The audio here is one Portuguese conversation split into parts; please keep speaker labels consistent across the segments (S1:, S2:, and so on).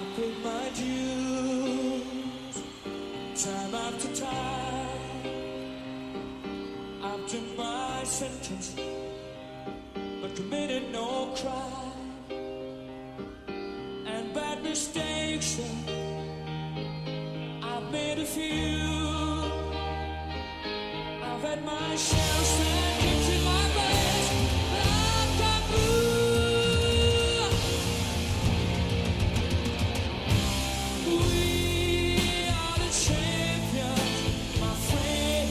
S1: I use time after time after my sentence, but committed no crime and bad mistakes. yeah, I've made a few. I've had my share of sad kicks in my past, but I've got through. We are the champions, my friend.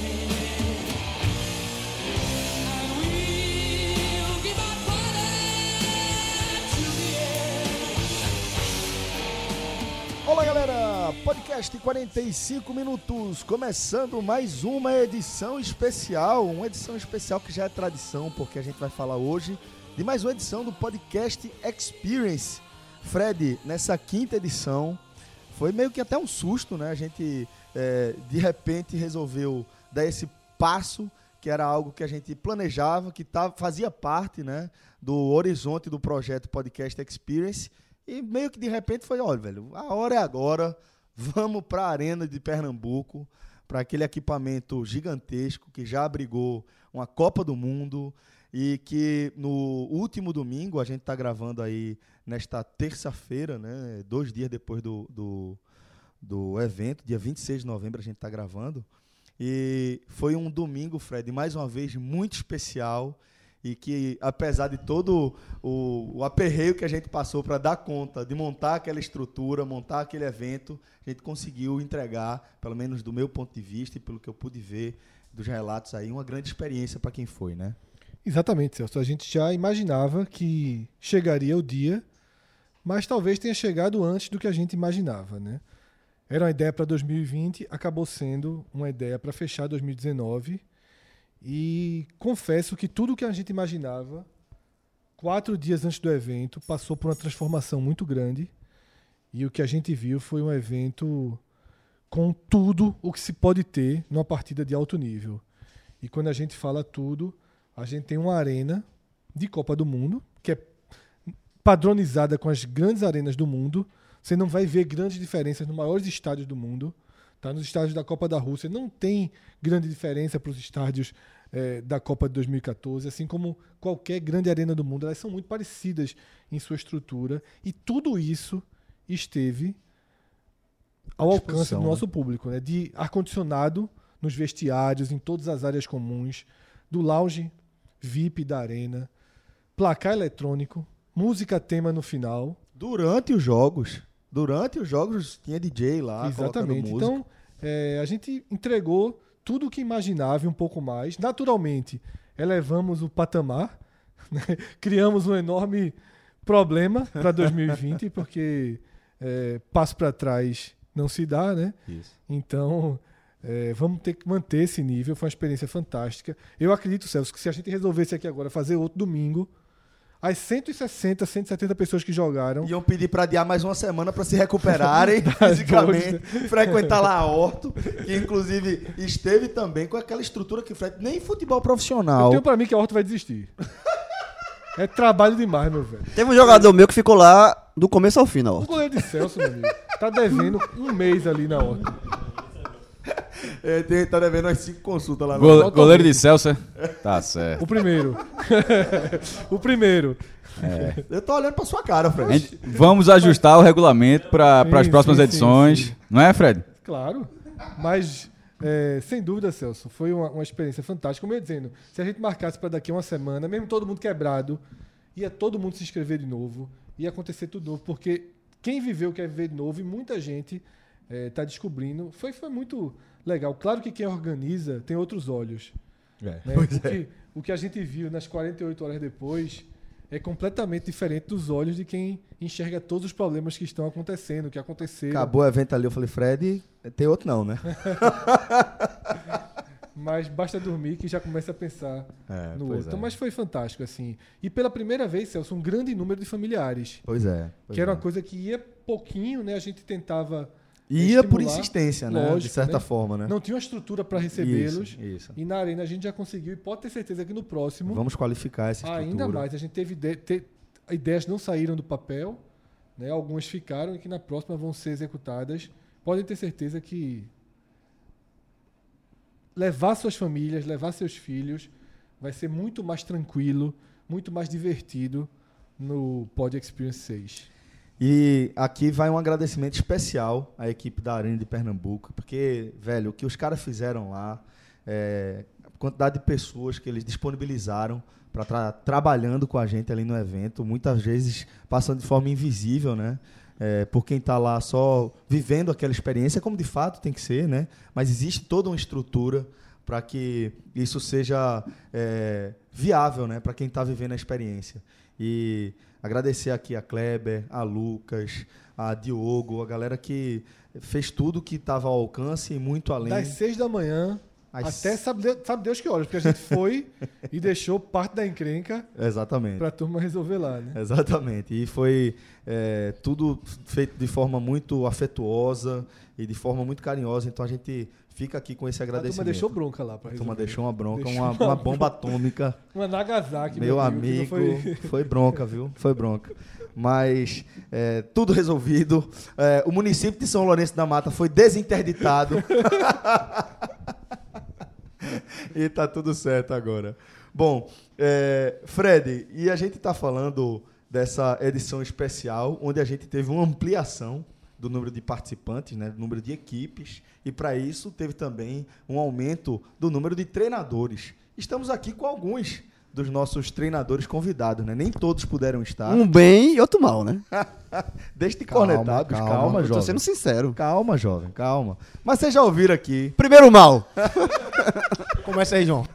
S1: And we'll give our planet to the end.
S2: Olá, galera! Podcast 45 minutos, começando mais uma edição especial, uma edição especial que já é tradição, porque a gente vai falar hoje de mais uma edição do podcast Experience. Fred, nessa quinta edição, foi meio que até um susto, né? A gente é, de repente resolveu dar esse passo que era algo que a gente planejava, que tá, fazia parte, né, do horizonte do projeto Podcast Experience. E meio que de repente foi, olha, velho, a hora é agora. Vamos para a Arena de Pernambuco, para aquele equipamento gigantesco que já abrigou uma Copa do Mundo e que no último domingo, a gente está gravando aí nesta terça-feira, né, dois dias depois do, do, do evento, dia 26 de novembro a gente está gravando. E foi um domingo, Fred, mais uma vez muito especial e que apesar de todo o, o aperreio que a gente passou para dar conta de montar aquela estrutura, montar aquele evento, a gente conseguiu entregar, pelo menos do meu ponto de vista e pelo que eu pude ver dos relatos aí, uma grande experiência para quem foi, né?
S3: Exatamente, Celso. A gente já imaginava que chegaria o dia, mas talvez tenha chegado antes do que a gente imaginava, né? Era uma ideia para 2020, acabou sendo uma ideia para fechar 2019. E confesso que tudo que a gente imaginava, quatro dias antes do evento, passou por uma transformação muito grande. E o que a gente viu foi um evento com tudo o que se pode ter numa partida de alto nível. E quando a gente fala tudo, a gente tem uma arena de Copa do Mundo, que é padronizada com as grandes arenas do mundo. Você não vai ver grandes diferenças nos maiores estádios do mundo. Tá? Nos estádios da Copa da Rússia não tem grande diferença para os estádios eh, da Copa de 2014, assim como qualquer grande arena do mundo. Elas são muito parecidas em sua estrutura. E tudo isso esteve ao alcance do
S2: Disposição, né?
S3: nosso público, né? de ar-condicionado nos vestiários, em todas as áreas comuns, do lounge VIP da arena, placar eletrônico, música tema no final.
S2: Durante os jogos. Durante os jogos tinha DJ lá.
S3: Exatamente.
S2: Ah, colocando música.
S3: Então, é, a gente entregou tudo o que imaginava e um pouco mais. Naturalmente, elevamos o patamar, né? criamos um enorme problema para 2020, porque é, passo para trás não se dá, né?
S2: Isso.
S3: Então, é, vamos ter que manter esse nível. Foi uma experiência fantástica. Eu acredito, Celso, que se a gente resolvesse aqui agora fazer outro domingo, as 160, 170 pessoas que jogaram.
S2: Iam pedir para adiar mais uma semana para se recuperarem
S3: Tá
S2: fisicamente, frequentar lá a Horto, que inclusive esteve também com aquela estrutura que Fred, nem futebol
S3: Eu
S2: profissional.
S3: tenho pra mim que a Horta vai desistir. é trabalho demais, meu velho.
S4: Teve um jogador meu que ficou lá do começo ao fim, na
S3: O
S4: horta.
S3: goleiro de Celso, meu amigo, tá devendo um mês ali na Horta.
S2: É, tem- tá devendo umas cinco consultas lá. no-
S5: Gole- goleiro de Celso, é? Tá certo.
S3: O primeiro. o primeiro.
S2: Eu tô olhando pra sua cara,
S5: A
S2: Fred.
S5: gente- Vamos ajustar o regulamento para
S3: Sim,
S5: as próximas
S3: sim, sim,
S5: edições.
S3: sim.
S5: Não é, Fred?
S3: Claro. Mas, é, sem dúvida, Celso, foi uma, uma experiência fantástica. Como eu ia dizendo, se a gente marcasse para daqui a uma semana, mesmo todo mundo quebrado, ia todo mundo se inscrever de novo, ia acontecer tudo novo, porque quem viveu quer viver de novo e muita gente está descobrindo. Foi, foi muito legal. Claro que quem organiza tem outros olhos. né? O, que, o que a gente viu nas 48 horas depois é completamente diferente dos olhos de quem enxerga todos os problemas que estão acontecendo, que aconteceram.
S2: Acabou o evento ali, eu falei, Fred, tem outro não, né?
S3: Mas basta dormir que já começa a pensar
S2: É,
S3: no
S2: pois
S3: outro. Então,
S2: é.
S3: Mas foi fantástico, assim. E pela primeira vez, Celso, um grande número de familiares.
S2: Pois é. pois
S3: que era
S2: é.
S3: uma coisa que ia pouquinho, né? A gente tentava.
S2: Ia por
S3: estimular.
S2: insistência, né? de
S3: Lógico,
S2: certa
S3: né?
S2: forma, né?
S3: Não tinha uma estrutura para recebê-los.
S2: Isso, isso.
S3: E na arena a gente já conseguiu, e pode ter certeza que no próximo, Ah,
S2: Vamos qualificar essa estrutura.
S3: ainda mais. A gente teve ide- te- ideias que não saíram do papel, né? Algumas ficaram e que na próxima vão ser executadas. Podem ter certeza que levar suas famílias, levar seus filhos, vai ser muito mais tranquilo, muito mais divertido no Pod Experience 6.
S2: E aqui vai um agradecimento especial à equipe da Arena de Pernambuco, porque, velho, o que os caras fizeram lá, é, a quantidade de pessoas que eles disponibilizaram para estar trabalhando com a gente ali no evento, muitas vezes passando de forma invisível, né? É, por quem está lá só vivendo aquela experiência, como de fato tem que ser, né? Mas existe toda uma estrutura para que isso seja é, viável, né? Para quem está vivendo a experiência. E agradecer aqui a Kleber, a Lucas, a Diogo, a galera que fez tudo que estava ao alcance e muito além.
S3: Das 6 da manhã
S2: As-
S3: até sabe Deus, sabe Deus que horas, porque a gente foi e deixou parte da encrenca
S2: Exatamente.
S3: pra turma resolver lá,
S2: É,
S3: né?
S2: Exatamente. E foi é, tudo feito de forma muito afetuosa e de forma muito carinhosa. Então a gente fica aqui com esse
S3: A
S2: agradecimento.
S3: turma deixou bronca lá pra
S2: A
S3: resolver.
S2: turma deixou uma bronca,
S3: Deixou
S2: uma,
S3: uma
S2: uma bomba atômica.
S3: Uma Nagasaki, que
S2: meu
S3: não
S2: amigo,
S3: foi-
S2: foi... bronca, viu? Foi bronca. Mas é, tudo resolvido. É, o município de São Lourenço da Mata foi desinterditado. e tá tudo certo agora. Bom, é, Fred, e a gente tá falando dessa edição especial, onde a gente teve uma ampliação do número de participantes, né, do número de equipes, e para isso teve também um aumento do número de treinadores. Estamos aqui com alguns dos nossos treinadores convidados, né? Nem todos puderam estar.
S4: Um bem e outro mal, né?
S2: Desde
S4: Calma,
S2: cornetados, calma,
S4: Eu Tô
S2: jovem.
S4: sendo sincero.
S2: Calma, jovem, calma. Mas vocês já ouviram aqui
S4: Primeiro mal.
S6: Começa aí, João.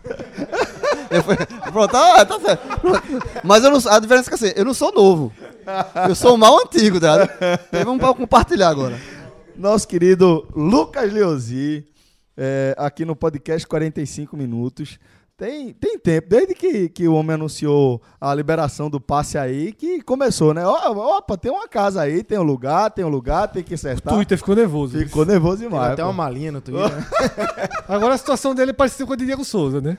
S4: Eu fui- Pronto, ah, tá certo. Mas eu não sou- a diferença é que assim, eu não sou novo. Eu sou um mal antigo, tá? Então Vamos pa- compartilhar agora.
S2: nosso querido Lucas Leozzi, é, aqui no podcast 45 Minutos. Tem, tem tempo, desde que, que o homem anunciou a liberação do passe aí, que começou, né? Ó, Opa, tem uma casa aí, tem um lugar, tem um lugar, tem que
S3: O
S2: acertar.
S3: Twitter ficou nervoso.
S2: Ficou nervoso
S6: Teve
S2: demais.
S6: até
S2: pô.
S6: uma malinha no Twitter. né?
S3: Agora a situação dele pareceu com a de Diego Souza, né?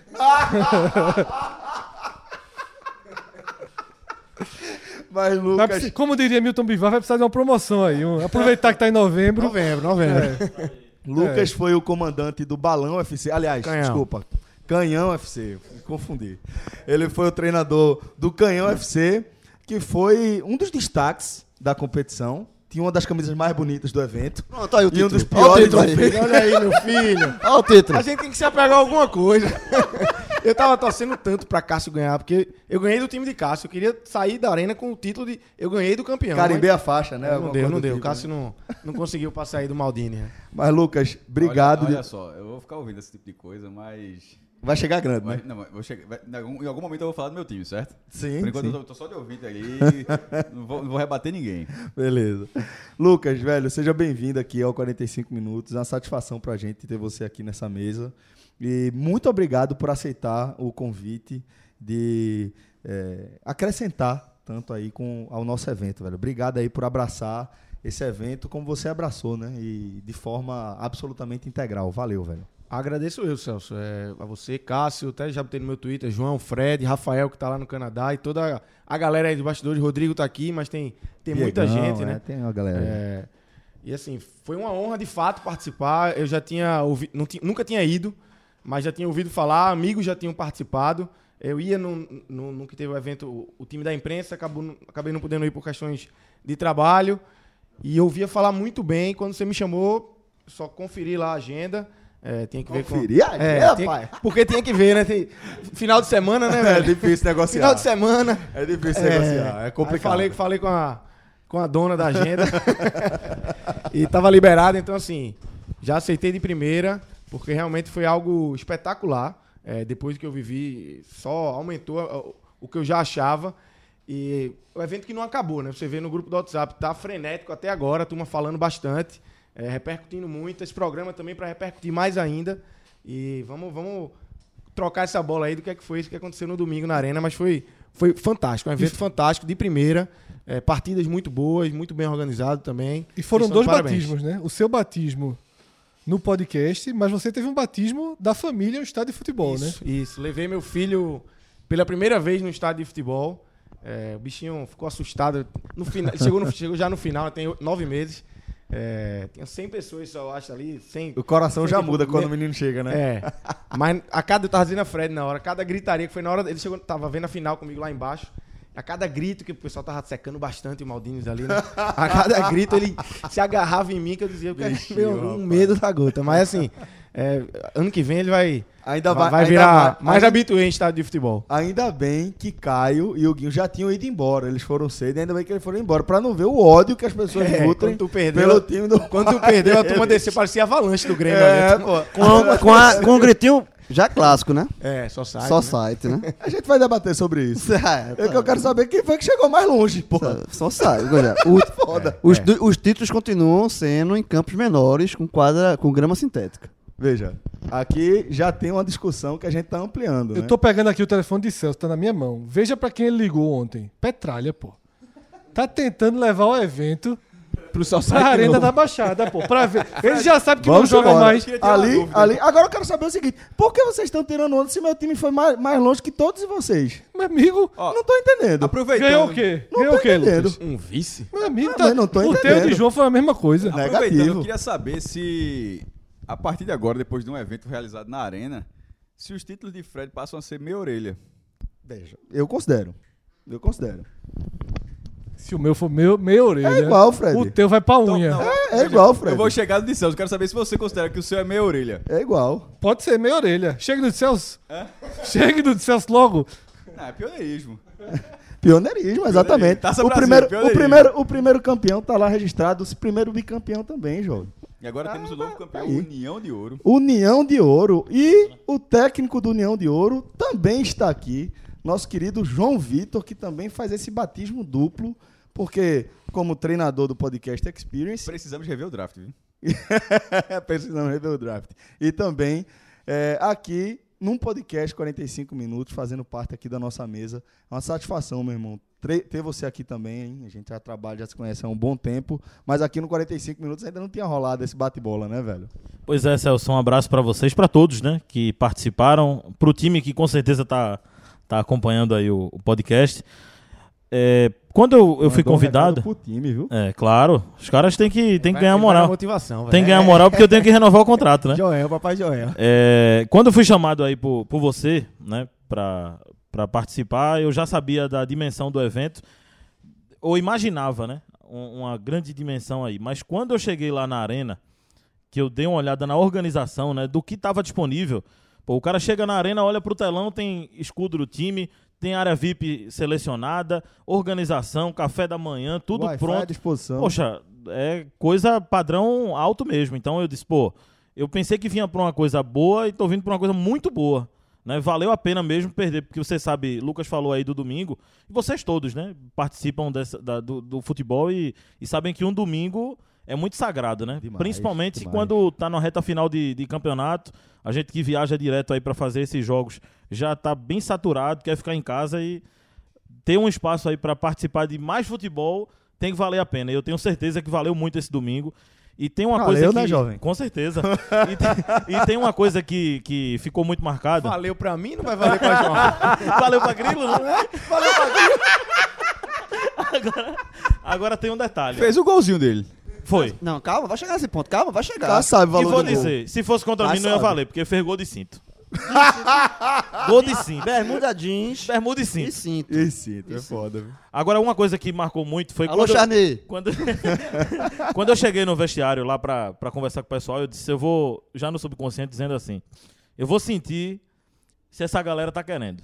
S2: Mas
S6: é
S3: Vai
S2: Lucas,
S3: precisar- como diria Milton Bivar, vai precisar de uma promoção aí. um- aproveitar que tá em novembro.
S6: novembro, novembro.
S2: Lucas foi o comandante do Balão FC. Aliás,
S6: É. Canhão.
S2: desculpa. Canhão FC, me confundi. Ele foi o treinador do Canhão FC, que foi um dos destaques da competição. Tinha uma das camisas mais bonitas do evento.
S4: Pronto, aí o
S2: E um
S4: título.
S2: dos
S4: Olha o
S2: piores
S4: título aí.
S2: troféus.
S6: Olha aí, meu filho.
S4: Olha o título.
S6: A gente tem que se apegar a alguma coisa. Eu tava torcendo tanto pra Cássio ganhar, porque eu ganhei do time de Cássio. Eu queria sair da arena com o título de. Eu ganhei do campeão.
S2: Carimbei
S6: mas-
S2: a faixa, né?
S6: Não
S2: Alguma
S6: deu,
S2: coisa
S6: não
S2: do
S6: deu. O
S2: tipo,
S6: Cássio não, não conseguiu passar aí do Maldini. né?
S2: né? Mas, Lucas, obrigado.
S5: Olha,
S2: de-
S5: olha só, eu vou ficar ouvindo esse tipo de coisa, mas.
S2: Vai chegar grande, né?
S5: mas- não, mas vou chegar- vai- em, algum, em algum momento eu vou falar do meu time, certo?
S2: Sim,
S5: Por enquanto
S2: sim.
S5: eu tô, tô só de ouvinte ali. não, vou, não vou rebater ninguém.
S2: Beleza. Lucas, velho, seja bem-vindo aqui ao 45 Minutos. É uma satisfação pra gente ter você aqui nessa mesa. E muito obrigado por aceitar o convite de eh, acrescentar tanto aí com, ao nosso evento, velho. Obrigado aí por abraçar esse evento como você abraçou, né? E de forma absolutamente integral. Valeu, velho.
S6: Agradeço eu, Celso. É, a você, Cássio, até já botei no meu Twitter, João, Fred, Rafael, que tá lá no Canadá, e toda a galera aí de bastidores. Rodrigo tá aqui, mas tem, tem muita
S2: Diegão,
S6: gente,
S2: é,
S6: né?
S2: Tem uma galera. aí.
S6: É, e assim, foi uma honra de fato participar. Eu já tinha ouvido, não ti- nunca tinha ido, mas já tinha ouvido falar, amigos já tinham participado. Eu ia no, no, no que teve o evento, o- o time da imprensa, acabou, não- acabei não podendo ir por questões de trabalho. E eu ouvia falar muito bem. Quando você me chamou, só conferi lá a agenda. É, tinha que ver com.
S2: Conferir a
S6: É,
S2: agenda,
S6: tinha-
S2: pai? É,
S6: Porque tinha que ver, né? Tem- final de semana, né, velho?
S2: difícil
S6: Final de semana.
S2: É difícil negociar. É complicado.
S6: Aí Falei, falei com, a, com a dona da agenda. e tava liberado, então assim, já aceitei de primeira, porque realmente foi algo espetacular. É, depois que eu vivi, só aumentou a- o- o que eu já achava. E o evento que não acabou, né? Você vê no grupo do WhatsApp, tá frenético até agora, a turma falando bastante, é, repercutindo muito. Esse programa também para repercutir mais ainda. E vamos, vamos trocar essa bola aí do que é que foi isso que aconteceu no domingo na arena, mas foi, foi fantástico, um evento fantástico de primeira, é, partidas muito boas, muito bem organizado também.
S3: E foram
S6: são
S3: dois
S6: de parabéns.
S3: batismos, né? O seu batismo no podcast, mas você teve um batismo da família no estádio de futebol, né?
S6: Isso, isso. Levei meu filho pela primeira vez no estádio de futebol. É, o bichinho ficou assustado. No final, chegou, no- chegou já no final, tem nove meses. É, tinha 100 pessoas só, eu acho, ali. 100,
S2: O coração já
S6: Tipo,
S2: muda quando
S6: me-
S2: o menino chega, né?
S6: é. Mas a cada. Eu tava dizendo a Fred na hora, cada gritaria que foi na hora. Ele chegou, tava vendo a final comigo lá embaixo. A cada grito, que o pessoal tava secando bastante o Maldines ali, né? A cada grito ele se agarrava em mim, que eu dizia, eu quero ver um medo da gota. Mas assim, é, ano que vem ele vai.
S2: Ainda
S6: vai,
S2: vai, ainda
S6: virar
S2: vai-
S6: mais
S2: ainda,
S6: habituê em estádio de futebol.
S2: ainda bem que Caio e o Guinho já tinham ido embora. Eles foram cedo, ainda bem que eles foram embora. Pra não ver o ódio que as pessoas
S6: É,
S2: nutrem
S6: quando tu
S2: pelo
S6: perdeu.
S2: time do.
S6: Quando perdeu, a turma desceu, parecia a avalanche do Grêmio.
S2: É,
S6: ali.
S2: pô.
S4: Com, a- com, a- com um gritinho já clássico, né?
S6: é só sai.
S4: Só
S6: né?
S4: site, né?
S2: A gente vai debater sobre isso.
S4: É,
S2: Eu, que eu quero saber quem foi que chegou mais longe, pô.
S4: Só sai. Olha, o- os, du- os títulos continuam sendo em campos menores, com quadra, com grama sintética.
S2: Veja, aqui já tem uma discussão que a gente tá ampliando.
S3: Eu
S2: né?
S3: tô pegando aqui o telefone de Celso, tá na minha mão. Veja pra quem ele ligou ontem. Petralha, pô. Tá tentando levar o evento
S6: Pro só
S3: pra
S6: sai. de
S3: Arena
S6: novo.
S3: da Baixada, pô. Pra ver. Ele já sabe que
S2: Vamos
S3: não joga
S2: embora.
S3: mais.
S2: Ali, ali. Agora eu quero saber o seguinte: por que vocês estão tirando onda se meu time foi mais, mais longe que todos vocês?
S3: Meu amigo,
S5: Ó,
S2: não tô entendendo.
S5: Aproveitando,
S3: ganhou o quê?
S2: Não
S3: ganhou
S2: tô
S3: o quê,
S2: entendendo.
S3: Lucas?
S6: Um vice?
S3: Meu amigo,
S2: Ah,
S3: tá...
S2: mas não tô
S3: o teu e
S2: entendendo. Ah.
S3: de João foi a mesma coisa.
S5: aproveitando,
S2: Negativo.
S5: eu queria saber se, a partir de agora, depois de um evento realizado na Arena, se os títulos de Fred passam a ser meia orelha.
S2: Veja, eu considero. Eu considero.
S3: Se o meu for meu, meia orelha.
S2: É igual, Fred.
S3: O teu vai pra unha.
S5: não,
S2: É igual, Fred.
S5: Eu vou chegar no de Celso, quero saber se você considera que o seu é meia orelha.
S2: É igual.
S3: Pode ser meia orelha. Chega do Celso.
S7: É?
S3: Chega do Celso logo.
S5: Ah, é pioneirismo.
S2: Pioneirismo, exatamente.
S5: Taça
S2: o,
S5: Brasil,
S2: primeiro, o,
S5: pioneirismo.
S2: primeiro, o primeiro campeão tá lá registrado, o primeiro bicampeão também, João.
S5: E agora temos o novo campeão,
S2: Ah, tá aí.
S5: União de Ouro.
S2: União de Ouro e o técnico do União de Ouro também está aqui, nosso querido João Vitor, que também faz esse batismo duplo, porque como treinador do podcast Experience,
S5: Precisamos rever o draft, viu?
S2: precisamos rever o draft. E também é, aqui num podcast 45 minutos, fazendo parte aqui da nossa mesa. É uma satisfação, meu irmão. tre- Ter você aqui também, hein? A gente já trabalha, já se conhece há um bom tempo, mas aqui no 45 minutos ainda não tinha rolado esse bate-bola, né, velho?
S7: Pois é, Celso, um abraço pra vocês, pra todos, né, que participaram, pro time que com certeza tá, tá acompanhando aí o, o podcast. É, quando eu, eu fui
S2: Mandou um recado
S7: convidado,
S2: Pro time, viu?
S7: é claro, os caras têm que, têm que
S6: Vai-
S7: ganhar
S6: ele vai na
S7: moral,
S6: Motivação,
S7: tem que ganhar moral porque eu tenho que renovar o contrato, né?
S6: Joel, papai Joel.
S7: É, quando eu fui chamado aí por, por você, né, pra, pra participar, eu já sabia da dimensão do evento, ou imaginava, né, um- uma grande dimensão aí. Mas quando eu cheguei lá na arena, que eu dei uma olhada na organização, né, do que estava disponível, pô, o cara chega na arena, olha pro telão, tem escudo do time, tem área VIP selecionada, organização, café da manhã, tudo
S2: Wi-Fi à
S7: pronto.
S2: disposição.
S7: Poxa, é coisa padrão alto mesmo. Então eu disse, pô, eu pensei que vinha pra uma coisa boa e tô vindo pra uma coisa muito boa. Né? Valeu a pena mesmo perder, porque você sabe, Lucas falou aí do domingo, e vocês todos, né? Participam dessa- da- do, do futebol e, e sabem que um domingo é muito sagrado, né?
S2: Demais,
S7: Principalmente
S2: demais.
S7: quando tá na reta final de, de campeonato, a gente que viaja direto aí pra fazer esses jogos já tá bem saturado, quer ficar em casa e ter um espaço aí para participar de mais futebol tem que valer a pena. E eu tenho certeza que valeu muito esse domingo. E tem uma
S2: Valeu,
S7: coisa que.
S2: né, jovem?
S7: Com certeza. E tem, e tem uma coisa que, que ficou muito marcada.
S6: Valeu pra mim, não vai valer pra João.
S7: Valeu pra Grilo, né? Valeu pra Grilo. Agora, agora tem um detalhe.
S5: Fez o golzinho dele.
S7: Foi.
S4: Não, calma, vai chegar nesse ponto, calma, vai chegar.
S2: Já Tá, sabe o
S7: E
S2: valor
S7: vou
S2: do gol.
S7: dizer, se fosse contra
S4: Ah,
S7: mim, não ia
S4: sabe.
S7: valer, porque fez gol de cinto. gol de cinto.
S4: Bermuda é jeans
S7: Bermuda e cinto.
S4: e cinto.
S2: Esse, é foda, viu?
S7: Agora, uma coisa que marcou muito foi
S4: Alô,
S7: quando, eu-
S4: Charney.
S7: quando, quando eu cheguei no vestiário lá pra, pra conversar com o pessoal, eu disse, eu vou, já no subconsciente, dizendo assim, eu vou sentir se essa galera tá querendo.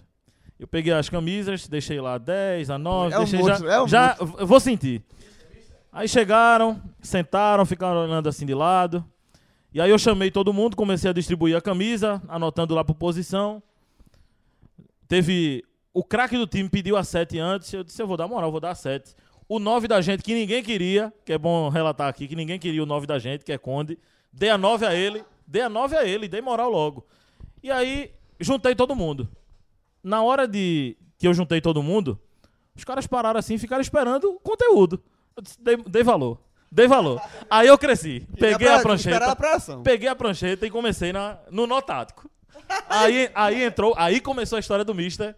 S7: Eu peguei as camisas, deixei lá a 10, a 9,
S4: É um
S7: deixei
S4: monstro,
S7: já,
S4: é um
S7: já eu vou sentir. Aí chegaram, sentaram, ficaram olhando assim de lado. E aí eu chamei todo mundo, comecei a distribuir a camisa, anotando lá por posição. Teve. O craque do time pediu a 7 antes. Eu disse, eu vou dar moral, vou dar a 7. O 9 da gente, que ninguém queria, que é bom relatar aqui, que ninguém queria o 9 da gente, que é Conde. Dei a 9 a ele, dei a 9 a ele, dei moral logo. E aí, juntei todo mundo. Na hora de que eu juntei todo mundo, os caras pararam assim e ficaram esperando o conteúdo. Eu disse, dei, dei valor, dei valor. Aí eu cresci, peguei a
S4: Esperar a
S7: prancheta
S4: pressão.
S7: peguei a prancheta e comecei na, no nó tático. Aí, aí entrou, aí começou a história do Mister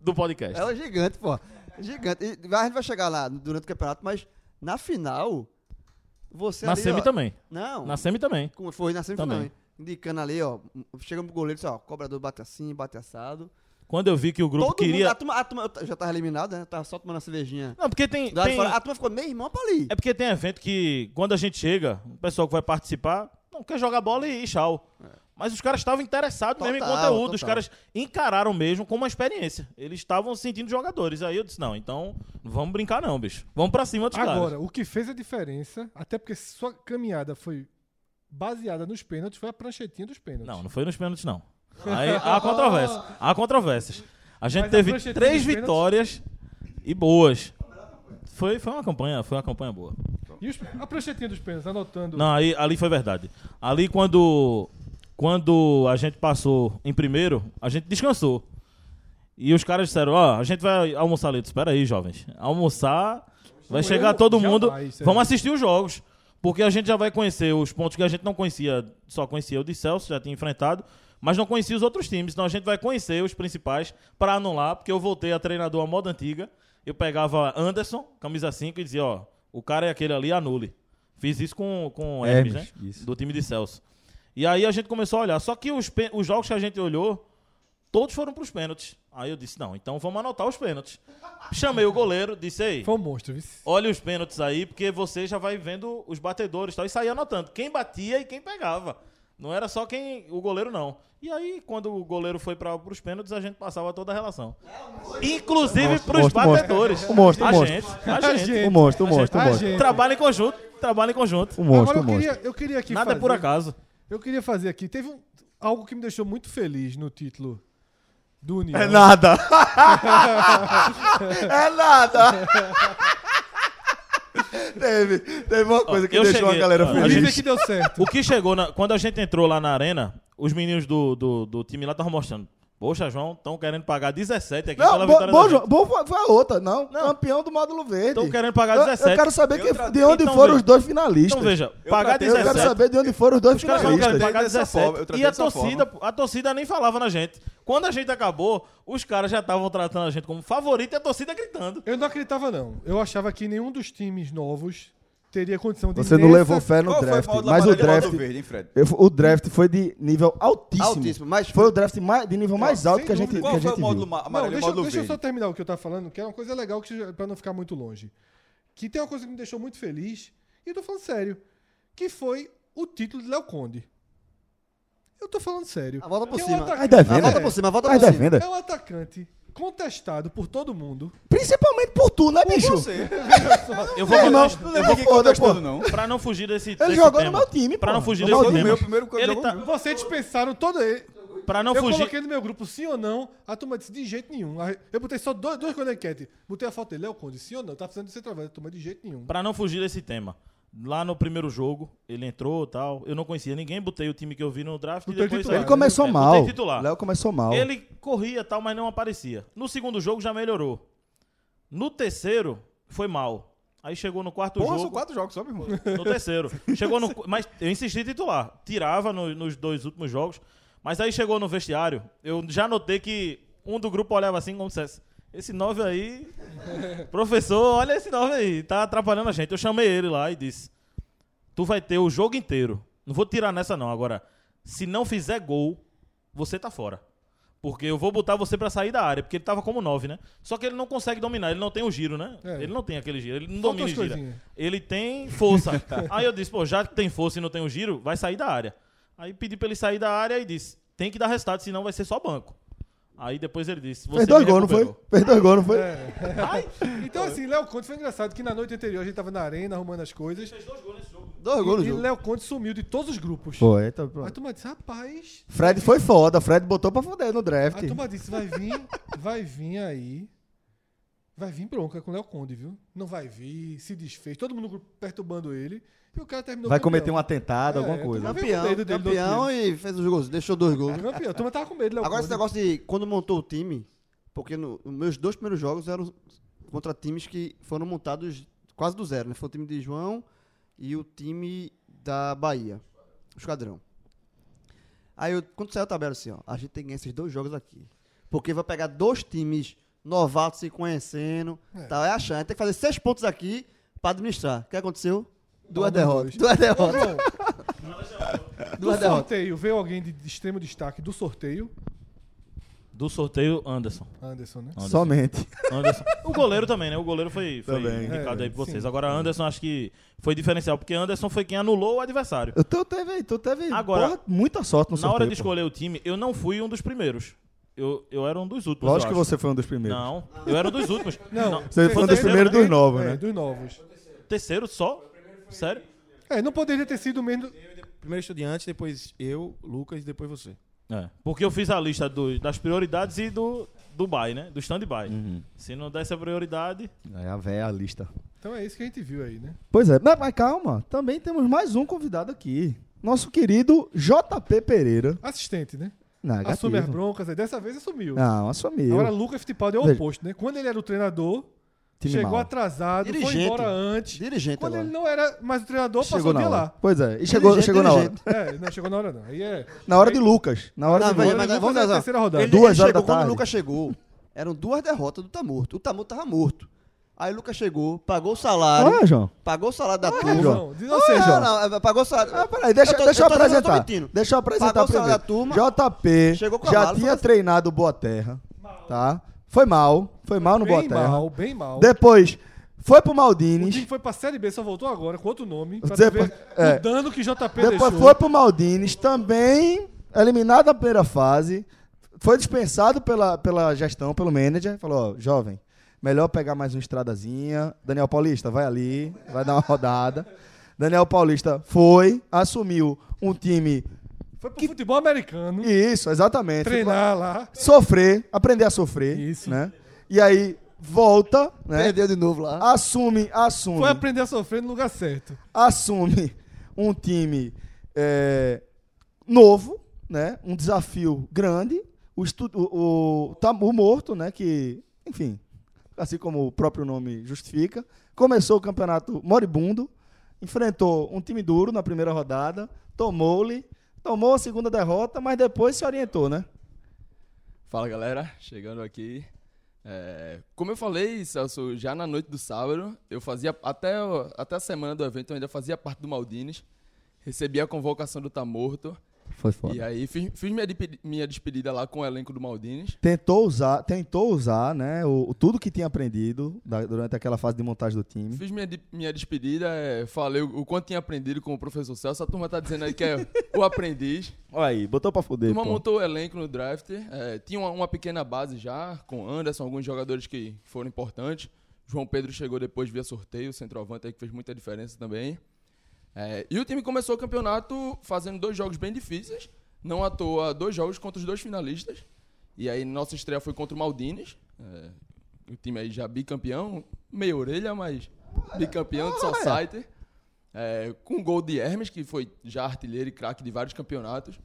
S7: do podcast.
S4: Ela é gigante, pô. Gigante. E a gente vai chegar lá durante o campeonato, mas na final, você
S7: Na
S4: ali,
S7: semi
S4: ó,
S7: também.
S4: Não,
S7: Na semi também.
S4: como foi na semifinal,
S7: Também.
S4: hein? indicando ali, ó, chega pro goleiro e diz, ó, cobrador bate assim, bate assado.
S7: Quando eu vi que o grupo
S4: Todo
S7: queria.
S4: mundo, a turma, a turma- eu t- já tava eliminado, né? Tava só tomando uma cervejinha.
S7: Não, porque tem.
S4: Do lado de
S7: tem-
S4: fora. A turma ficou meio irmão pra ali.
S7: É porque tem evento que, quando a gente chega, o pessoal que vai participar não quer jogar bola e, e tchau. Mas os caras estavam interessados mesmo em
S4: É. Total,
S7: conteúdo. Os
S4: total.
S7: caras encararam mesmo como uma experiência. Eles estavam se sentindo jogadores. Aí eu disse: não, então não vamos brincar, não, bicho. Vamos pra cima dos caras.
S3: Agora, o que fez a diferença, até porque sua caminhada foi baseada nos pênaltis, foi a pranchetinha dos pênaltis.
S7: Não, não foi nos pênaltis, não. Aí há controvérsia. Há controvérsias. A gente
S3: Mas a
S7: teve
S3: pranchetinha
S7: três
S3: dos pênaltis-
S7: vitórias e boas. Foi, foi uma campanha, foi uma campanha boa.
S3: E os- a pranchetinha dos pênaltis, anotando.
S7: Não, aí, ali foi verdade. Ali quando, quando a gente passou em primeiro, a gente descansou. E os caras disseram, ó, a gente vai almoçar ali. Eu disse, Espera aí, jovens. Almoçar, vai
S3: Eu
S7: chegar todo mundo.
S3: jamais, sério.
S7: Vamos assistir os jogos. Porque a gente já vai conhecer os pontos que a gente não conhecia. Só conhecia o de Celso, já tinha enfrentado. Mas não conhecia os outros times. Então a gente vai conhecer os principais para anular. Porque eu voltei a treinador à moda antiga. Eu pegava Anderson, camisa 5, e dizia, ó, o cara é aquele ali, anule. Fiz isso com, com o Hermes,
S5: Hermes,
S7: né?
S5: isso.
S7: Do time de Celso. E aí a gente começou a olhar. Só que os, pê- os jogos que a gente olhou, todos foram pros pênaltis. Aí eu disse, não, então vamos anotar os pênaltis. Chamei o goleiro, disse aí,
S3: Foi um monstro, viu?
S7: olha os pênaltis aí, porque você já vai vendo os batedores e tal. E saía anotando quem batia e quem pegava. Não era só quem o goleiro, não. E aí, quando o goleiro foi para os pênaltis, a gente passava toda a relação. Inclusive pros
S2: monstro, monstro.
S7: batedores.
S2: O monstro, o
S7: a
S2: monstro.
S7: gente, a gente.
S2: O Um monstro, o monstro, o
S3: A
S2: monstro.
S3: gente.
S7: Trabalha em conjunto, trabalha em conjunto.
S2: O monstro,
S3: Agora
S2: o
S3: eu
S2: monstro.
S3: queria, eu queria aqui
S7: Nada é
S3: fazer,
S7: por acaso.
S3: Eu queria fazer aqui. Teve um- algo que me deixou muito feliz no título do União.
S2: É nada. é nada. teve, teve uma coisa que
S7: eu
S2: deixou
S7: cheguei-
S2: a galera
S7: ó, a
S3: Vamos
S2: feliz.
S3: dizer que deu certo.
S7: O que chegou, na- quando a gente entrou lá na arena, os meninos do, do, do time lá estavam mostrando. Poxa, João, estão querendo pagar 17 aqui
S2: Não,
S7: pela
S2: bom,
S7: vitória da
S2: bom,
S7: gente.
S2: João, bom foi- foi a outra, não.
S7: Não.
S2: Campeão do módulo verde.
S7: Tão querendo pagar
S2: Eu- Eu,
S7: 17.
S2: quero saber que-
S5: tra-
S2: de onde
S7: Então
S2: foram
S7: veja.
S2: os dois finalistas.
S7: Então veja, pagar
S5: tratei- eu
S2: eu
S7: 17.
S2: quero saber de onde foram os dois
S7: os caras não querem
S2: finalistas.
S7: pagar
S5: dessa
S7: 17.
S5: forma, eu tratei
S7: e a
S5: dessa
S7: torcida, a torcida nem falava na gente. Quando a gente acabou, os caras já estavam tratando a gente como favorito e a torcida gritando.
S3: Eu não acreditava, não. Eu achava que nenhum dos times novos teria condição de.
S2: Você não
S3: nessa-
S2: levou fé no
S5: Qual foi
S2: draft,
S5: a moda da
S2: mas o
S5: bandeira do
S2: draft,
S5: Aldo Verde, hein, Fred?
S2: eu fu- o draft foi de nível altíssimo.
S4: Altíssimo, mas-
S2: foi o draft mais, de nível mais alto
S3: sem
S2: que a gente,
S3: dúvida.
S2: que
S5: Qual
S2: a
S5: foi
S2: gente
S5: o módulo
S2: viu.
S5: ma-
S3: Não,
S5: amarelo e o
S3: deixa,
S5: módulo
S3: deixa eu só
S5: verde?
S3: terminar o que eu tava falando, que é uma coisa legal que para não ficar muito longe. Que tem uma coisa que me deixou muito feliz, e eu tô falando sério, que foi o título de Léo Conde. Eu tô falando sério.
S4: A volta por
S3: Que é um
S4: cima.
S3: atacante-
S2: Ai, devendo.
S4: A volta
S7: né?
S2: É.
S4: por cima,
S7: Tá
S4: a volta
S2: Mas
S4: por
S2: da
S4: cima.
S2: venda.
S3: É um atacante contestado por todo mundo.
S2: Principalmente por tu, né, bicho?
S7: Eu vou
S2: Meu irmão,
S7: contar
S2: eu
S5: Não lembro quem
S2: foda, pô.
S5: contestando, não.
S7: pra não fugir desse Ele
S2: jogou no meu time,
S7: Pra
S2: pô.
S7: não fugir
S2: Jogou
S7: desse
S2: no
S7: tema.
S5: meu primeiro quando
S7: ele
S5: jogou
S7: tá,
S5: no
S3: Vocês dispensaram todo ele.
S7: Pra não
S3: eu
S7: fugir...
S3: coloquei no meu grupo sim ou não, a turma disse de jeito nenhum. Aí Eu botei só dois, dois quando enquete. Botei a foto dele, Léo Conde, sim ou não. Tá precisando de centroavante, a turma de jeito nenhum.
S7: Pra não fugir desse tema. Lá no primeiro jogo, ele entrou e tal. Eu não conhecia ninguém, botei o time que eu vi no draft e
S3: Botei
S7: depois.
S3: titular.
S2: Ele começou
S7: É, botei
S2: mal.
S7: titular.
S2: Léo começou mal.
S7: Ele corria e tal, mas não aparecia. No segundo jogo já melhorou. No terceiro, foi mal. Aí chegou no quarto
S5: Porra,
S7: jogo.
S5: são quatro jogos só, meu irmão.
S7: No terceiro. Chegou no. Mas eu insisti titular. Tirava no- nos dois últimos jogos. Mas aí chegou no vestiário. Eu já notei que um do grupo olhava assim como se dissesse, Esse 9 aí. Professor, olha esse 9 aí. Tá atrapalhando a gente. Eu chamei ele lá e disse: Tu vai ter o jogo inteiro. Não vou tirar nessa, não. Agora, se não fizer gol, você tá fora. Porque eu vou botar você pra sair da área, porque ele tava como 9, né? Só que ele não consegue dominar, ele não tem o giro, né?
S3: É.
S7: Ele não tem aquele giro, ele não
S3: Faltam
S7: domina o
S3: as
S7: giro.
S3: coisinhas.
S7: Ele tem força. Aí eu disse, pô, já que tem força e não tem o giro, vai sair da área. Aí pedi pra ele sair da área e disse, tem que dar resultado, senão vai ser só banco. Aí depois ele disse, você
S2: Fez dois
S7: me
S2: gols, não foi?
S7: recuperou.
S2: Fez dois gols, não foi?
S3: Então, assim, Léo Conde foi engraçado que na noite anterior a gente tava na arena arrumando as coisas.
S4: Dois gols no
S3: E
S4: jogo.
S3: Léo Conde sumiu de todos os grupos.
S2: Foi, então
S3: A
S2: pronto.
S3: turma disse, rapaz.
S2: Fred foi foda. Fred botou pra foder no draft.
S3: A turma disse, vai vir, vai vir aí. Vai vir bronca com o Léo Conde, viu? Não vai vir, se desfez. Todo mundo no grupo perturbando ele. E o cara terminou
S2: Vai
S3: campeão.
S2: cometer um atentado,
S3: É,
S2: alguma
S3: tu
S7: né?
S2: coisa.
S3: não-
S4: Campeão,
S3: Eu vi o dedo dele no outro
S4: campeão e fez os gols, deixou dois gols.
S3: Campeão. A turma tava com medo, do Léo
S4: Agora
S3: Conde.
S4: esse negócio de quando montou o time, porque no, os meus dois primeiros jogos eram contra times que foram montados quase do zero, né? Foi o time de João e o time da Bahia, o Esquadrão. Aí eu, quando saiu a tabela assim, ó, a gente tem que ganhar esses dois jogos aqui. Porque vai pegar dois times novato se conhecendo. Tal, é a chance. Tem que fazer seis pontos aqui pra administrar. O que aconteceu? Duas derrotas. Duas derrotas.
S3: Do
S4: Duas derrotas.
S3: sorteio, veio alguém de de extremo destaque do sorteio.
S7: Do sorteio, Anderson.
S3: Anderson, né?
S7: Anderson.
S2: Somente.
S7: Anderson. O goleiro também, né? O goleiro foi, foi
S2: Também.
S7: indicado
S3: É,
S7: aí pra vocês.
S3: sim.
S7: Agora, Anderson acho que foi diferencial, porque Anderson foi quem anulou o adversário.
S2: Tu teve, tu teve
S7: Agora,
S2: porra, muita sorte no
S7: Na
S2: sorteio.
S7: hora de
S2: pô.
S7: escolher o time, eu não fui um dos primeiros. Eu, eu era um dos últimos.
S2: Lógico que
S7: eu acho.
S2: você foi um dos primeiros.
S7: Não, eu era um dos últimos.
S3: Não.
S2: Você foi um dos
S7: terceiro,
S2: primeiros
S7: né?
S2: dos novos,
S3: É,
S2: né?
S3: dos novos.
S7: Terceiro só? Sério?
S3: É, não poderia ter sido menos.
S6: Primeiro estudiante, depois eu, Lucas e depois você.
S7: É. Porque eu fiz a lista do- das prioridades e do, do buy, né? Do stand-by. Se não desse a prioridade.
S2: É a véia lista.
S3: Então é isso que a gente viu aí, né?
S2: Pois é, mas, mas calma, também temos mais um convidado aqui. Nosso querido JP Pereira.
S3: Assistente, né?
S2: Negativo.
S3: Assume as broncas aí. Dessa vez assumiu.
S2: Não, assumiu.
S3: Agora, Lucas Fittipaldi é o
S2: Ah, Veja.
S3: oposto, né? Quando ele era o treinador,
S2: Time
S3: chegou
S2: mal.
S3: atrasado, foi
S4: Dirigente.
S3: embora antes.
S4: Dirigente
S3: Quando
S4: agora.
S3: ele não era mais o treinador,
S2: chegou
S3: passou o
S2: na
S3: dia
S2: hora.
S3: lá.
S2: Pois é, e chegou,
S4: Dirigente,
S2: chegou na hora.
S4: dirigente.
S3: É, não chegou na hora não. Aí é.
S2: Na hora de Lucas. Na hora
S4: Não,
S2: de
S4: mas-
S2: Lucas.
S4: mas-
S3: Lucas
S4: vamos
S3: na
S4: casar.
S3: terceira rodada.
S4: Ele-
S2: Duas
S4: ele
S2: horas
S4: chegou,
S2: da
S4: Quando
S2: tarde.
S4: o Lucas chegou, eram duas derrotas do Tamurto. O Tamurto tava morto. Aí o Lucas chegou, pagou o salário,
S2: Ah, João.
S4: pagou o salário da
S3: Não,
S4: turma.
S3: não, diz você, João.
S4: Não, não, pagou o salário.
S2: Ah, peraí, deixa eu,
S4: tô-
S2: deixa eu
S4: tô- tô
S2: apresentar.
S4: mentindo.
S2: deixa eu apresentar
S4: Pagou o salário
S2: primeiro.
S4: da turma,
S2: JP
S4: chegou com a
S2: já
S4: mala,
S2: tinha
S4: falou assim-
S2: treinado Boa Terra, tá? Foi mal, foi mal no Boa
S3: Bem
S2: Terra.
S3: mal, bem mal.
S2: Depois foi pro
S3: O time
S2: Maldines.
S3: foi pra Série B, só voltou agora, com outro nome, pra
S2: Depois-
S3: tu ver
S2: é.
S3: o dano que JP deixou.
S2: Depois foi pro Maldines, também eliminado na primeira fase. Foi dispensado pela, pela gestão, pelo manager. Falou, ó, jovem, melhor pegar mais uma estradazinha. Daniel Paulista, vai ali, vai dar uma rodada. Daniel Paulista foi, assumiu um time.
S3: Foi pro futebol americano,
S2: Isso, exatamente.
S3: treinar lá.
S2: sofrer, aprender a sofrer,
S3: Isso.
S2: né? E aí volta, né?
S4: Perdeu de novo lá.
S2: Assume, assume,
S3: Foi aprender a sofrer no lugar certo.
S2: assume um time é, novo, né? Um desafio grande. O, estu- o, o, Tam- o morto, né? Que, enfim, assim como o próprio nome justifica, começou o campeonato moribundo, enfrentou um time duro na primeira rodada, tomou-lhe, tomou a segunda derrota, mas depois se orientou, né?
S8: Fala galera, chegando aqui. É, como eu falei, Celso, já na noite do sábado, eu fazia até, o- até a semana do evento, eu ainda fazia parte do Maldines. Recebi a convocação do Tá Morto.
S2: Foi foda.
S8: E aí fiz, fiz minha, despedi- minha despedida lá com o elenco do Maldines.
S2: tentou usar, tentou usar, né, o, o- tudo que tinha aprendido da- durante aquela fase de montagem do time.
S8: Fiz minha, de- minha despedida, é, falei o, o quanto tinha aprendido com o professor Celso. A turma tá dizendo aí que é o aprendiz.
S2: Olha aí, botou pra
S8: A
S2: fuder,
S8: turma montou o elenco no draft. é, tinha uma, uma pequena base já, com Anderson, alguns jogadores que foram importantes. João Pedro chegou depois via sorteio, centroavante aí que fez muita diferença também. É, e o time começou o campeonato fazendo dois jogos bem difíceis. Não à toa, dois jogos contra os dois finalistas. E aí nossa estreia foi contra o Maldines. é, o time aí já bicampeão, meia orelha, mas bicampeão de Society. É, com gol de Hermes, que foi já artilheiro e craque de vários campeonatos.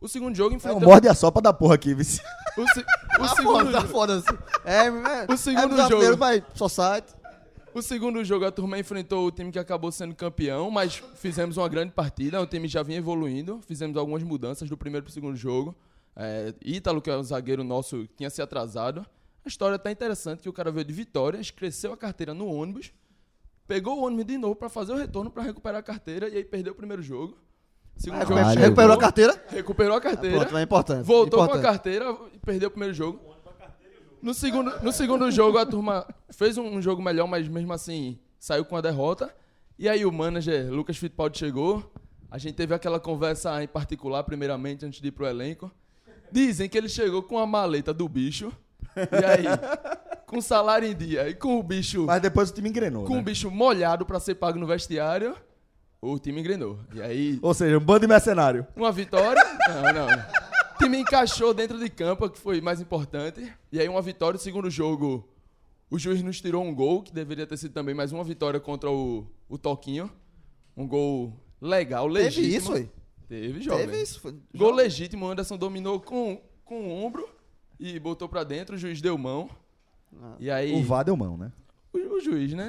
S8: O segundo jogo
S2: É um Tá
S8: enfrentou...
S2: morde a sopa da porra aqui, vice.
S8: O, se- o
S4: Ah,
S8: segundo,
S4: foda, foda-se. É, é,
S8: O segundo
S4: é brasileiro,
S8: jogo.
S4: Mas só site.
S8: o segundo jogo, a turma enfrentou o time que acabou sendo campeão, mas fizemos uma grande partida. O time já vinha evoluindo, fizemos algumas mudanças do primeiro para o segundo jogo. É, Ítalo, que é um zagueiro nosso, tinha se atrasado. A história tá interessante que o cara veio de Vitórias, cresceu a carteira no ônibus, pegou o ônibus de novo para fazer o retorno para recuperar a carteira e aí perdeu o primeiro jogo. Segundo
S4: Ah,
S8: jogo
S2: Caralho,
S8: chegou,
S4: Recuperou a carteira?
S8: Recuperou a carteira.
S4: Pronto, mas é importante.
S8: Voltou
S4: importante.
S8: com a carteira e perdeu o primeiro jogo. No segundo, no segundo jogo, a turma fez um, um jogo melhor, mas mesmo assim saiu com a derrota. E aí o manager Lucas Fittipaldi chegou. A gente teve aquela conversa em particular, primeiramente, antes de ir pro elenco. Dizem que ele chegou com a maleta do bicho. E aí, com salário em dia e com o bicho
S2: Mas depois o time engrenou,
S8: com o
S2: né?
S8: bicho molhado pra ser pago no vestiário, o time engrenou. E aí,
S2: Ou seja, um bando de mercenário.
S8: uma vitória. Não, não. O time encaixou dentro de campo, que foi mais importante. E aí, uma vitória. O segundo jogo, o juiz nos tirou um gol, que deveria ter sido também mais uma vitória contra o, o Toquinho. Um gol legal,
S4: Teve
S8: legítimo.
S4: isso aí.
S8: Teve, jovem.
S4: Teve isso. foi-
S8: Gol legítimo, Anderson dominou com, com o ombro e botou pra dentro, o juiz deu mão.
S4: Ah,
S8: E aí,
S2: O Vá deu mão, né?
S8: o, o juiz, né?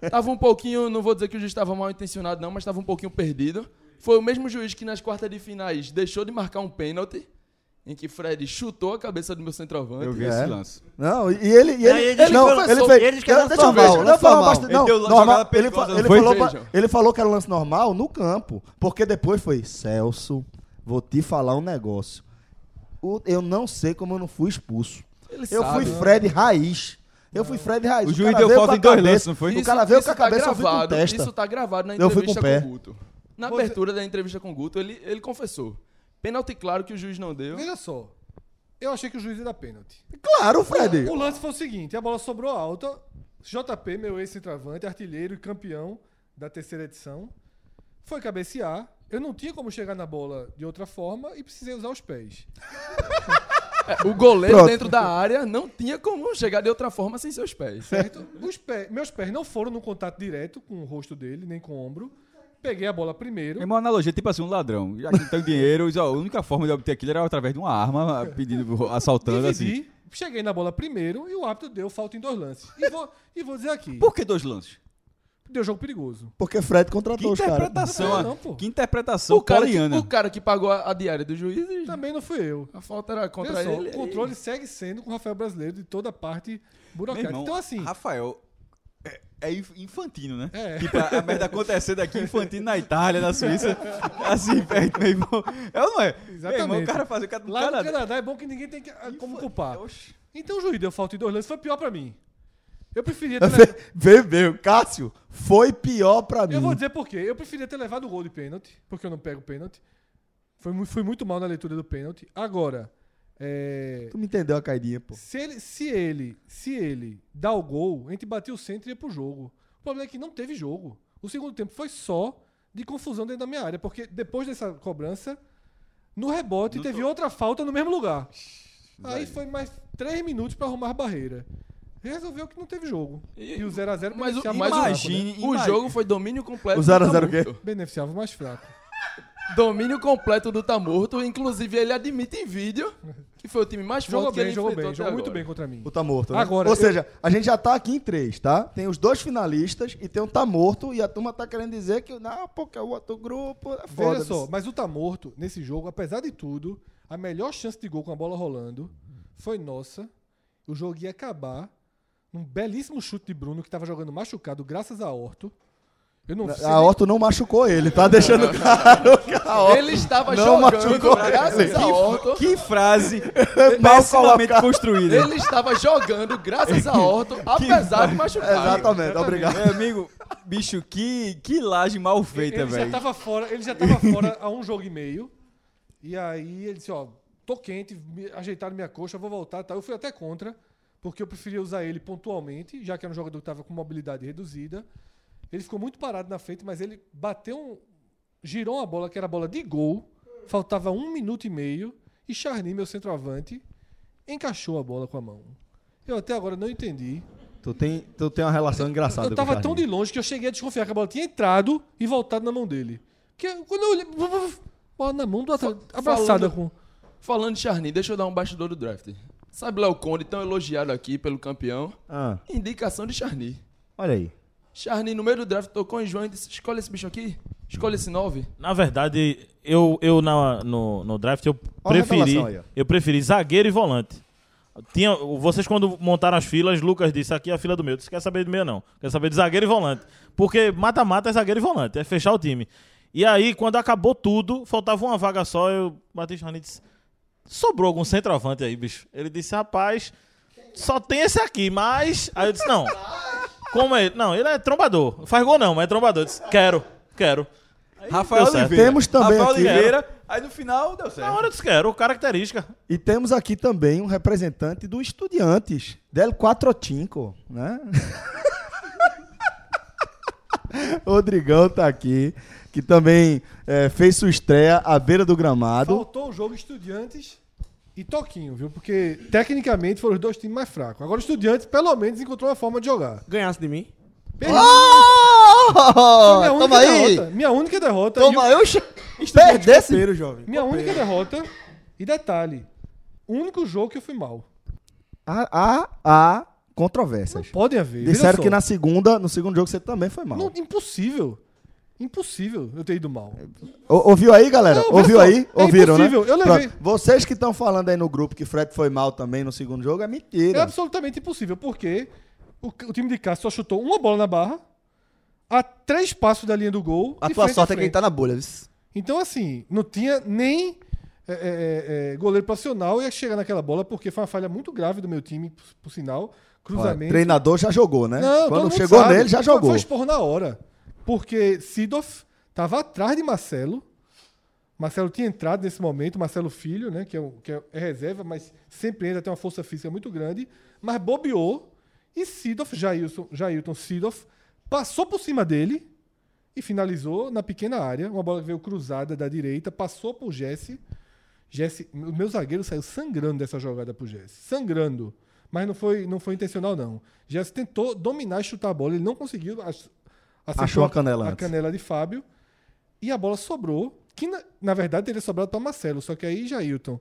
S8: Tá- tava um pouquinho, não vou dizer que o juiz estava mal intencionado, não, mas estava um pouquinho perdido. Foi o mesmo juiz que nas quartas de finais deixou de marcar um pênalti em que Fred chutou a cabeça do meu centroavante.
S5: Eu
S2: É.
S5: vi esse lance.
S2: Não, e ele. E ele,
S9: Aí ele
S2: não,
S9: descansou,
S2: ele fez.
S9: ele descansou
S2: deixa
S9: sua
S2: eu
S9: vez,
S2: falar, não,
S9: descansou
S2: falar
S9: mal.
S2: bastante. Não,
S5: Ele deu jogada
S2: normal, ele,
S5: perigosa,
S2: fa- ele
S8: foi,
S2: falou, pra-
S8: vejam.
S2: ele falou que era um lance normal no campo. Porque depois foi, Celso, vou te falar um negócio. O- eu não sei como eu não fui expulso.
S8: Ele
S2: Eu
S8: sabe.
S2: fui Fred Raiz. Eu fui Fred Raiz.
S5: O
S2: cara
S5: juiz deu
S2: veio com
S5: falta
S2: a
S5: em dois
S2: cabeça.
S5: lances, não foi?
S2: O cara veio com a
S8: tá
S2: cabeça, eu fui com
S8: gravado,
S2: testa.
S8: Isso tá gravado na
S2: Eu fui com
S8: entrevista
S2: o pé.
S8: com o Guto. Na abertura da entrevista com o Guto, ele, ele confessou. Pênalti claro que o juiz não deu.
S3: Veja só. Eu achei que o juiz ia dar pênalti.
S2: Claro, Fred.
S3: O lance foi o seguinte: a bola sobrou alta. JP, meu ex-centroavante, artilheiro e campeão da terceira edição, foi cabecear. Eu não tinha como chegar na bola de outra forma e precisei usar os pés.
S8: É, O goleiro
S2: Pronto.
S8: dentro da área não tinha como chegar de outra forma sem seus pés.
S2: é
S3: Certo? Os pés, meus pés não foram no contato direto com o rosto dele, nem com o ombro. Peguei a bola primeiro.
S5: É uma analogia, tipo assim, um ladrão. Já que não tem dinheiro, diz, ó, a única forma de obter aquilo era através de uma arma, pedindo, assaltando, assim.
S3: dividi, cheguei na bola primeiro e o árbitro deu falta em dois lances. E vou, e vou dizer aqui,
S5: Por que dois lances?
S3: deu jogo perigoso.
S2: Porque Fred
S5: Que
S2: contratou os caras.
S5: interpretação,
S3: Não,
S5: ah,
S3: não, pô.
S5: que interpretação
S8: O cara, que,
S5: coreana.
S8: o cara que pagou a, a diária do juiz,
S3: Também não fui eu.
S8: a falta era contra
S3: Olha só,
S8: ele.
S3: o controle segue sendo com o Rafael Brasileiro de toda parte
S5: Meu
S3: burocrática.
S5: irmão,
S3: então, assim,
S5: Rafael é, é inf- infantino, né?
S3: É.
S5: Tipo, a, a merda acontecendo aqui, infantino na Itália, na Suíça. assim, perto, meu irmão. É ou não é? Meu irmão,
S3: Exatamente.
S5: o cara fazia o cara do
S3: lá no
S5: Canadá.
S3: Canadá é bom que ninguém tem que- ah, como culpar.
S5: Oxi.
S3: Então o juiz deu falta em dois lances, foi pior pra mim. Eu preferia ter levado-
S2: Vê, vê, Cássio, foi pior pra mim.
S3: Eu vou dizer por quê. Eu preferia ter levado o gol de pênalti, porque eu não pego pênalti. Foi, mu- fui muito mal na leitura do pênalti. Agora, é,
S2: Tu me entendeu a caidinha, pô.
S3: Se ele, se ele, se ele dá o gol, a gente batia o centro e ia pro jogo. O problema é que não teve jogo. O segundo tempo foi só de confusão dentro da minha área, porque depois dessa cobrança, no rebote teve outra falta no mesmo lugar. Aí foi mais três minutos pra arrumar a barreira. Resolveu que não teve jogo. E,
S8: E-
S3: o 0x0
S8: Mas, o,
S3: beneficiava,
S8: mas o-
S3: mais fraco, né?
S5: Imagine,
S8: o
S5: imagine.
S8: jogo foi domínio completo.
S2: O
S8: do
S2: 0x0 o quê?
S8: Tamurto.
S3: beneficiava o mais fraco.
S8: Domínio completo do Tá Morto. Inclusive, ele admite em vídeo que foi o time mais
S3: Jogou
S8: forte que
S3: bem,
S8: ele
S3: jogou
S8: enfrentou
S3: bem,
S8: até
S3: jogou muito
S8: agora.
S3: bem contra mim.
S2: O tá morto, né?
S3: Agora,
S2: Ou
S3: eu-
S2: seja, a gente já tá aqui em três, tá? Tem os dois finalistas e tem um tá morto e a turma tá querendo dizer que, não, porque é o outro grupo, é foda.
S3: Veja só, mas o Tá Morto, nesse jogo, apesar de tudo, a melhor chance de gol com a bola rolando foi nossa. O jogo ia acabar num belíssimo chute de Bruno, que estava jogando machucado, graças a Horto. Eu não sei.
S2: A Otto não machucou ele, tá deixando claro que a Otto
S8: Ele estava
S2: Tá não machucou É assim,
S8: jogando
S3: né?
S8: graças a
S3: é
S8: Horto.
S5: Que frase
S2: mal
S5: pessimamente
S2: colocada.
S5: construída.
S8: Ele estava jogando graças a Horto, apesar de machucar.
S2: Exatamente, obrigado.
S5: Meu amigo, bicho, que, que laje mal feita,
S3: ele já
S5: velho.
S3: tava fora, ele já tava fora há um jogo e meio. E aí ele disse, ó, tô quente, me ajeitaram minha coxa, vou voltar e tal. Eu fui até contra, porque eu preferia usar ele pontualmente, já que era um jogador que tava com mobilidade reduzida. Ele ficou muito parado na frente, mas ele bateu um. girou uma bola que era bola de gol. Faltava um minuto e meio. E Charny, meu centroavante, encaixou a bola com a mão. Eu até agora não entendi.
S2: Tu tem, tu tem uma relação engraçada
S3: Eu tava
S2: com o
S3: tão de
S2: Jardim.
S3: longe que eu cheguei a desconfiar que a bola tinha entrado e voltado na mão dele. Porque quando eu olhei. vuf, vuf, Bola na mão do atleta,
S8: Fa-
S3: abraçada
S8: falando-
S3: com.
S8: Falando de Charny, deixa eu dar um bastidor do draft. Sabe Léo Conde, tão elogiado aqui pelo campeão?
S2: Ah,
S8: Indicação de Charny.
S2: olha aí.
S8: Charny, no meio do draft, tocou em João e disse: escolhe esse bicho aqui, escolhe esse 9.
S9: Na verdade, eu, eu na, no, no draft eu
S2: Olha a
S9: preferi,
S2: revelação aí, ó.
S9: eu preferi zagueiro e volante. Tinha, vocês quando montaram as filas, Lucas disse, aqui é a fila do meu. Eu disse, quer saber de meia não. Quer saber de zagueiro e volante. Porque mata-mata é zagueiro e volante, é fechar o time. E aí, quando acabou tudo, faltava uma vaga só, eu bati e disse, sobrou algum centroavante aí, bicho. Ele disse, rapaz, só tem esse aqui, mas... Aí eu disse, não. Como é? ele? Não, ele é trombador. Faz gol não, mas é trombador. Eu disse, quero, quero.
S5: Rafael
S9: Deu certo.
S5: Oliveira.
S2: Temos também
S5: Rafael
S2: aqui.
S5: Oliveira, aí no final deu
S9: Na
S7: É
S5: certo.
S9: hora eu disse, quero, característica.
S2: E temos aqui também um representante do Estudiantes, Del 45, né? Rodrigão tá aqui, que também eh, fez sua estreia à beira do gramado.
S3: Faltou o jogo Estudiantes e Toquinho, viu? Porque tecnicamente foram os dois times mais fracos. Agora o Estudiantes pelo menos encontrou uma forma de jogar.
S6: Ganhasse de mim.
S3: Perdi.
S2: Oh,
S3: minha única
S2: toma aí!
S3: derrota. Minha única derrota. e o-
S2: Toma aí! o che- Perdesse!
S6: Primeiro, jovem.
S3: Minha única derrota. E detalhe: o único jogo que eu fui mal.
S2: Há, há, há controvérsias.
S3: Podem haver. veja
S2: Disseram
S3: só.
S2: que na segunda, no segundo jogo você também foi mal.
S3: Não, impossível. Impossível eu ter ido mal.
S2: Ô, ouviu aí, galera?
S3: Não, veja
S2: ouviu
S3: só,
S2: aí?
S3: é
S2: Ouviram, né?
S3: impossível, eu levei.
S2: Pronto. Vocês que estão falando aí no grupo que Fred foi mal também no segundo jogo, é
S3: É
S2: mentira.
S3: absolutamente impossível, porque o, o time de Cássio só chutou uma bola na barra, a três passos da linha do gol.
S4: A
S3: e
S4: tua
S3: frente
S4: sorte é
S3: frente.
S4: quem tá na bolha. viu?
S3: Então, assim, não tinha nem é, é, é, goleiro profissional ia chegar naquela bola, porque foi uma falha muito grave do meu time, por, por sinal.
S2: Ó,
S3: Cruzamento.
S2: treinador já jogou, né?
S3: Não, todo
S2: Quando
S3: mundo
S2: chegou
S3: sabe.
S2: nele, já
S3: Foi-
S2: jogou.
S3: Foi esporro na hora. Porque Sidoff estava atrás de Marcelo. Marcelo tinha entrado nesse momento, Marcelo Filho, né? Que é, o- que é- é reserva, mas sempre entra, tem uma força física muito grande. Mas bobeou. E Sidoff, Jailson, Jailton Sidoff, passou por cima dele e finalizou na pequena área. Uma bola que veio cruzada da direita, passou por Jesse. Jesse, o meu zagueiro saiu sangrando dessa jogada pro Jesse. Sangrando. Mas não foi, não foi intencional, não. Jesse tentou dominar e chutar a bola. Ele não conseguiu. ac- acertou
S2: Achou a
S3: a-
S2: canela
S3: A
S2: antes.
S3: canela de Fábio. E a bola sobrou. Que, na, na verdade, teria sobrado para Marcelo. Só que aí Jailton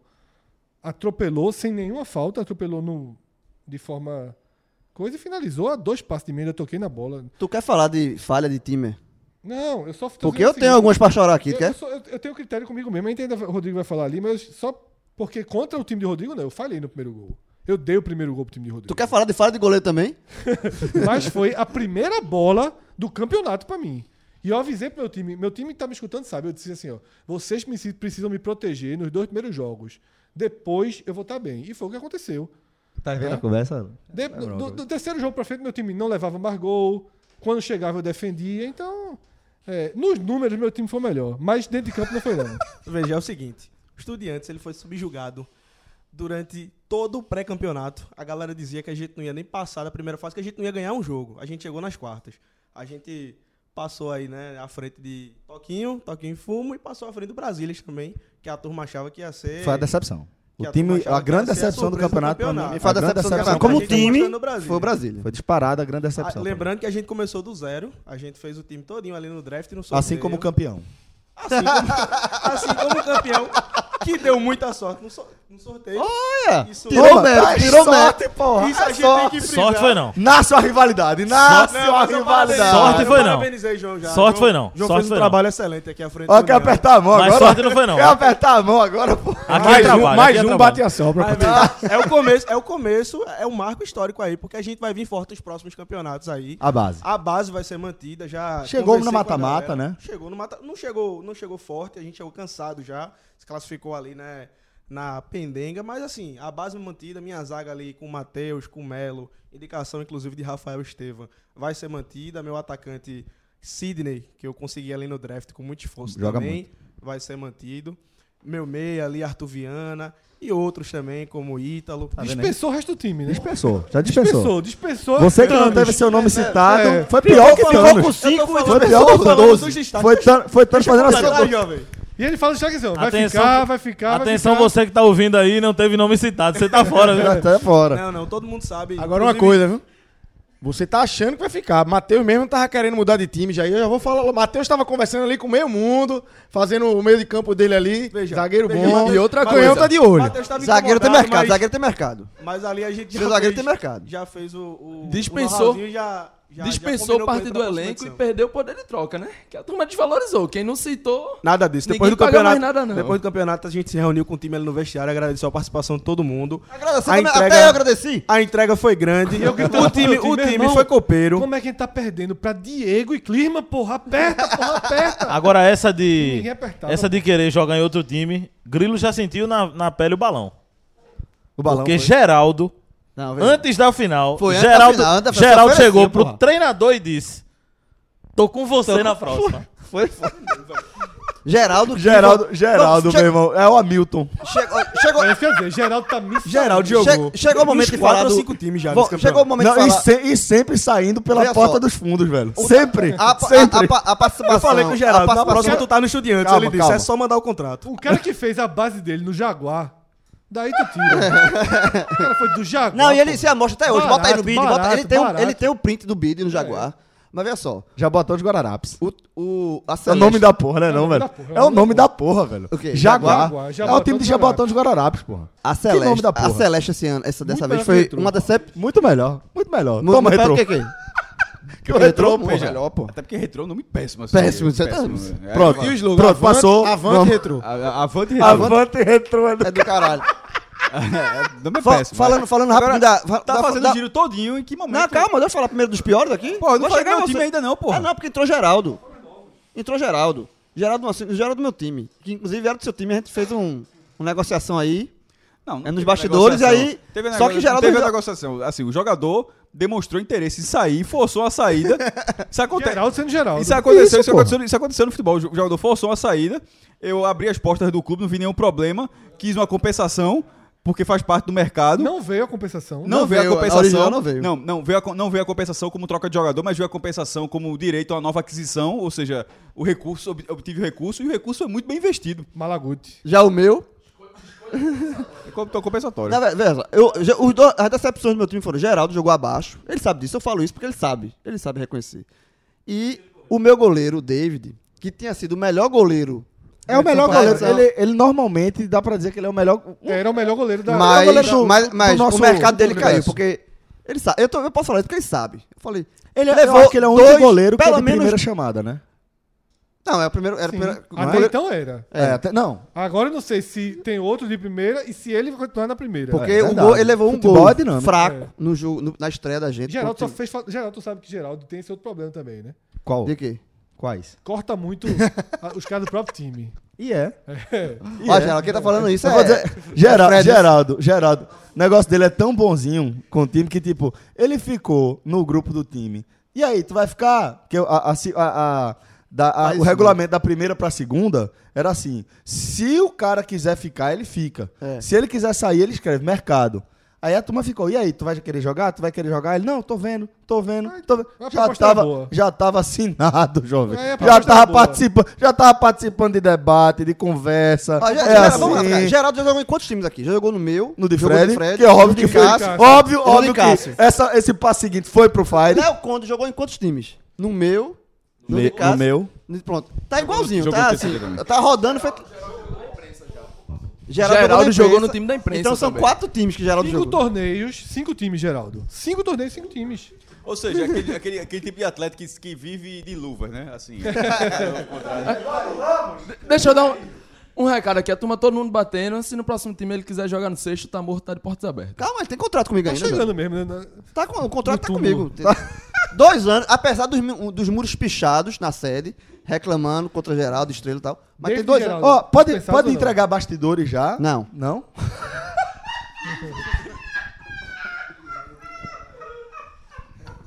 S3: atropelou sem nenhuma falta. Atropelou no, de forma... Coisa e finalizou a dois passos de meia. Eu toquei na bola.
S4: Tu quer falar de falha de time?
S3: Não, eu só... tô dizendo
S4: Porque eu
S3: o
S4: tenho
S3: seguinte,
S4: algumas pra chorar aqui,
S3: eu, eu
S4: quer?
S3: sou- eu- eu tenho critério comigo mesmo. Eu entendo o Rodrigo vai falar ali, mas só porque contra o time de Rodrigo, não. Eu falhei no primeiro gol. Eu dei o primeiro gol pro time de Rodrigo.
S4: Tu quer falar de falha de goleiro também?
S3: Mas foi a primeira bola do campeonato pra mim. E eu avisei pro meu time, meu time que tá me escutando sabe, eu disse assim, ó, vocês me- precisam me proteger nos dois primeiros jogos. Depois eu vou estar bem. E foi o que aconteceu.
S10: Tá
S3: vendo a
S10: conversa?
S3: De- do, do- do terceiro jogo pra frente, meu time não levava mais gol. Quando chegava, eu defendia. Então, é, nos números, meu time foi melhor. Mas dentro de campo não foi, não.
S11: Veja, é o seguinte: o Estudiantes ele foi subjugado durante todo o pré-campeonato. A galera dizia que a gente não ia nem passar da primeira fase, que a gente não ia ganhar um jogo. A gente chegou nas quartas. A gente passou aí, né, à frente de Toquinho, Toquinho e Fumo, e passou à frente do Brasília também, que a turma achava que ia ser.
S2: Foi a decepção.
S11: que
S2: O
S11: a turma
S2: time,
S11: achava
S2: a
S11: que
S2: grande
S11: ia ser a
S2: decepção do
S11: surpresa
S2: campeonato, pra mim,
S11: campeonato.
S2: a
S11: E
S4: foi a
S2: grande
S4: decepção do
S2: decepção.
S4: campeonato.
S2: Como
S11: A
S2: time,
S11: gente
S4: time,
S11: mostrando o Brasília.
S4: Foi o Brasília.
S2: foi disparada a grande
S11: Ah,
S2: decepção. pra mim.
S11: lembrando que a gente começou do zero, a gente fez o time todinho ali no draft e no sorteio.
S2: Assim como o campeão.
S11: Assim como, assim como o campeão, que deu muita sorte no, so- no sorteio.
S4: Olha!
S11: Isso-
S4: Tirou
S11: Pô,
S4: mérito, tirou mérito.
S11: Isso a gente tem que frisar.
S7: Sorte foi não.
S2: Nasce uma rivalidade, nasce
S11: Não,
S2: uma
S11: mas eu
S2: rivalidade.
S11: parabenizei-
S7: Sorte
S11: eu
S7: foi não.
S11: parabenizei João já.
S7: Sorte
S11: João-
S7: foi não.
S11: João
S7: Sorte
S11: fez um
S7: foi não.
S11: trabalho excelente aqui à frente.
S2: Ó,
S11: do
S2: quer
S11: Leandro.
S2: apertar a mão
S7: Mas
S2: agora.
S7: sorte não foi, não.
S2: Quer apertar a mão agora, pô.
S7: Aqui é
S6: Mais um,
S7: trabalho,
S6: mais
S7: aqui é
S6: um
S7: trabalho.
S6: bate a sopra.
S11: Mas, mas, é o começo, é o começo, é o marco histórico aí, porque a gente vai vir forte nos próximos campeonatos aí.
S2: A base.
S11: A base vai ser mantida já.
S2: Chegou
S11: conversei
S2: no
S11: com a
S2: mata-mata,
S11: galera.
S2: né?
S11: Chegou no mata, não chegou, não chegou forte, a gente chegou cansado já, se classificou ali, né, na pendenga, mas assim, a base mantida, minha zaga ali com o Matheus, com o Melo, indicação inclusive de Rafael Estevam, vai ser mantida, meu atacante Sidney, que eu consegui ali no draft com muito esforço
S2: Joga
S11: também, vai ser mantido. Meu meia ali, Arthur Viana e outros também, como Ítalo.
S2: Tá
S4: Tá
S3: Dispensou o resto do time, né?
S2: Dispensou, já dispensou.
S3: Dispensou, dispensou.
S2: Você que não
S3: Thanos.
S2: teve seu nome citado,
S3: É.
S2: foi
S4: né?
S2: pior que
S11: falando-
S2: Thanos.
S11: Eu tô falando-
S2: Foi
S11: eu
S2: pior
S11: tô
S2: que
S11: falando dos
S2: Thanos.
S11: destaques.
S2: Foi Thanos foi Thanos fazendo
S11: Vai,
S2: assim.
S11: jovem.
S3: E ele fala o destaque assim, ó, vai
S7: Atenção
S3: ficar,
S7: que-
S3: vai ficar,
S7: Atenção,
S3: vai ficar.
S7: você que tá ouvindo aí, não teve nome citado. Você tá fora, viu?
S2: ó,
S4: é
S2: Até fora.
S11: Não, não, todo mundo sabe.
S6: Agora uma
S11: inclusive-
S6: coisa, viu? Você tá achando que vai ficar. Matheus mesmo tava querendo mudar de time já. Eu já vou falar. Matheus tava conversando ali com o meio mundo, fazendo o meio de campo dele ali.
S11: Veja,
S6: zagueiro
S11: veja,
S6: bom.
S11: Matheus-
S6: e outra
S11: Matheus-
S6: canhão tá de olho.
S11: Matheus tava
S4: Zagueiro tem
S11: incomodado,
S4: mercado,
S11: mas-
S4: zagueiro tem mercado.
S11: Mas ali a gente
S4: Seu
S11: já
S4: zagueiro
S11: fez,
S4: tem mercado.
S11: Já fez o. o
S8: Dispensou-
S11: o know-howzinho e já, já- já
S8: Dispensou
S11: combinou com
S8: parte
S11: ele
S8: do
S11: pra
S8: elenco e
S11: competição.
S8: perdeu o poder de troca, né? Que a turma desvalorizou. Quem não citou.
S11: Nada disso. Depois
S8: Ninguém
S11: do
S8: paga
S11: campeonato.
S8: mais nada, não.
S11: Depois do campeonato, a gente se reuniu com o time ali no vestiário, agradeceu a participação de todo mundo.
S4: Agradeceu
S11: A
S4: também-
S11: entrega-
S4: Até eu agradeci.
S11: A entrega foi grande.
S3: Eu gritando
S11: o time,
S3: pro meu
S11: o
S3: time,
S11: time
S3: irmão,
S11: foi copeiro.
S3: Como é que a gente tá perdendo pra Diego e Clima, porra? Aperta, porra, aperta.
S7: Agora essa
S3: Ninguém
S7: de.
S3: apertava.
S7: Essa de querer jogar em outro time, Grilo já sentiu na, na pele o balão.
S2: O balão.
S7: Porque
S2: foi.
S7: Geraldo,
S4: Não, veja.
S7: antes da final,
S4: Foi antes da
S7: Geraldo,
S4: final, antes da final,
S7: Geraldo
S4: só oferecia,
S7: chegou pro
S4: porra.
S7: treinador e disse: Tô com você na próxima.
S4: Foi, foi. Geraldo.
S2: Geraldo, Geraldo,
S4: Não,
S2: meu
S4: che-
S2: irmão, é o Hamilton.
S4: Chegou, chegou,
S3: Mas quer dizer, Geraldo tá me
S11: Geraldo jogou.
S4: che- chegou o momento de falar.
S11: quatro
S4: do-
S11: ou cinco times já
S4: Bom,
S11: nesse campeonato.
S4: chegou o momento
S2: Não,
S4: de
S2: e,
S4: falar.
S2: se- e sempre saindo pela
S4: Veja
S2: porta
S4: só.
S2: dos fundos, velho. sempre.
S4: A, pa-
S2: sempre.
S4: a, a, pa- a participação.
S11: Eu falei com o Geraldo,
S4: a
S11: na próxima tu
S4: participação-
S11: tá no estudiante.
S2: Calma,
S11: Ele disse:
S2: calma.
S11: é só mandar o contrato.
S3: O Um cara que fez a base dele no Jaguar, daí tu tira. o cara foi do Jaguar.
S4: Não, e ele
S3: pô.
S4: se amostra até hoje. bota aí
S3: Barato,
S4: no vídeo.
S3: barato,
S4: bota- ele, tem um,
S3: barato.
S4: ele tem o print do vídeo no Jaguar. Mas veja só.
S2: Já botou os Guararapes.
S4: O, o, a
S2: É o
S4: Celeste-
S2: nome da porra, né, não, velho?
S3: da porra,
S2: É o nome da porra, velho.
S4: O quê?
S2: Jaguar.
S3: Jaguar,
S2: É
S3: Jaboatão
S2: o time de
S3: dos
S2: Jabotão dos Guararapes, porra.
S4: A
S2: Que nome
S4: Celeste,
S2: da
S4: a
S2: porra?
S4: Celeste esse ano, essa, dessa
S3: Muito
S4: vez
S3: melhor
S4: foi
S3: que o
S4: uma decepção.
S2: Muito melhor, muito melhor.
S4: Toma,
S2: Toma,
S4: pera,
S2: retrô.
S4: o que que é?
S5: Que o retrô, pô,
S4: veja,
S5: melhor, pô. Até porque retrô é um nome péssimo. Assim,
S4: Péssimo, você tá-
S5: é.
S4: Pronto.
S5: É,
S12: E o slogan?
S4: Pronto, passou.
S12: Avante
S4: Vamos.
S12: Retro.
S5: a- a- Avante retrô.
S4: Avante retrô é do, caralho.
S5: É, nome é
S4: Fa-
S5: péssimo.
S4: falando, falando rápido da, fa-
S5: tá
S4: da-
S5: fazendo
S4: da-
S5: o giro todinho em que momento?
S4: Não, calma, deixa eu falar primeiro dos piores daqui.
S5: Pô, eu não
S4: Vou
S5: falei
S4: chegar em
S5: meu
S4: você.
S5: time ainda não, pô.
S4: Ah, não, porque entrou Geraldo. Entrou Geraldo. Geraldo, Mancini- Geraldo do meu time. Que inclusive era do seu time, a gente fez um, uma negociação aí.
S5: Não,
S4: É nos
S5: teve
S4: bastidores,
S5: negociação.
S4: aí-
S5: Teve
S4: só
S5: nego-
S4: que Geraldo
S5: Teve a
S4: já-
S5: negociação. Assim, o jogador demonstrou interesse em sair, forçou a saída. Isso acontece.
S3: Geraldo sendo Geraldo.
S5: Isso aconteceu, isso, aconteceu, isso aconteceu no futebol. O jogador forçou uma saída. Eu abri as portas do clube, não vi nenhum problema. Quis uma compensação, porque faz parte do mercado.
S3: Não veio a compensação.
S5: Não,
S4: Não
S5: veio, a
S4: veio, a
S5: compensação.
S4: original não veio.
S5: Não, não veio a, co- não veio a compensação como troca de jogador, mas veio a compensação como direito a uma nova aquisição, ou seja, o recurso, ob- obtive o recurso e o recurso foi muito bem investido.
S3: Malaguti.
S4: Já o meu.
S5: É como- então, compensatório.
S4: Na ve- veja, eu, já- os dois- as decepções do meu time foram Geraldo jogou abaixo. Ele sabe disso, eu falo isso porque ele sabe. Ele sabe reconhecer. E o meu goleiro, o David, que tinha sido o melhor goleiro.
S2: É o melhor
S4: São Paulo,
S2: goleiro. Ele, ele normalmente dá pra dizer que ele é o melhor.
S3: Era o melhor goleiro da.
S4: Mas,
S2: goleiro do-
S4: mas,
S2: do
S4: mas
S2: nosso
S4: o mercado dele
S2: universo.
S4: caiu, porque. Ele sabe, eu, tô- eu posso falar isso porque ele sabe. Eu falei.
S2: Ele é,
S4: levou
S2: eu acho que ele é o único
S4: dois,
S2: goleiro que é
S4: pelo
S2: de
S4: menos-
S2: primeira chamada, né?
S4: Não, é o primeiro. Era o
S3: Sim.
S4: primeiro
S3: Até
S4: goleiro-
S3: então era.
S2: Ah, É, até- não.
S3: Agora eu não sei se tem outro de primeira e se ele vai continuar na primeira.
S4: Porque
S2: É,
S4: o
S2: verdade.
S4: gol, ele levou um
S2: Futebol
S4: gol
S2: é dinâmico.
S4: fraco no jogo, no- na estreia da gente.
S3: Geraldo só
S4: contra-
S3: fez falta. Geraldo, tu sabe que Geraldo tem esse outro problema também, né?
S2: Qual?
S4: De quê?
S2: Quais?
S3: Corta muito a- os caras do próprio time.
S2: E é.
S4: Ó, Geraldo, quem tá falando isso
S2: Eu
S4: é.
S2: vou dizer- Geral-
S4: Fred, né?
S2: Geraldo, Geraldo. O negócio dele é tão bonzinho com o time que, tipo, ele ficou no grupo do time. E aí, tu vai ficar. Que eu- a- a- se- a- a- da- a- o regulamento da primeira pra segunda era assim: se o cara quiser ficar, ele fica.
S4: É.
S2: Se ele quiser sair, ele escreve mercado. Aí a turma ficou, e aí, tu vai querer jogar? Tu vai querer jogar? Ele, não, tô vendo, tô vendo, tô vendo.
S3: Uma
S2: Já
S3: proposta
S2: tava,
S3: boa.
S2: já tava assinado, jovem.
S3: É, a
S2: já
S3: proposta
S2: tava
S3: boa.
S2: participando, já tava participando de debate, de conversa.
S4: Ó, Ger-
S2: é
S4: Geraldo,
S2: assim.
S4: vamos lá, cara. Geraldo já jogou em quantos times aqui? Já jogou no meu,
S2: No de
S4: jogou
S2: Fred,
S4: no Fred
S2: que é óbvio
S4: no de
S2: que foi.
S4: Cássio.
S2: Óbvio,
S4: No de
S2: óbvio
S4: Cássio.
S2: que essa, esse passe seguinte foi pro Fire.
S4: Léo Conde jogou em quantos times? No meu, no
S2: Me-
S4: de Cássio.
S2: no meu.
S4: no- Pronto. Tá igualzinho,
S5: jogou
S4: tá
S5: no terceiro
S4: assim.
S5: também.
S4: Tá rodando, foi.
S8: Geraldo
S4: na
S8: jogou
S4: imprensa.
S8: no time da imprensa
S4: Então são
S8: também.
S4: quatro times que Geraldo
S3: Cinco
S4: jogou.
S3: torneios, cinco times, Geraldo. Cinco torneios, cinco times. Tá
S5: Ou seja, aquele, aquele, aquele tipo de atleta que, que vive de luvas, né? Assim.
S8: Deixa eu dar um. Um recado aqui, a turma todo mundo batendo. Se no próximo time ele quiser jogar no sexto, tá morto, tá de portas abertas.
S4: Calma, ele tem contrato comigo
S3: Tá
S4: ainda. Geraldo.
S3: chegando mesmo, né? Na-
S4: Tá com, o contrato tá
S3: No túmulo.
S4: comigo. Dois anos, apesar dos, mu- dos muros pichados na sede, reclamando contra Geraldo, Estrela e tal. Mas
S3: Desde
S4: tem dois
S3: Geraldo.
S4: anos.
S2: Ó, pode,
S3: Dispensados
S2: pode
S3: ou não?
S2: entregar bastidores já.
S4: Não.
S2: Não?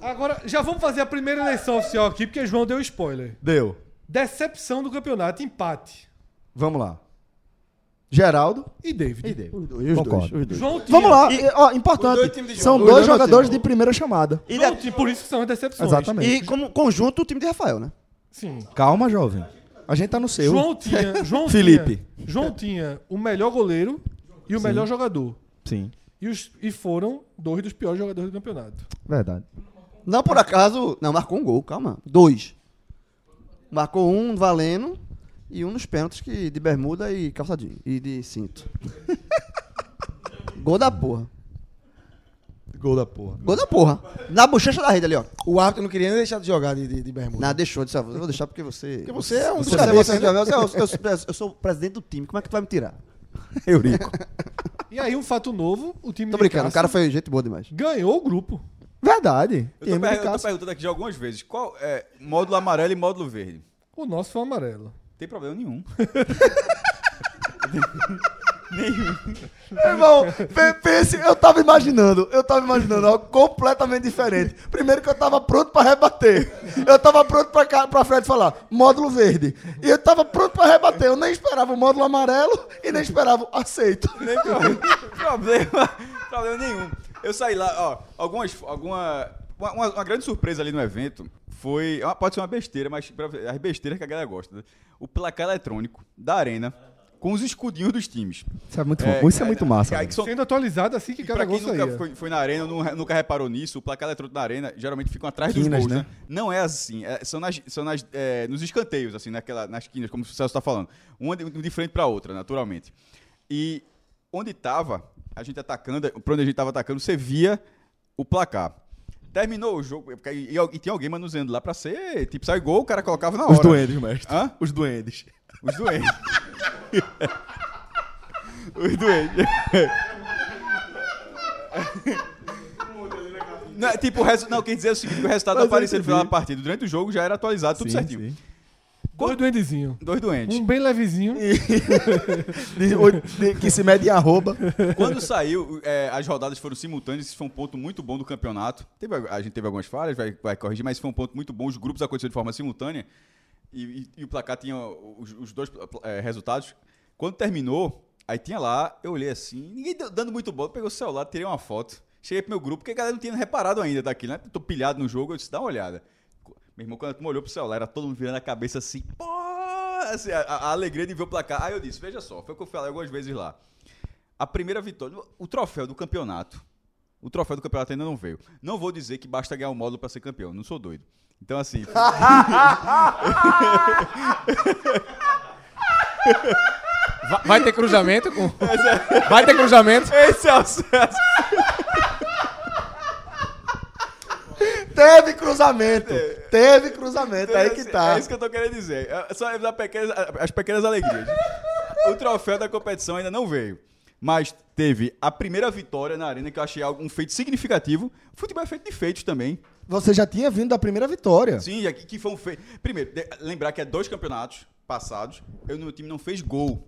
S3: Agora, já vamos fazer a primeira eleição oficial aqui, porque João deu spoiler.
S2: Deu.
S3: Decepção do campeonato, empate.
S2: Vamos lá. Geraldo
S3: E David.
S2: e David.
S4: Os dois,
S2: Concordo.
S4: os dois.
S3: João tinha,
S2: Vamos lá. E, ó, importante. São dois,
S4: Os dois
S2: jogadores
S4: time.
S2: de primeira chamada.
S4: E,
S3: João
S4: da-
S3: tinha, por isso que são as decepções.
S2: Exatamente.
S4: e como conjunto, o time de Rafael, né?
S3: Sim.
S2: Calma, jovem. A gente tá no seu.
S3: João tinha. João
S2: Felipe.
S3: Tinha, João tinha o melhor goleiro e o melhor jogador.
S2: Sim.
S3: E, os, e foram dois dos piores jogadores do campeonato.
S2: Verdade.
S4: Não por acaso. Não, marcou um gol, calma. Dois. Marcou um valendo e um nos pênaltis que, de bermuda e calçadinho. E de cinto. gol da porra.
S2: Gol da porra.
S4: Gol da porra. Na bochecha da rede ali, ó.
S12: O árbitro não queria nem deixar de jogar de, de, de bermuda.
S4: Não, deixou, disse, ó, eu vou deixar porque você. Porque
S12: você é um dos
S4: você
S12: cabeças,
S4: você- eu, eu- eu- eu sou o presidente do time, como é que tu vai me tirar?
S2: Eurico.
S3: E aí, um fato novo, o time
S4: Tô
S3: de
S4: brincando, o
S3: Cássio
S4: cara foi gente boa demais.
S3: ganhou o grupo.
S2: Verdade.
S5: Eu
S2: Time
S5: tô,
S2: de
S5: per- eu tô
S2: caça.
S5: perguntando aqui já algumas vezes: qual é módulo amarelo e módulo verde?
S3: O nosso foi o amarelo.
S5: Tem problema nenhum.
S2: Meu irmão, pe- pense, eu tava imaginando, eu tava imaginando algo completamente diferente. Primeiro que eu tava pronto pra rebater. Eu tava pronto pra, ca- pra Fred falar, módulo verde. E eu tava pronto pra rebater. Eu nem esperava o módulo amarelo e nem esperava o aceito.
S5: Tem problema, problema, problema nenhum. Eu saí lá, ó, algumas, alguma, uma, uma- uma grande surpresa ali no evento foi, ah, pode ser uma besteira, mas pra- as besteiras que a galera gosta, né? O placar eletrônico da arena com os escudinhos dos times. é
S2: Isso é muito,
S5: Aí que são-
S3: Sendo atualizado assim que
S5: e
S3: cada
S5: pra
S3: gol
S5: quem nunca
S3: saía.
S5: foi, foi na arena, nu- nunca reparou nisso, o placar eletrônico na arena geralmente fica atrás
S2: Quinas,
S5: dos gols, né?
S2: né?
S5: Não é assim, é- são, nas, são nas, é, nos escanteios, assim, naquela, nas quinas, como o Celso está falando. Uma de, de frente para outra, naturalmente. E onde estava, a gente atacando, pra onde a gente estava atacando, você via o placar. Terminou o jogo. porque aí- E, e tinha alguém manuseando lá pra ser. Tipo, sai gol, o cara colocava na hora.
S2: Os duendes, mestre.
S5: Hã?
S2: Os duendes.
S5: Os doentes. Os doentes. Não, é tipo, o resu... não, quer dizer o seguinte, que o resultado
S2: Mas eu
S5: aparecia no final da
S2: entendi.
S5: partida. Durante o jogo já era atualizado, tudo
S2: Sim,
S5: certinho.
S2: sim.
S3: Dois duendezinhos.
S5: Dois doentes.
S3: Um bem levezinho.
S2: De- o- de- que se mede em arroba.
S5: Quando saiu, é, as rodadas foram simultâneas, isso foi um ponto muito bom do campeonato. Teve, a a gente teve algumas falhas, vai, vai corrigir, mas foi um ponto muito bom. Os grupos aconteceram de forma simultânea e, e- e o placar tinha os, os dois é, resultados. Quando terminou, aí tinha lá, eu olhei assim, ninguém deu- dando muito bola, peguei o celular, tirei uma foto, cheguei pro meu grupo, porque a galera não tinha reparado ainda daquilo, né? Tô pilhado no jogo, eu disse, dá uma olhada. Meu irmão, quando a turma olhou pro celular, era todo mundo virando a cabeça assim, pô! Assim, a, a- a alegria de ver o placar. Aí eu disse, veja só, foi o que eu falei algumas vezes lá. A primeira vitória, o troféu do campeonato. O troféu do campeonato ainda não veio. Não vou dizer que basta ganhar um módulo pra ser campeão, não sou doido. Então assim,
S6: Va- Vai ter cruzamento com. Vai ter cruzamento.
S5: esse é o sucesso.
S2: Teve cruzamento. Teve cruzamento. Aí que tá.
S5: É isso que eu tô querendo dizer. É Só é dar pequenas- as pequenas alegrias. O troféu da competição ainda não veio. Mas teve a primeira vitória na arena, que eu achei algo- um feito significativo. O futebol é feito de feitos também.
S2: Você já tinha vindo da primeira vitória.
S5: Sim, e aqui- que foi um feito. Primeiro, de- lembrar que há dois campeonatos passados, eu, meu time não fez gol.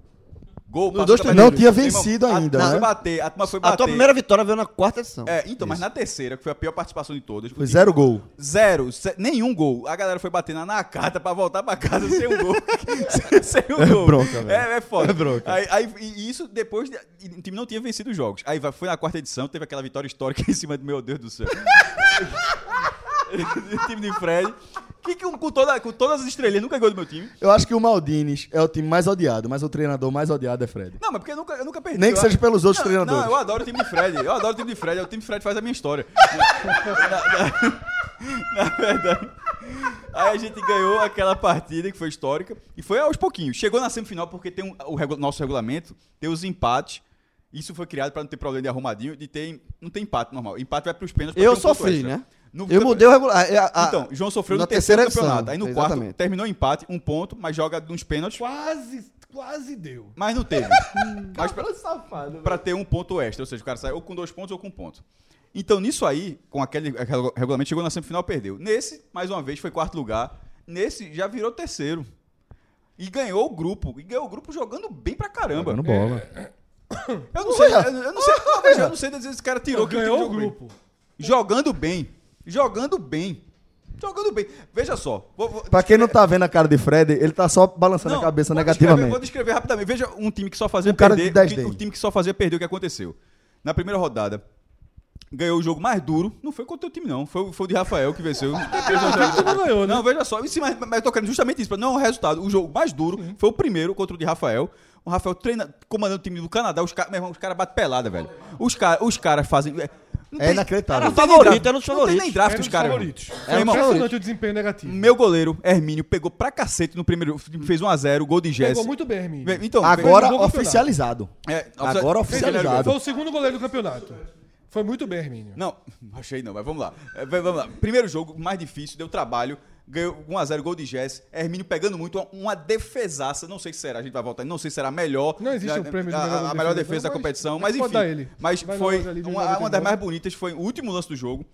S5: Gol, passou
S4: dois
S5: o campeonato.
S2: Não tinha
S5: Meu irmão,
S2: vencido
S5: a-
S2: ainda,
S5: a turma
S2: né?
S5: foi bater, a turma foi bater.
S4: A tua primeira vitória veio na quarta edição.
S5: É, então, mas na terceira, que foi a pior participação de todas. o
S2: Foi
S5: time-
S2: zero gol.
S5: Zero, se- nenhum gol. A galera foi batendo na carta pra voltar pra casa sem um gol. sem, sem um gol.
S2: bronca, velho.
S5: é, é foda.
S2: É bronca.
S5: Aí, aí- e isso depois. de- e o time não tinha vencido os jogos. Aí vai- foi na quarta edição, teve aquela vitória histórica em cima do meu Deus do céu. o time de Fred. Que, que um- com, toda- com todas as estrelinhas nunca ganhou do meu time.
S2: Eu acho que o Maldines é o time mais odiado, mas o treinador mais odiado é Fred.
S5: Não, mas porque eu nunca, eu nunca perdi.
S2: Nem que
S5: Eu-
S2: seja pelos outros
S5: não,
S2: treinadores.
S5: Não, eu adoro o time de Fred. Eu adoro o time de Fred. O time de Fred faz a minha história. na, na- na verdade. Aí a gente ganhou aquela partida que foi histórica. E foi aos pouquinhos. Chegou na semifinal porque tem um- o regu- nosso regulamento, tem os empates. Isso foi criado pra não ter problema de arrumadinho. De ter, não tem empate normal. Empate vai pros pênaltis. pra
S4: Eu
S5: ter um ponto
S4: sofri,
S5: extra.
S4: né?
S5: No
S4: Eu
S5: campe-
S4: mudei o regular. é, a- a-
S5: Então, João sofreu
S4: na
S5: no terceiro
S4: terceira edição,
S5: campeonato. Aí no quarto
S4: exatamente.
S5: terminou o empate, um ponto, mas joga nos pênaltis.
S3: Quase, quase deu.
S5: Mas não teve. mas pra,
S3: né?
S5: pra ter um ponto extra. Ou seja, o cara saiu ou com dois pontos ou com um ponto. Então, nisso aí, com aquele, aquele regulamento, chegou na semifinal perdeu. Nesse, mais uma vez, foi quarto lugar. Nesse, já virou terceiro. E ganhou o grupo. E ganhou o grupo jogando bem pra caramba.
S2: Jogando bola.
S5: Eu não sei, eu, eu não sei, talvez eu não sei dizer se esse cara tirou que
S3: Ganhou o
S5: time jogou bem.
S3: grupo.
S5: Jogando bem. Jogando bem. Jogando bem. Veja só. Vou, vou-
S2: Pra quem não tá vendo a cara de Fred, ele tá só balançando a cabeça
S5: vou descrever- Vou
S2: negativamente.
S5: descrever rapidamente. Veja um time que só fazia
S2: Um cara de
S5: perder.
S2: 10
S5: o, time, o
S2: dele.
S5: time que só fazia perder o que aconteceu. Na primeira rodada, ganhou o jogo mais duro. Não foi contra o teu time, não. Foi, o- foi o de Rafael que venceu.
S3: Não ganhou, né?
S5: não, veja só. Isso, mas, mas eu tô querendo justamente isso. pra Não é o resultado. O jogo mais duro foi o primeiro contra o de Rafael. O Rafael treina, comandando o time do Canadá. Os caras, meu irmão, os caras batem pelada, velho. Os, cara, os caras fazem. É, não
S2: É
S5: tem-
S2: inacreditável. É
S5: não tem nem
S4: Favorito,
S5: draft.
S4: era um dos
S5: Não tem nem
S4: favoritos.
S5: draft
S3: Era um
S5: os
S3: dos
S5: caras. irmão.
S3: favoritos.
S5: Meu
S4: um
S5: irmão,
S4: dos
S3: Impressionante o desempenho negativo.
S5: meu goleiro, Hermínio, pegou pra cacete no primeiro. Fez 1x0, gol de
S3: Pegou
S5: Jesse.
S3: muito bem, Hermínio.
S5: Bem, Então,
S2: Agora
S3: Fez um gol
S2: oficializado.
S5: bem, é,
S2: Agora oficializado.
S3: Foi o segundo goleiro do campeonato. Foi muito bem, Hermínio.
S5: Não, achei não, mas vamos lá. É, vai- vamos lá. Primeiro jogo, mais difícil, deu trabalho. Ganhou 1x0, gol de Jess. Hermínio pegando muito, uma, uma defesaça. Não sei se será, a gente vai voltar, não sei se será a melhor.
S3: Não existe
S5: a,
S3: um prêmio de
S5: a,
S3: melhor
S5: a,
S3: defesa,
S5: melhor defesa da
S3: mas-
S5: competição, mas
S3: mas pode
S5: enfim.
S3: dar ele.
S5: Mas
S3: Vai na
S5: foi
S3: Rosa ali de
S5: uma,
S3: 99.
S5: uma das mais bonitas, foi o último lance do jogo.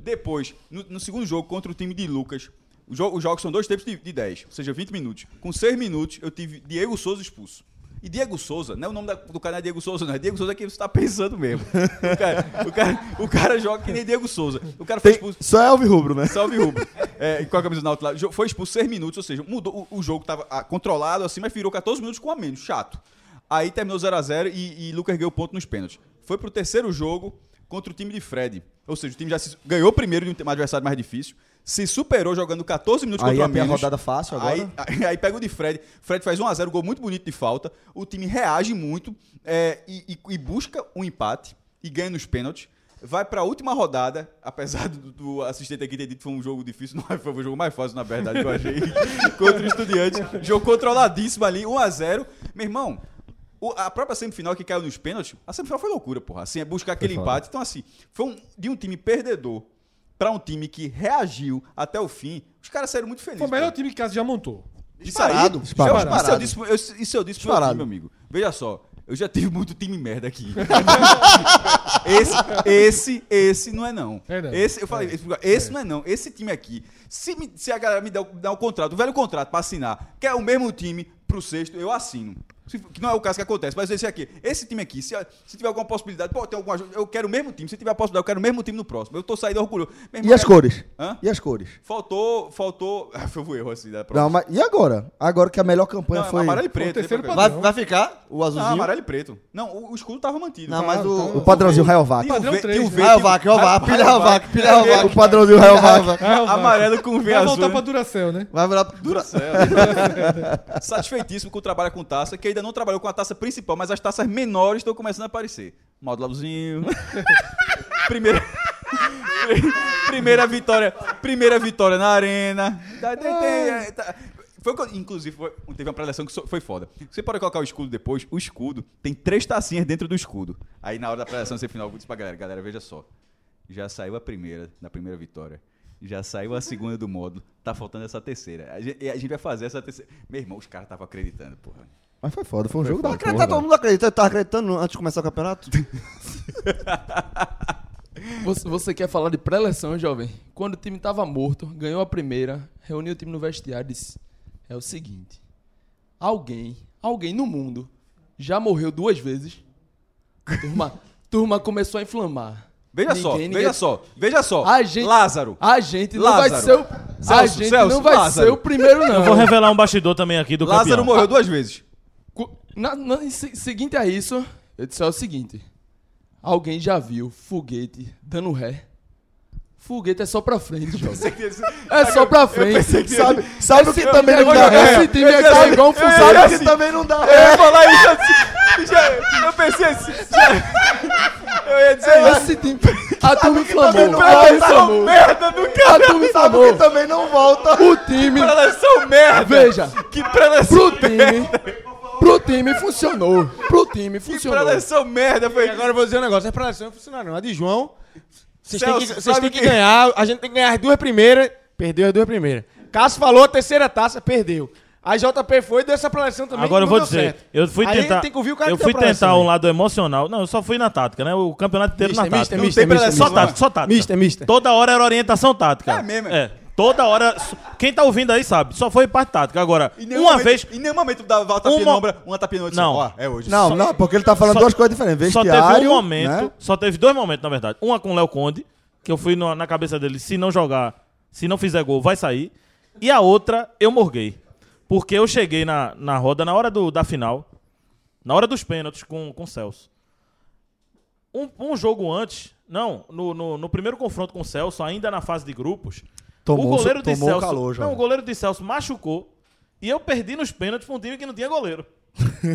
S5: Depois, no, no segundo jogo, contra o time de Lucas. o jo- os jogos são dois tempos de, de 10, ou seja, 20 minutos. Com 6 minutos, eu tive Diego Souza expulso. E Diego Souza, não é o nome da- do cara não é Diego Souza, não. É Diego Souza que você tá pensando mesmo. O cara, o cara- o cara joga que nem Diego Souza. O cara foi
S2: Tem-
S5: expulso.
S2: Só é Alvi Rubro, né?
S5: Salve Rubro. É, e com a camisa do Náutico lá. Jo- Foi expulso 6 minutos, ou seja, mudou. O, o jogo tava ah, controlado assim, mas virou 14 minutos com a menos. Chato. Aí terminou 0x0 e, e Lucas ganhou ponto nos pênaltis. Foi pro terceiro jogo contra o time de Fred. Ou seja, o time já se, ganhou primeiro de um, um adversário mais difícil. Se superou jogando 14 minutos
S2: Aí é
S5: contra
S2: a
S5: a
S2: minha
S5: menos.
S2: rodada fácil agora.
S5: Aí, aí- aí pega o de Fred. Fred faz 1x0, gol muito bonito de falta. O time reage muito é, e, e- e busca um empate e ganha nos pênaltis. Vai pra última rodada, apesar do, do assistente aqui ter dito que foi um jogo difícil, não foi o jogo mais fácil, na verdade, que eu achei. contra o Estudiantes. Jogo controladíssimo ali, 1x0. Meu irmão, o- a própria semifinal que caiu nos pênaltis, a semifinal foi loucura, porra. Assim, é buscar aquele empate. Então, assim, foi um- de um time perdedor pra um time que reagiu até o fim, os caras saíram muito felizes.
S3: Foi o melhor
S5: pô.
S3: time que Cássio já montou.
S5: Disparado. Isso, aí, eu-
S4: disparado.
S5: Isso, eu disse, eu, isso eu disse pro meu
S4: Disparado.
S5: time, meu amigo. Veja só, eu já tive muito time merda aqui. esse, esse, esse não é não.
S3: É não.
S5: Esse, eu falei, esse, esse não é não. Esse time aqui, se, me- se a galera me dá, o- dá um contrato, um velho contrato pra assinar, que é o mesmo time pro sexto, eu assino. Se- Que não é o caso que acontece, mas esse aqui, esse time aqui, se, se tiver alguma possibilidade, pô, tem alguma, eu quero o mesmo time. Se tiver a possibilidade, eu quero o mesmo time no próximo. Eu tô saindo orgulhoso. Meu irmão,
S2: E as
S5: eu-
S2: cores?
S5: Hã?
S2: E as cores?
S5: Faltou, faltou. Foi o erro assim da prova.
S2: Não, mas e agora? Agora que a melhor campanha
S5: Não, é
S2: foi.
S5: amarelo e preto.
S3: terceiro
S5: né, pra-
S4: Vai,
S3: Não.
S4: vai ficar o
S5: Não,
S4: azulzinho?
S5: amarelo e preto. Não, o, o escudo tava mantido. Tá.
S4: Não, mas o.
S2: O padrãozinho Rayovac.
S5: Tinha o
S3: padrão
S5: ve-
S3: três,
S5: tinha Ah, o
S3: né?
S5: verde,
S4: Raio vaca,
S2: Ah,
S4: raio vaca, pilha raio vaca, pilha raio vaca.
S2: O padrãozinho Rayovac.
S5: Amarelo com V
S3: Vai
S5: azul.
S3: voltar
S5: né?
S3: pra Duracell, né?
S4: Vai virar dura.
S5: Satisfeitíssimo com o trabalho com taça, que ainda não trabalhou com a taça principal, mas as taças menores estão começando a aparecer. Módulozinho. primeira... primeira vitória. Primeira vitória na arena. Tá, tem- tem- é, tá. Foi, o que eu- inclusive, foi- teve uma preleção que so- foi foda. Você pode colocar o escudo depois, o escudo tem três tacinhas dentro do escudo. Aí na hora da preleção semifinal, eu disse pra galera, galera, veja só. Já saiu a primeira, na primeira vitória. Já saiu a segunda do módulo. Tá faltando essa terceira. A gente, a gente vai fazer essa terceira. Meu irmão, os caras estavam acreditando, porra.
S2: Mas foi foda, foi um jogo da
S4: Acreditar, todo
S2: porra.
S4: mundo acredita. Tá acreditando antes de começar o campeonato?
S8: Você, você quer falar de pré-eleção, jovem? Quando o time tava morto, ganhou a primeira, reuniu o time no vestiário e disse: É o seguinte. Alguém, alguém no mundo já morreu duas vezes. Turma, turma começou a inflamar.
S5: Veja
S8: Ninguém-
S5: só,
S8: ninguém-
S5: veja só, veja só.
S8: A gente-
S5: Lázaro.
S8: A gente não
S5: Lázaro.
S8: vai ser o. a
S5: Celso,
S8: gente
S5: Celso,
S8: não vai
S5: Lázaro.
S8: ser o primeiro, não.
S7: Eu vou revelar um bastidor também aqui do
S5: Lázaro
S7: campeão.
S5: morreu duas vezes.
S8: Cu- Na, na- em se- seguinte a isso, eu disse é o seguinte: alguém já viu foguete dando ré? Foguete é só pra frente, jovem. É só pra frente.
S2: Sabe, sabe o que também não dá?
S8: Esse time aqui é igual um
S2: Sabe
S8: fuzil.
S2: o que também não
S8: É.
S2: dá?
S5: Eu ia falar isso assim. Já- eu pensei assim. já- eu ia dizer isso.
S8: Esse time. A turma inflamou. A turma
S5: Preleção
S8: inflamou.
S5: merda do cara.
S8: A turma
S2: Sabe o que
S8: inflamou.
S2: também não volta?
S8: O time,
S5: Preleção merda.
S8: veja,
S5: Que preleção
S8: pro time. Pro time funcionou. Pro time
S5: Que
S8: funcionou.
S5: preleção merda foi.
S6: Agora eu vou dizer um negócio, as preleções não funcionaram não. A de João, vocês têm que,
S5: Celso,
S6: vocês
S5: sabe
S6: têm que
S5: que-
S6: ganhar, a gente tem que ganhar as duas primeiras, perdeu as duas primeiras. Cássio falou a terceira taça, perdeu. A JP foi e deu essa preleção também.
S7: Agora eu
S6: não
S7: vou
S6: deu
S7: dizer,
S6: certo.
S7: eu fui
S6: Aí
S7: tentar.
S6: tem que ouvir o cara
S7: eu
S6: que tá
S7: fui
S6: deu a preleção
S7: tentar um
S6: aí.
S7: lado emocional. Não, eu só fui na tática, né? O campeonato inteiro
S6: Mister,
S7: na
S6: mister,
S7: tática.
S6: mister,
S5: preleção,
S6: mister,
S7: Só tática, só tática.
S6: Mister, mister.
S7: Toda hora era orientação tática.
S5: É mesmo, é?
S7: É. Toda hora. Quem tá ouvindo aí sabe, só foi parte tática. Agora,
S5: Em nenhum
S7: uma
S5: momento-
S7: vez.
S5: Em nenhum momento dava uma tapinha
S7: Uma-
S5: na ombra, uma tapinha na outra.
S7: Não.
S5: Ó, é hoje.
S2: Não, não, porque ele tá falando
S7: só-
S2: duas coisas diferentes.
S7: Só
S2: Vestiário,
S7: teve um momento,
S2: né?
S7: só teve dois momentos, na verdade. Um é com o Léo Conde, que eu fui no- na cabeça dele, se não jogar, se não fizer gol, vai sair. E a outra, eu morguei. Porque eu cheguei na, na roda, na hora do- da final, na hora dos pênaltis com, com o Celso. Um, um jogo antes, não, no, no- no primeiro confronto com o Celso, ainda na fase de grupos,
S2: Tomou,
S7: o goleiro de
S2: tomou
S7: Celso.
S2: o calor, já.
S7: não, o goleiro de Celso machucou e eu perdi nos pênaltis pra um time que não tinha goleiro.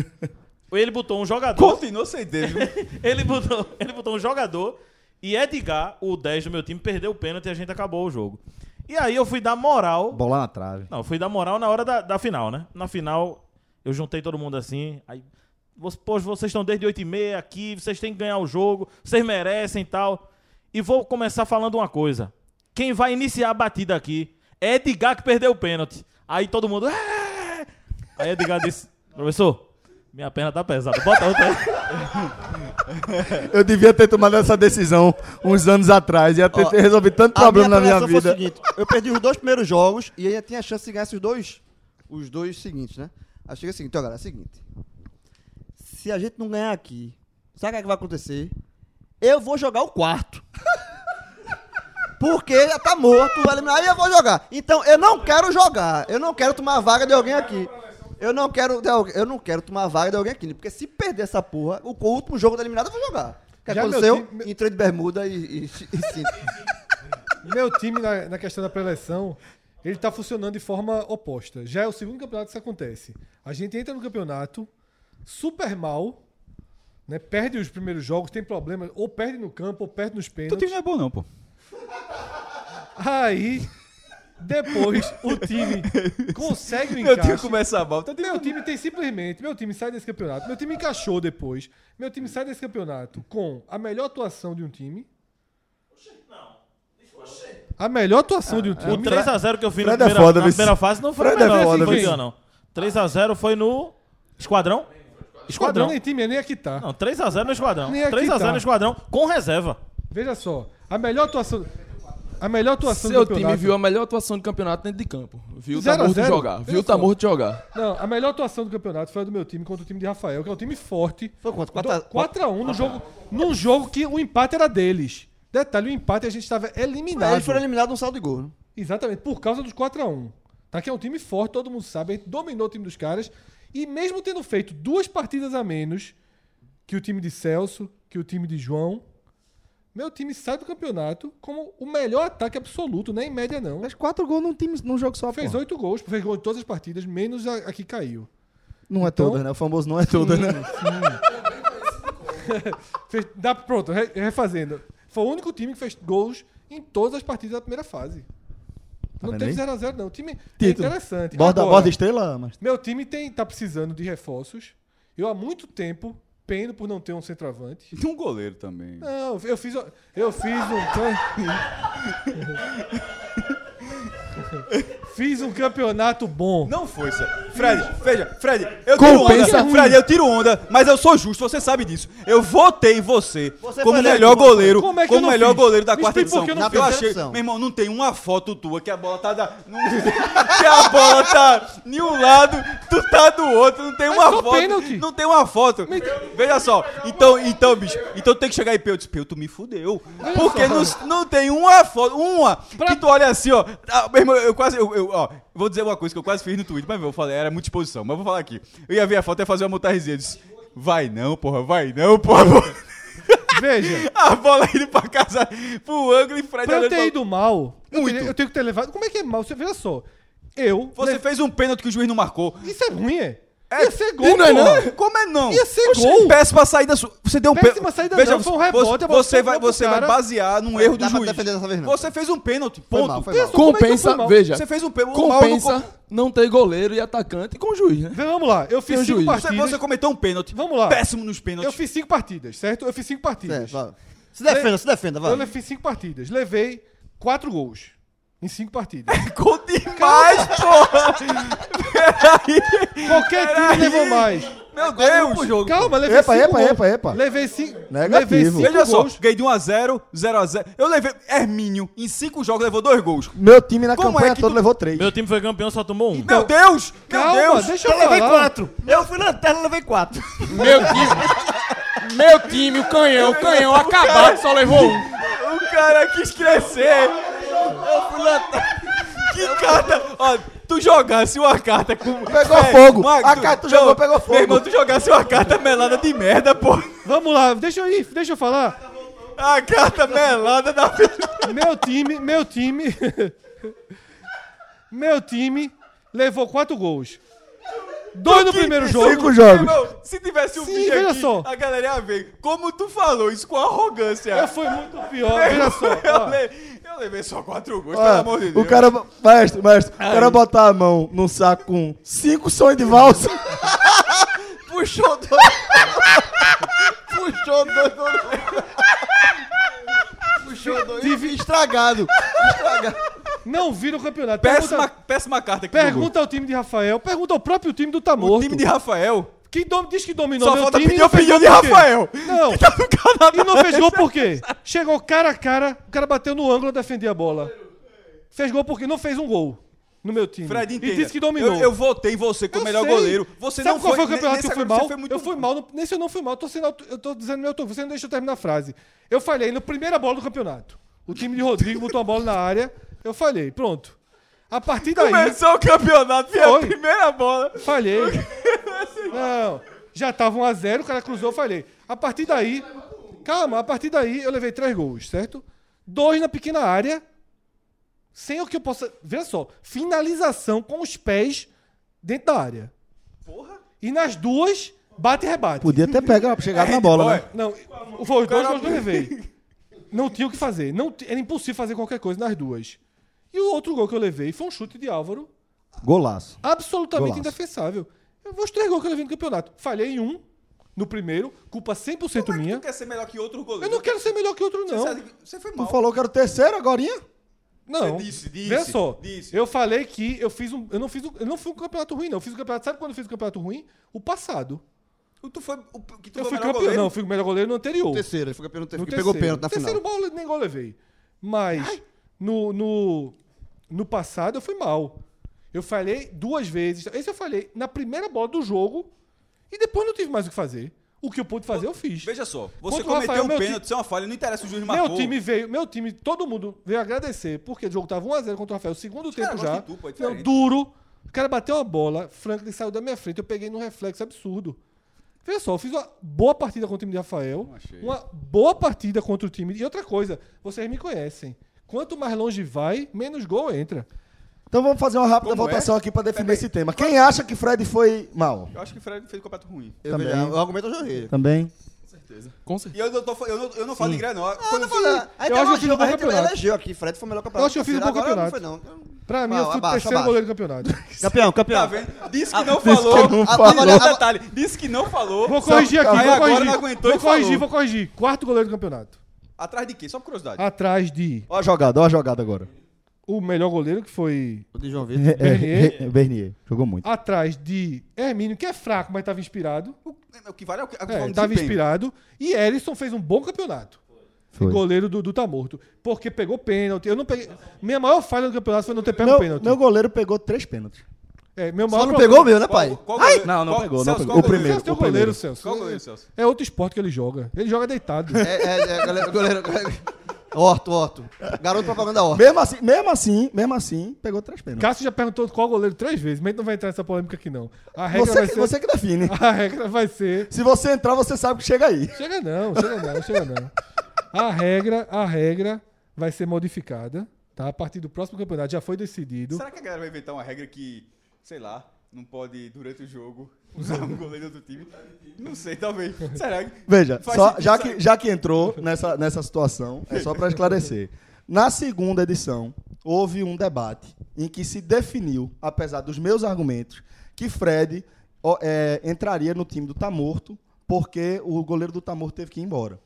S7: Ele botou um jogador.
S5: Continuou sem dele. viu?
S7: Ele botou, ele botou um jogador e Edgar, o 10 do meu time, perdeu o pênalti e a gente acabou o jogo. E aí eu fui dar moral.
S2: Bola na trave.
S7: Não, eu fui dar moral na hora da, da final, né? Na final, eu juntei todo mundo assim. Aí, "Vo- pô, vocês estão desde 8h30 aqui, vocês têm que ganhar o jogo, vocês merecem e tal. E vou começar falando uma coisa. Quem vai iniciar a batida aqui é Edgar que perdeu o pênalti. Aí todo mundo. "É!" Aí Edgar disse: professor, minha perna tá pesada, bota outra aí.
S2: Eu devia ter tomado essa decisão uns anos atrás. Ia ter,
S4: Ó,
S2: ter resolvido tanto
S4: A
S2: problema na minha
S4: apelação foi
S2: vida.
S4: o seguinte, eu perdi os dois primeiros jogos e ainda tinha a chance de ganhar esses dois, os dois seguintes, né? Aí chega o seguinte, ó, galera, é o seguinte. Se a gente não ganhar aqui, sabe o que é que vai acontecer? Eu vou jogar o quarto. Porque já tá morto, vai eliminar, e eu vou jogar. Então, eu não quero jogar. Eu não quero tomar a vaga de alguém aqui. Eu não quero, de alguém- eu não quero tomar a vaga de alguém aqui. Porque se perder essa porra, o co- último jogo da eliminada eu vou jogar. O que
S3: Já meu
S4: aconteceu?
S3: time-
S4: Entrei de bermuda e, e, e cinto.
S3: Meu time, na, na questão da preleção, ele tá funcionando de forma oposta. Já é o segundo campeonato que isso acontece. A gente entra no campeonato super mal, né? perde os primeiros jogos, tem problemas, ou perde no campo, ou perde nos
S5: Teu time
S3: pênaltis.
S5: não é bom, não, pô.
S3: Aí, depois, o time consegue o
S5: Meu time
S2: é-
S3: encaixe.
S5: começa mal. Teu time
S3: Meu time tem simplesmente, meu time sai desse campeonato, meu time encaixou depois, meu time sai desse campeonato com a melhor atuação de um time, A melhor atuação de um
S9: O
S3: time.
S9: 3x0 que eu fiz na
S2: Fred é
S9: primeira,
S2: foda,
S9: na
S2: vice.
S9: primeira fase não foi
S2: Fred
S9: a
S2: é
S7: assim,
S9: melhor
S2: foda,
S9: que
S2: vice.
S9: foi, não. 3x0 foi no Esquadrão?
S3: Esquadrão
S9: Esquadrão.
S3: nem time, é nem aqui tá.
S9: Não, 3x0 no Esquadrão.
S3: Nem aqui
S9: 3x0
S3: tá.
S9: no Esquadrão com reserva.
S3: Veja só. A melhor atuação. A melhor atuação
S8: Seu
S3: do
S8: time
S3: campeonato.
S8: viu a melhor atuação do campeonato dentro de campo. Viu o
S3: Zero a
S8: Tamurto
S3: zero?
S8: jogar.
S3: Veja
S8: Viu o
S3: só.
S8: Tamurto jogar.
S3: Não, a melhor atuação do campeonato foi a do meu time contra o time de Rafael, que é um time forte.
S4: Foi quanto? Quatro a-
S3: 4x1 no jogo, num jogo que o empate era deles. Detalhe, o empate a gente estava eliminado.
S4: Eles foram eliminados num saldo de gol. né?
S3: Exatamente, por causa dos 4x1. Tá que é um time forte, todo mundo sabe, a gente dominou o time dos caras. E mesmo tendo feito duas partidas a menos que o time de Celso, que o time de João, meu time sai do campeonato como o melhor ataque absoluto, nem em média não.
S2: Fez quatro gols num, time, num jogo só,
S3: Fez
S2: pô.
S3: oito gols, fez gol em todas as partidas, menos a, a que caiu.
S2: Não é
S3: Então-
S2: todas, né? O famoso não é todas, né?
S3: Fez- dá, pronto, re- refazendo. Foi o único time que fez gols em todas as partidas da primeira fase. não
S2: Tá vendo
S3: teve
S2: aí?
S3: 0x0, não. O time é
S2: Título.
S3: interessante.
S2: Borda,
S3: Agora,
S2: borda estrela, mas...
S3: Meu time tem, tá precisando de reforços. Eu há muito tempo peno por não ter um centroavante.
S5: E tem um goleiro também.
S8: É,
S3: Não, eu fiz, o- eu fiz um cam- fiz um campeonato bom.
S5: Não foi, sério. Fred, veja, Fred, eu tiro
S2: Compensa
S5: onda.
S2: ruim.
S5: Fred, eu tiro onda, mas eu sou justo, você sabe disso. Eu votei em você,
S4: Você
S5: como
S4: foi
S5: melhor
S4: eleito,
S5: goleiro,
S3: Como
S5: como,
S3: é que eu não
S5: melhor
S3: fiz?
S5: goleiro da
S3: Me
S5: quarta
S3: explica
S5: edição.
S3: por que eu não
S5: eu
S4: fiz.
S5: achei,
S4: Edição.
S5: meu irmão, não tem uma foto tua que a bola tá da, não- que a bola tá de um lado, tu tá do outro, não tem uma
S3: só
S5: foto.
S3: pênalti.
S5: Não tem uma foto. Veja só. Então, então, bicho, então tem que chegar aí, Peu, eu disse, Peu, tu me fudeu. Porque não, não tem uma foto, uma, que tu olha assim, ó. Ah, meu irmão, eu quase, eu, eu, ó, vou dizer uma coisa que eu quase fiz no Twitter, mas eu falei, era muita exposição, mas eu vou falar aqui. Eu ia ver a foto e ia fazer uma montagemzinha, eu disse, vai não, porra, vai não, porra. porra.
S3: Veja,
S5: A bola indo pra casa, pro ângulo e Fred
S3: pra eu
S5: olhando
S3: ter
S5: pra-
S3: ido mal, eu,
S5: Muito.
S3: teria- eu tenho que ter levado. Como é que é mal? Você veja só. Eu.
S5: Você
S3: le-
S5: fez um pênalti que o juiz não marcou.
S3: Isso é ruim, é? Ia ser gol,
S5: E não é
S3: porra.
S5: não? Como é não?
S3: Ia ser gol.
S5: Péssima saída sua. Você deu um pênalti.
S3: Péssima saída não, foi um rebote, a
S5: Você,
S3: bola
S5: você
S3: foi
S5: vai,
S3: pro
S5: você vai
S3: cara.
S5: basear num erro do
S4: Dá pra
S5: juiz.
S4: defender dessa vez, não.
S5: Você fez um pênalti, ponto. um
S4: mal, foi mal.
S3: Só como é que eu fui
S8: Compensa,
S3: mal?
S8: veja.
S5: Você fez um pênalti. o mal não
S8: Compensa não ter goleiro e atacante com o juiz, né?
S3: Vamos lá, eu fiz
S8: Tem um
S3: cinco
S8: juiz.
S5: com- Você,
S3: partidas.
S5: você cometeu um pênalti.
S3: Vamos lá.
S5: Péssimo nos
S3: Eu
S5: pênaltis.
S3: fiz cinco partidas, certo? Eu fiz cinco partidas.
S4: É, vai. Se defenda, se defenda, vai.
S3: Eu le- fiz cinco partidas. Levei quatro gols em cinco partidas.
S5: Gol demais, porra!
S3: Qualquer time levou mais.
S5: Meu Deus!
S3: Calma, levei
S2: Epa,
S3: cinco
S2: epa,
S3: gols.
S2: epa, epa.
S3: Levei cinco.
S2: Negativo.
S3: Levei cinco
S5: Veja só,
S3: gols.
S5: ganhei de 1x0, 0x0. Eu levei. Hermínio, em 5 jogos, levou 2 gols.
S2: Meu time na
S5: Como é
S2: campanha
S5: que
S2: toda
S5: tu-
S2: levou três.
S9: Meu time foi campeão, só tomou um.
S5: Meu Deus! Meu
S3: Calma,
S5: Deus!
S3: deixa eu falar.
S4: Eu fui lanterna, levei quatro.
S6: Meu time. Meu time, o canhão, o canhão acabado, só levou um.
S5: O cara quis crescer. Eu fui lá. Que carta. Ó, tu jogasse uma carta com.
S2: Pegou fogo. A carta tu
S5: não,
S2: jogou, pegou fogo.
S5: Meu irmão, tu jogasse uma carta melada de merda, pô.
S3: Vamos lá, deixa eu ir, deixa eu falar.
S5: A carta melada da.
S3: Meu time, meu time. meu time levou quatro gols. Dois no primeiro jogo.
S2: Cinco jogos.
S5: Meu irmão, se tivesse um
S3: Sim,
S5: vídeo
S3: veja
S5: aqui,
S3: só.
S5: a galera ia ver. Como tu falou isso com arrogância.
S3: Eu fui muito pior, veja só.
S5: Eu,
S3: ó.
S5: le- eu levei só quatro gols,
S2: Ah,
S5: pelo amor de Deus.
S2: O cara, maestro, maestro, o cara botar a mão num saco com cinco sons de valsa.
S4: Puxou dois. Puxou dois. Puxou dois. Tive estragado.
S3: Não viram o campeonato.
S5: Péssima,
S3: Pergunta,
S5: péssima carta que tu jogou.
S3: pergunta ao time de Rafael, pergunta ao próprio time do Tamorto.
S5: O time de Rafael.
S3: Quem dom- diz que dominou
S5: Só
S3: meu
S5: falta
S3: time e
S5: pedir
S3: não
S5: a opinião de
S3: fez gol por quê?
S5: Rafael.
S3: Não,
S5: Tá no Canadá.
S3: e não fez gol por quê? Chegou cara a cara, o cara bateu no ângulo, eu defendi a bola. Fez gol porque não fez um gol no meu time.
S5: Fred, entenda.
S3: E disse que dominou.
S5: Eu, eu votei em você como
S3: Eu
S5: melhor
S3: sei.
S5: goleiro. Você
S3: Sabe
S5: não
S3: qual foi,
S5: foi
S3: o campeonato que eu fui
S5: nesse agora
S3: mal?
S5: Você foi muito
S3: eu fui mal. no- nesse eu não fui mal. Eu tô, sendo, auto- eu tô dizendo meu autor. Você não deixa eu terminar a frase. Eu falhei na primeira bola do campeonato. O time de Rodrigo botou a bola na área. Eu falhei. Pronto. A partir daí...
S5: Começou o campeonato, foi a
S3: Foi.
S5: primeira bola.
S3: Falhei. Não. Já tava 1x0, o cara cruzou, eu falhei. A partir daí. Calma, a partir daí eu levei três gols, certo? Dois na pequena área. Sem o que eu possa. Veja só. Finalização com os pés dentro da área. E nas duas, bate e rebate.
S2: Podia ter pego,
S5: É,
S2: chegado na bola, né?
S3: Não, o- foi os dois gols que eu levei. Não tinha o que fazer. Não, ti- era impossível fazer qualquer coisa nas duas. E o outro gol que eu levei foi um chute de Álvaro
S2: Golaço.
S3: absolutamente
S2: Golaço.
S3: indefensável. Eu vou os três gols que eu levei no campeonato. Falhei em um, no primeiro, culpa 100%
S5: Como é que
S3: minha.
S5: tu quer ser melhor que outro goleiro?
S3: Eu não quero ser melhor que outro,
S5: Você,
S3: não.
S5: sabe que- você foi
S2: Tu
S5: mal.
S2: falou que era o terceiro agora?
S3: Não.
S5: Você disse, disse,
S3: Vê só.
S5: disse.
S3: Eu falei que eu fiz um. Eu não fiz um. Eu não fui um campeonato ruim, não. Eu fiz um campeonato. Sabe quando eu fiz um campeonato ruim? O passado.
S5: Tu foi o que tu
S3: eu
S5: foi
S3: fui
S5: melhor
S3: campeão.
S5: goleiro?
S3: Não, eu fui o melhor goleiro no anterior.
S4: Terceiro, ele foi campeão no
S3: No
S4: terceiro. que Pegou
S3: terceiro.
S4: pênalti na
S3: terceiro
S4: final.
S3: gol, nem gol eu levei. Mas no, no, no passado eu fui mal. Eu falhei duas vezes. Esse eu falhei na primeira bola do jogo e depois não tive mais o que fazer. O que eu pude fazer, eu fiz.
S5: Veja só, você
S3: Contra o
S5: cometeu
S3: Rafael,
S5: um
S3: meu
S5: pênalti, isso é uma falha, não interessa o juiz marcou.
S3: Meu time veio, meu time, todo mundo veio agradecer, porque o jogo tava 1x0 contra o Rafael, segundo
S5: caras
S3: tempo já.
S5: gostam de tu, pô, é
S3: não,
S5: diferente.
S3: duro. O cara bateu uma bola, Franklin saiu da minha frente, eu peguei num reflexo absurdo. Veja só, eu fiz uma boa partida contra o time de Rafael, uma boa partida contra o time. E outra coisa, vocês me conhecem. Quanto mais longe vai, menos gol entra.
S2: Então vamos fazer uma rápida
S5: Como é?
S2: votação aqui pra definir
S5: Peraí.
S2: esse tema. Quem acha que Fred foi mal?
S5: Eu acho que o Fred fez o campeonato ruim.
S4: Eu
S2: Também.
S4: vejo- O argumento eu já errei.
S2: Também.
S8: Com certeza.
S5: E eu não, tô fa- eu não, eu não falo de Grenó.
S4: Eu
S5: Quando-
S4: não falei. A gente
S3: eu acho que eu fiz um
S4: elogiou,
S3: bom
S4: a gente
S3: campeonato.
S4: elegeu aqui. Fred foi o melhor campeonato.
S3: Eu acho que eu fiz um bom
S4: Agora
S3: campeonato.
S4: Não foi, não.
S3: Pra mim,
S4: Mal,
S3: eu fui o
S4: abaixo,
S3: terceiro
S4: abaixo.
S3: goleiro do campeonato.
S5: Tá
S4: Campeão, campeão.
S5: vendo? Disse que não falou.
S2: não
S5: Ah,
S2: falou.
S5: Olha, olha, detalhe, disse que não falou.
S3: Vou corrigir
S5: Aí
S3: aqui, vou
S5: agora
S3: corrigir.
S5: não aguentou
S3: vou
S5: e falou.
S3: corrigir, vou corrigir. Quarto goleiro do campeonato.
S5: Atrás de quê? Só por curiosidade.
S3: Atrás de
S2: Ó a jogada, ó a jogada agora.
S3: o melhor goleiro, que foi
S4: O de João Vitor.
S3: Bernier.
S2: É, Bernier. Jogou muito.
S3: atrás de Hermínio, que é fraco, mas estava inspirado.
S5: O, o que vale é o que a
S3: É, estava inspirado. E Ellison fez um bom campeonato.
S2: Foi.
S3: Goleiro do, do Tá Morto. Porque pegou pênalti. Eu não peguei. Minha maior falha no campeonato foi não ter
S5: um
S3: pego
S2: Meu,
S3: pênalti.
S2: meu goleiro pegou três pênaltis.
S3: É, meu
S4: Só
S3: maior
S4: não
S3: problema-
S4: pegou o meu, né, pai?
S2: Não, não pegou, não
S5: Celso,
S2: pegou.
S5: qual goleiro?
S2: O primeiro.
S3: Celso tem um
S2: o primeiro.
S3: goleiro, Celso.
S5: Qual goleiro, Celso?
S3: É outro esporte que ele joga. Ele joga deitado.
S4: É, é, é, goleiro, goleiro, goleiro. Horto, Horto. Garoto propaganda Horto.
S2: Mesmo assim, mesmo assim, mesmo assim, pegou três pênaltis.
S3: Cássio já perguntou qual goleiro três vezes, mas a gente não vai entrar nessa polêmica aqui, não. A regra
S2: Você,
S3: vai ser.
S2: você que define.
S3: A regra vai ser.
S2: Se você entrar, você sabe que chega aí.
S3: Chega não, chega não, chega não. A regra, a regra vai ser modificada, tá? A partir do próximo campeonato já foi decidido.
S5: Será que a galera vai inventar uma regra que, sei lá, não pode, durante o jogo, usar um goleiro do outro time? Não sei, talvez. Será que.
S2: Veja,
S5: Faz
S2: só-
S5: sentido,
S2: já,
S5: sabe?
S2: que, já que entrou nessa, nessa situação, é só para esclarecer. Na segunda edição, houve um debate em que se definiu, apesar dos meus argumentos, que Fred ó, é, entraria no time do Tamorto, porque o goleiro do Tamorto teve que ir embora.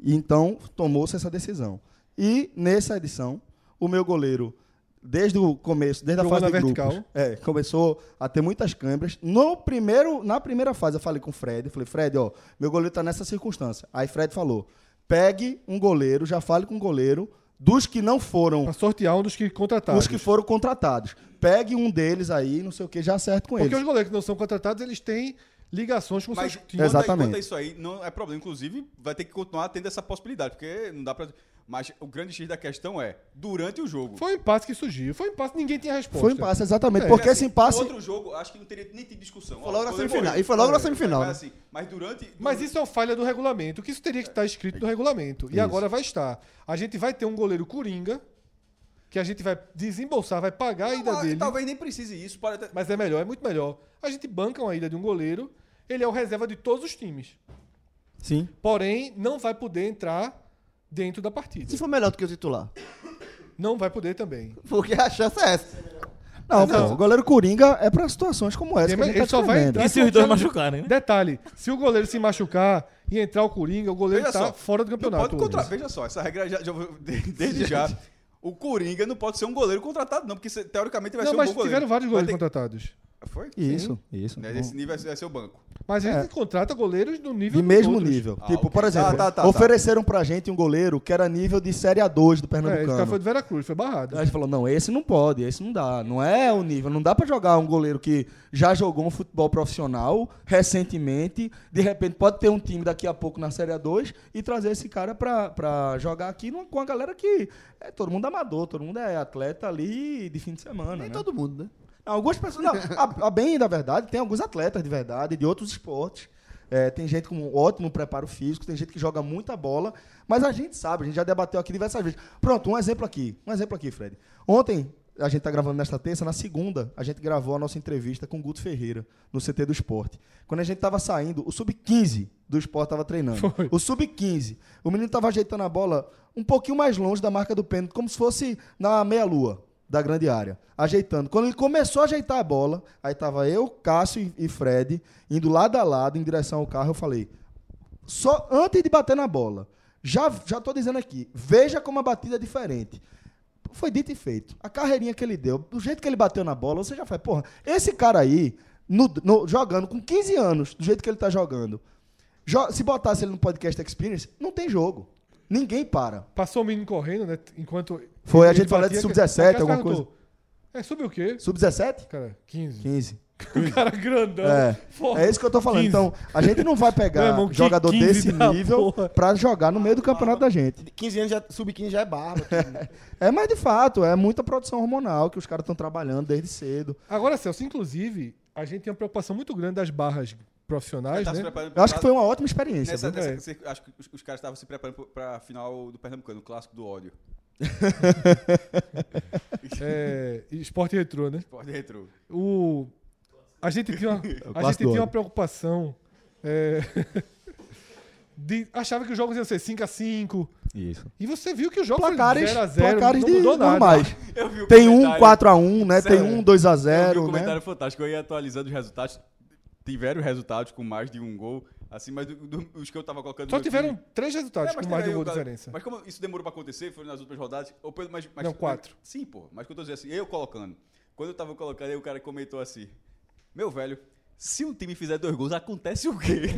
S2: E Então, tomou-se essa decisão. E, nessa edição, o meu goleiro, desde o começo, desde a
S3: Jogou
S2: fase de
S3: na
S2: grupos,
S3: vertical.
S2: é, começou a ter muitas câimbras. No primeiro, na primeira fase, eu falei com o Fred. eu Falei, Fred, ó, meu goleiro tá nessa circunstância. Aí Fred falou, pegue um goleiro, já fale com o goleiro, dos que não foram,
S3: Pra sortear um dos que contrataram.
S2: os que foram contratados. Pegue um deles aí, não sei o que, já acerto com
S3: Porque
S2: eles.
S3: os goleiros que não são contratados, eles têm ligações com
S5: Mas
S3: seus
S5: conta,
S3: times.
S2: Exatamente.
S5: Conta isso aí, não é problema. Inclusive, vai ter que continuar tendo essa possibilidade, porque não dá pra. Mas o grande X da questão é, durante o jogo.
S3: Foi um impasse que surgiu. Foi um impasse que ninguém tinha resposta.
S2: Foi um passe, exatamente.
S3: É.
S2: porque
S5: Porque,
S2: esse impasse...
S5: Outro jogo, acho que não teria nem tido discussão.
S4: Foi logo na
S5: Ó, goleiro
S4: semifinal.
S5: morreu.
S4: E foi logo na
S5: Mas,
S4: semifinal, né?
S5: Mas, assim, mas durante.
S3: Mas isso é uma falha do regulamento, que isso teria que estar escrito no regulamento. E agora vai estar. A gente vai ter um goleiro coringa, que a gente vai desembolsar, vai
S4: é
S3: pagar a ida
S5: Não,
S3: dele.
S2: então,
S5: Talvez nem precise isso. Pode até-
S3: Mas é melhor, é muito melhor. A gente banca uma ida de um goleiro, ele é o reserva de todos os times.
S2: Sim.
S3: Porém, não vai poder entrar dentro da partida.
S4: Se for melhor do que o titular.
S3: Não vai poder também.
S4: Porque a chance é essa.
S2: Não, pô, o goleiro Coringa é para situações como essa
S3: Ele,
S2: que a gente
S3: ele
S2: tá
S3: só vai
S2: descrevendo.
S3: entrar.
S9: E se os dois machucarem, né?
S3: Detalhe: se o goleiro se machucar e entrar o Coringa, o goleiro
S5: Veja
S3: tá
S5: só,
S3: fora do
S5: Não
S3: campeonato.
S5: pode contra...
S3: hoje.
S5: Veja só, essa regra já, já vou- de- desde já. O Coringa não pode ser um goleiro contratado, não, porque se- teoricamente vai
S3: Não,
S5: ser um
S3: mas
S5: bom goleiro.
S3: tiveram vários
S5: Vai
S3: goleiros contratados.
S5: ter... Foi?
S2: Isso, isso.
S5: Né, Nesse nível vai ser- vai ser o banco.
S3: Mas a gente contrata goleiros do nível
S2: É. De
S3: dos
S2: mesmo
S3: outros.
S2: nível.
S5: Ah,
S2: tipo,
S5: ok.
S2: por exemplo,
S5: Ah, tá, tá, tá.
S2: ofereceram pra gente um goleiro que era nível de Série A2 do
S3: É, esse
S2: Pernambucano.
S3: cara foi do Veracruz, foi barrado.
S2: Aí a gente falou, não, esse não pode, esse não dá. Não é o nível. Não dá pra jogar um goleiro que já jogou um futebol profissional recentemente. De repente pode ter um time daqui a pouco na Série A2 e trazer esse cara pra, pra jogar aqui numa- com a galera que é todo mundo amador, todo mundo é atleta ali de fim de semana.
S4: Nem
S2: né?
S4: todo mundo, né?
S2: Não, Algumas pessoas. Não, a, a bem da verdade, tem alguns atletas de verdade, de outros esportes. É, tem gente com um ótimo preparo físico, tem gente que joga muita bola, mas a gente sabe, a gente já debateu aqui diversas vezes. Pronto, um exemplo aqui, um exemplo aqui, Fred. Ontem, a gente está gravando nesta terça, na segunda, a gente gravou a nossa entrevista com o Guto Ferreira, no CT do Esporte. Quando a gente estava saindo, o Sub-15 do Esporte estava treinando. O Sub-15. O menino estava ajeitando a bola um pouquinho mais longe da marca do pênalti, como se fosse na meia-lua. da grande área, ajeitando. Quando ele começou a ajeitar a bola, aí tava eu, Cássio e e Fred indo lado a lado em direção ao carro, eu falei: só antes de bater na bola. Já já tô dizendo aqui, veja como a batida é diferente. Foi dito e feito. A carreirinha que ele deu, do jeito que ele bateu na bola, você já faz, porra, esse cara aí, no- no- jogando com 15 anos, do jeito que ele tá jogando, jo- se botasse ele no podcast Experience, não tem jogo. Ninguém para.
S3: Passou o menino correndo, né? Enquanto.
S2: Foi, a
S3: ele
S2: gente falou
S3: batia,
S2: de
S3: que-
S2: sub-17,
S3: Cássio
S2: alguma
S3: perguntou, É, sobre o quê?
S2: Sub-17?
S3: Cara, 15.
S2: 15.
S3: O cara grandão.
S2: É.
S3: forte.
S2: É isso que eu tô falando.
S3: 15.
S2: Então, a gente não vai pegar
S3: Meu irmão, que
S2: jogador
S3: 15
S2: desse
S3: da
S2: nível
S3: porra.
S2: pra jogar no meio do campeonato da gente.
S6: 15 anos, já, sub-15 já é barba.
S2: É, mas de fato, é muita produção hormonal que os caras estão trabalhando desde cedo.
S3: Agora, Celso, inclusive, a gente tem uma preocupação muito grande das barras profissionais,
S5: Tá se
S3: né?
S5: preparando
S2: Eu acho
S5: pra-
S2: que foi uma ótima experiência.
S5: Nessa,
S2: viu?
S5: nessa- se- acho que os, os caras estavam se preparando para a final do Pernambucano, o clássico do ódio.
S3: É, e esporte retrô, né?
S5: Pode retrô.
S3: O, a gente tinha uma, a gente
S2: clássico
S3: tinha uma
S2: homem.
S3: preocupação. é, de, achava que os jogos iam ser 5x5.
S13: Isso.
S3: E você viu que os jogos
S2: Placares,
S3: foram 0x0.
S2: placares
S3: não mudou
S2: de
S3: nada.
S2: normais.
S5: Eu vi o
S2: Tem um
S5: comentário-
S2: 4x1, né? Tem
S5: Sério.
S2: um 2x0.
S5: Eu vi um
S2: né?
S5: comentário fantástico. Eu ia atualizando os resultados. Tiveram resultados com mais de um gol, assim, mas do- do- os que eu tava colocando.
S3: Só
S5: no meu
S3: tiveram
S5: time-
S3: três resultados
S5: É, mas
S3: com
S5: teve
S3: mais de um
S5: aí
S3: gol
S5: o
S3: de
S5: cara-
S3: diferença.
S5: Mas como isso demorou pra acontecer, foi nas últimas rodadas. Ou pelo, mas, mas,
S3: Não, quatro.
S5: Sim, pô. Mas quando eu tô dizendo assim, eu colocando. Quando eu tava colocando, aí o cara comentou assim: Meu velho, se um time fizer dois gols, acontece o quê?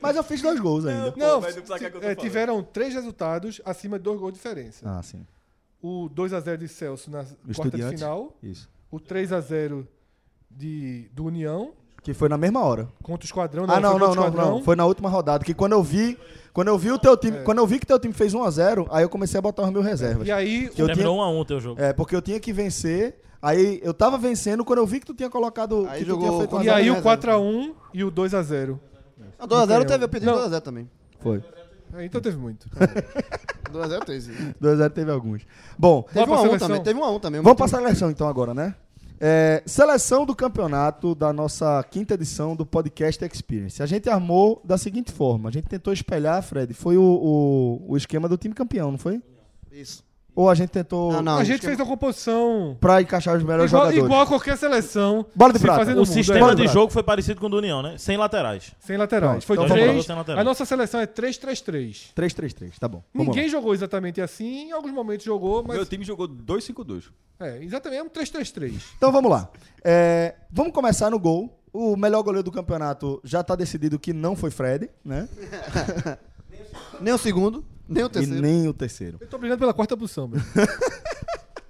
S2: Mas eu fiz dois gols ainda.
S5: Pô,
S3: Não,
S5: Tá mas não precisa que eu tô
S3: é,
S5: falando.
S3: tiveram três resultados acima de dois gols de diferença.
S2: Ah, sim.
S3: O 2x0 de Celso na quarta de
S2: Estudiantes.
S3: final.
S2: Isso.
S3: O 3x0 de, do União
S2: Que foi na mesma hora.
S3: contra o Esquadrão.
S2: ah,
S3: foi contra
S2: não,
S3: o
S2: não, não,
S3: Esquadrão.
S2: não. Foi na última rodada. Que quando eu vi. Quando eu vi o teu time.
S3: É.
S2: Quando eu vi que teu time fez 1x0, aí eu comecei a botar os meus reservas.
S3: E aí,
S2: Que eu tinha,
S7: Terminou 1 a 1 teu jogo.
S2: é, porque eu tinha que vencer. Aí eu tava vencendo quando eu vi que tu tinha colocado.
S4: Aí
S2: que tu
S4: jogou
S2: tinha feito
S4: com-
S2: um a
S3: e
S2: zero.
S3: aí o
S4: reserva.
S3: 4x1 e o 2x0.
S4: A 2x0
S3: Não.
S4: teve, eu pedi 2x0 também.
S2: Foi.
S3: É, Então teve muito.
S4: 2x0 teve.
S2: 2x0 teve alguns. Bom,
S4: Teve
S3: pra
S4: 1x1
S3: seleção.
S4: também. Teve 1x1 também.
S2: Vamos para a seleção então agora, né? É, seleção do campeonato da nossa quinta edição do podcast Experience. A gente armou da seguinte forma: a gente tentou espelhar, Fred, foi o, o- o esquema do time campeão, não foi?
S4: Isso.
S2: Ou a gente tentou
S4: Não, não.
S3: a gente fez uma composição
S2: pra encaixar os melhores
S3: igual,
S2: jogadores?
S3: igual a qualquer seleção.
S2: Bola de
S3: se
S2: prata.
S3: fazendo
S2: O
S3: mundo,
S7: O
S3: é.
S7: sistema de
S2: Brad.
S7: jogo foi parecido com o do União, né? Sem laterais.
S3: Sem laterais.
S2: Pronto,
S3: Foi
S2: então
S7: vamos lá.
S3: três.
S7: Sem laterais.
S3: A nossa seleção é 3-3-3.
S2: 3-3-3, tá bom. Vamos
S3: Ninguém jogou exatamente assim, em alguns momentos jogou, mas.
S5: Meu time jogou 2-5-2.
S3: É, exatamente, é um 3-3-3.
S2: Então vamos lá. É, vamos começar no gol. O melhor goleiro do campeonato já tá decidido que não foi Fred, né?
S4: Nem o segundo, nem o
S2: E
S4: terceiro.
S2: nem o terceiro.
S3: Eu tô brigando pela quarta posição, meu.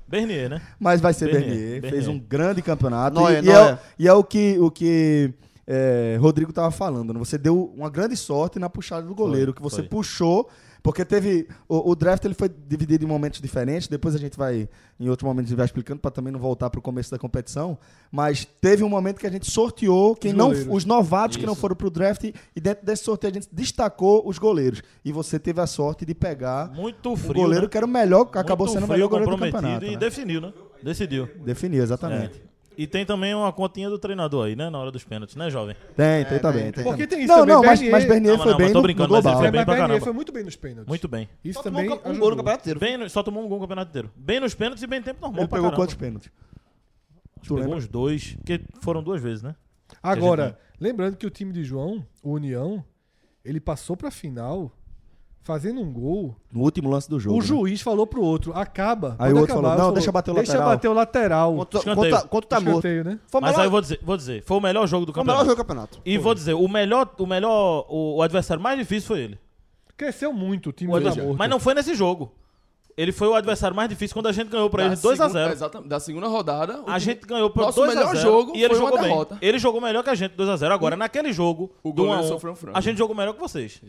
S7: Bernier, né?
S2: Mas vai ser
S7: Bernier,
S2: Bernier.
S7: Bernier.
S2: Fez um grande campeonato.
S4: Neuer,
S2: e, e
S4: Neuer.
S2: É, e é o que, o que é, Rodrigo estava falando. né? Você deu uma grande sorte na puxada do goleiro, que você
S7: foi.
S2: puxou. Porque teve. O, o draft ele foi dividido em momentos diferentes. Depois a gente vai. Em outros momentos a gente vai explicando para também não voltar para o começo da competição. Mas teve um momento que a gente sorteou quem
S3: Os
S2: não,
S3: goleiros.
S2: os novatos que não foram pro draft. E dentro desse sorteio a gente destacou os goleiros. E você teve a sorte de pegar
S7: Muito
S2: o
S7: frio.
S2: goleiro
S7: né?
S2: que era o melhor, que acabou
S7: Muito
S2: sendo o
S7: frio,
S2: melhor goleiro do
S7: comprometido
S2: campeonato.
S7: E
S2: né?
S7: definiu, né? Decidiu.
S2: Definiu, exatamente.
S7: E tem também uma continha do treinador aí, né? Na hora dos pênaltis, né, jovem?
S2: Tem, tem também.
S4: tem,
S2: tem.
S3: Porque tem isso
S2: Não,
S3: também,
S2: não, mas,
S3: Bernier-
S2: mas Bernier
S7: Não,
S2: foi
S7: não,
S2: bem
S7: mas tô
S2: no, no
S7: brincando, mas é ele
S2: global.
S7: foi bem
S3: mas
S7: pra
S3: Bernier
S7: caramba.
S3: foi muito bem nos pênaltis.
S7: Muito bem.
S3: Isso
S4: Só tomou
S3: também. é
S4: um ca- um
S3: ajudou.
S4: gol no campeonato inteiro.
S7: Bem, no- só tomou um gol no campeonato inteiro. Bem nos pênaltis e bem tempo normal.
S2: Ele
S7: pra
S2: pegou
S7: caramba.
S2: quantos pênaltis?
S7: Acho que pegou uns dois, porque foram duas vezes, né?
S3: Agora, lembrando que o time de João, o União, ele passou pra final fazendo um gol.
S2: No último lance do jogo.
S4: né?
S2: né?
S3: o juiz falou pro outro, acaba.
S2: Aí
S3: quando
S2: o outro
S3: acabar,
S2: falou, não, deixa bater o
S3: Deixa
S2: lateral.
S3: bater o lateral.
S2: Então,
S4: Quanto,
S7: Escanteio.
S4: quanto, quanto tá morto?
S3: Escanteio, né?
S4: Foi o
S7: Mas aí eu
S4: melhor,
S7: vou dizer, vou dizer, foi o melhor jogo do
S4: foi o melhor
S7: campeonato.
S4: jogo do campeonato.
S7: E vou dizer, o melhor, o melhor, o, o adversário mais difícil foi ele.
S3: Cresceu muito o time
S7: O
S3: do
S7: adversário-
S3: Morto.
S7: Mas não foi nesse jogo. Ele foi o adversário mais difícil quando a gente ganhou pra
S8: Da
S7: ele 2 a
S8: segunda-
S7: 0.
S8: Exatamente. Da segunda rodada. o
S7: A
S8: time-
S7: gente ganhou por
S8: Nosso
S7: 2 a
S8: melhor
S7: 0
S8: jogo
S7: e ele
S8: foi uma
S7: jogou bem.
S8: derrota. Hum.
S7: Ele jogou melhor que a gente 2 a 0. Agora naquele jogo,
S8: O
S7: do 1 a
S8: goleiro
S7: 1,
S8: sofreu um frango.
S7: a gente jogou melhor que vocês.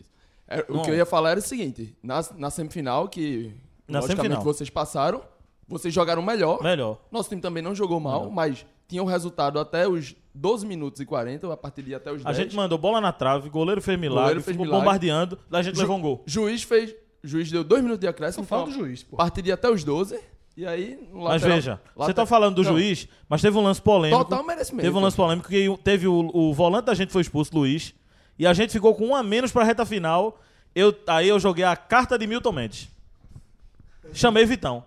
S8: É, o
S7: Não.
S8: que eu ia falar era o seguinte: na, na semifinal, que
S7: Na
S8: logicamente
S7: semifinal.
S8: vocês passaram, vocês jogaram melhor.
S7: Melhor.
S8: Nosso time também não jogou mal, mas tinha o resultado até os 12 minutos e 40, a partir de até os 10.
S7: A gente mandou bola na trave, goleiro fez milagre,
S8: Goleiro fez
S7: ficou
S8: milagre.
S7: bombardeando, a gente levou um gol.
S8: Juiz fez. Juiz deu dois minutos de acréscimo.
S3: Não fala
S8: então,
S3: do juiz, pô.
S8: A partir de até os 12. E aí, no
S7: Mas
S8: lateral-
S7: veja, você
S8: lateral-
S7: tá falando do
S8: Não,
S7: juiz, mas teve um lance polêmico.
S8: Total merecimento.
S7: Teve um lance polêmico que o- teve o, o volante da gente foi expulso, Luiz, e a gente ficou com um a menos pra reta final. Eu, aí eu joguei a carta de Milton Mendes. Chamei Vitão.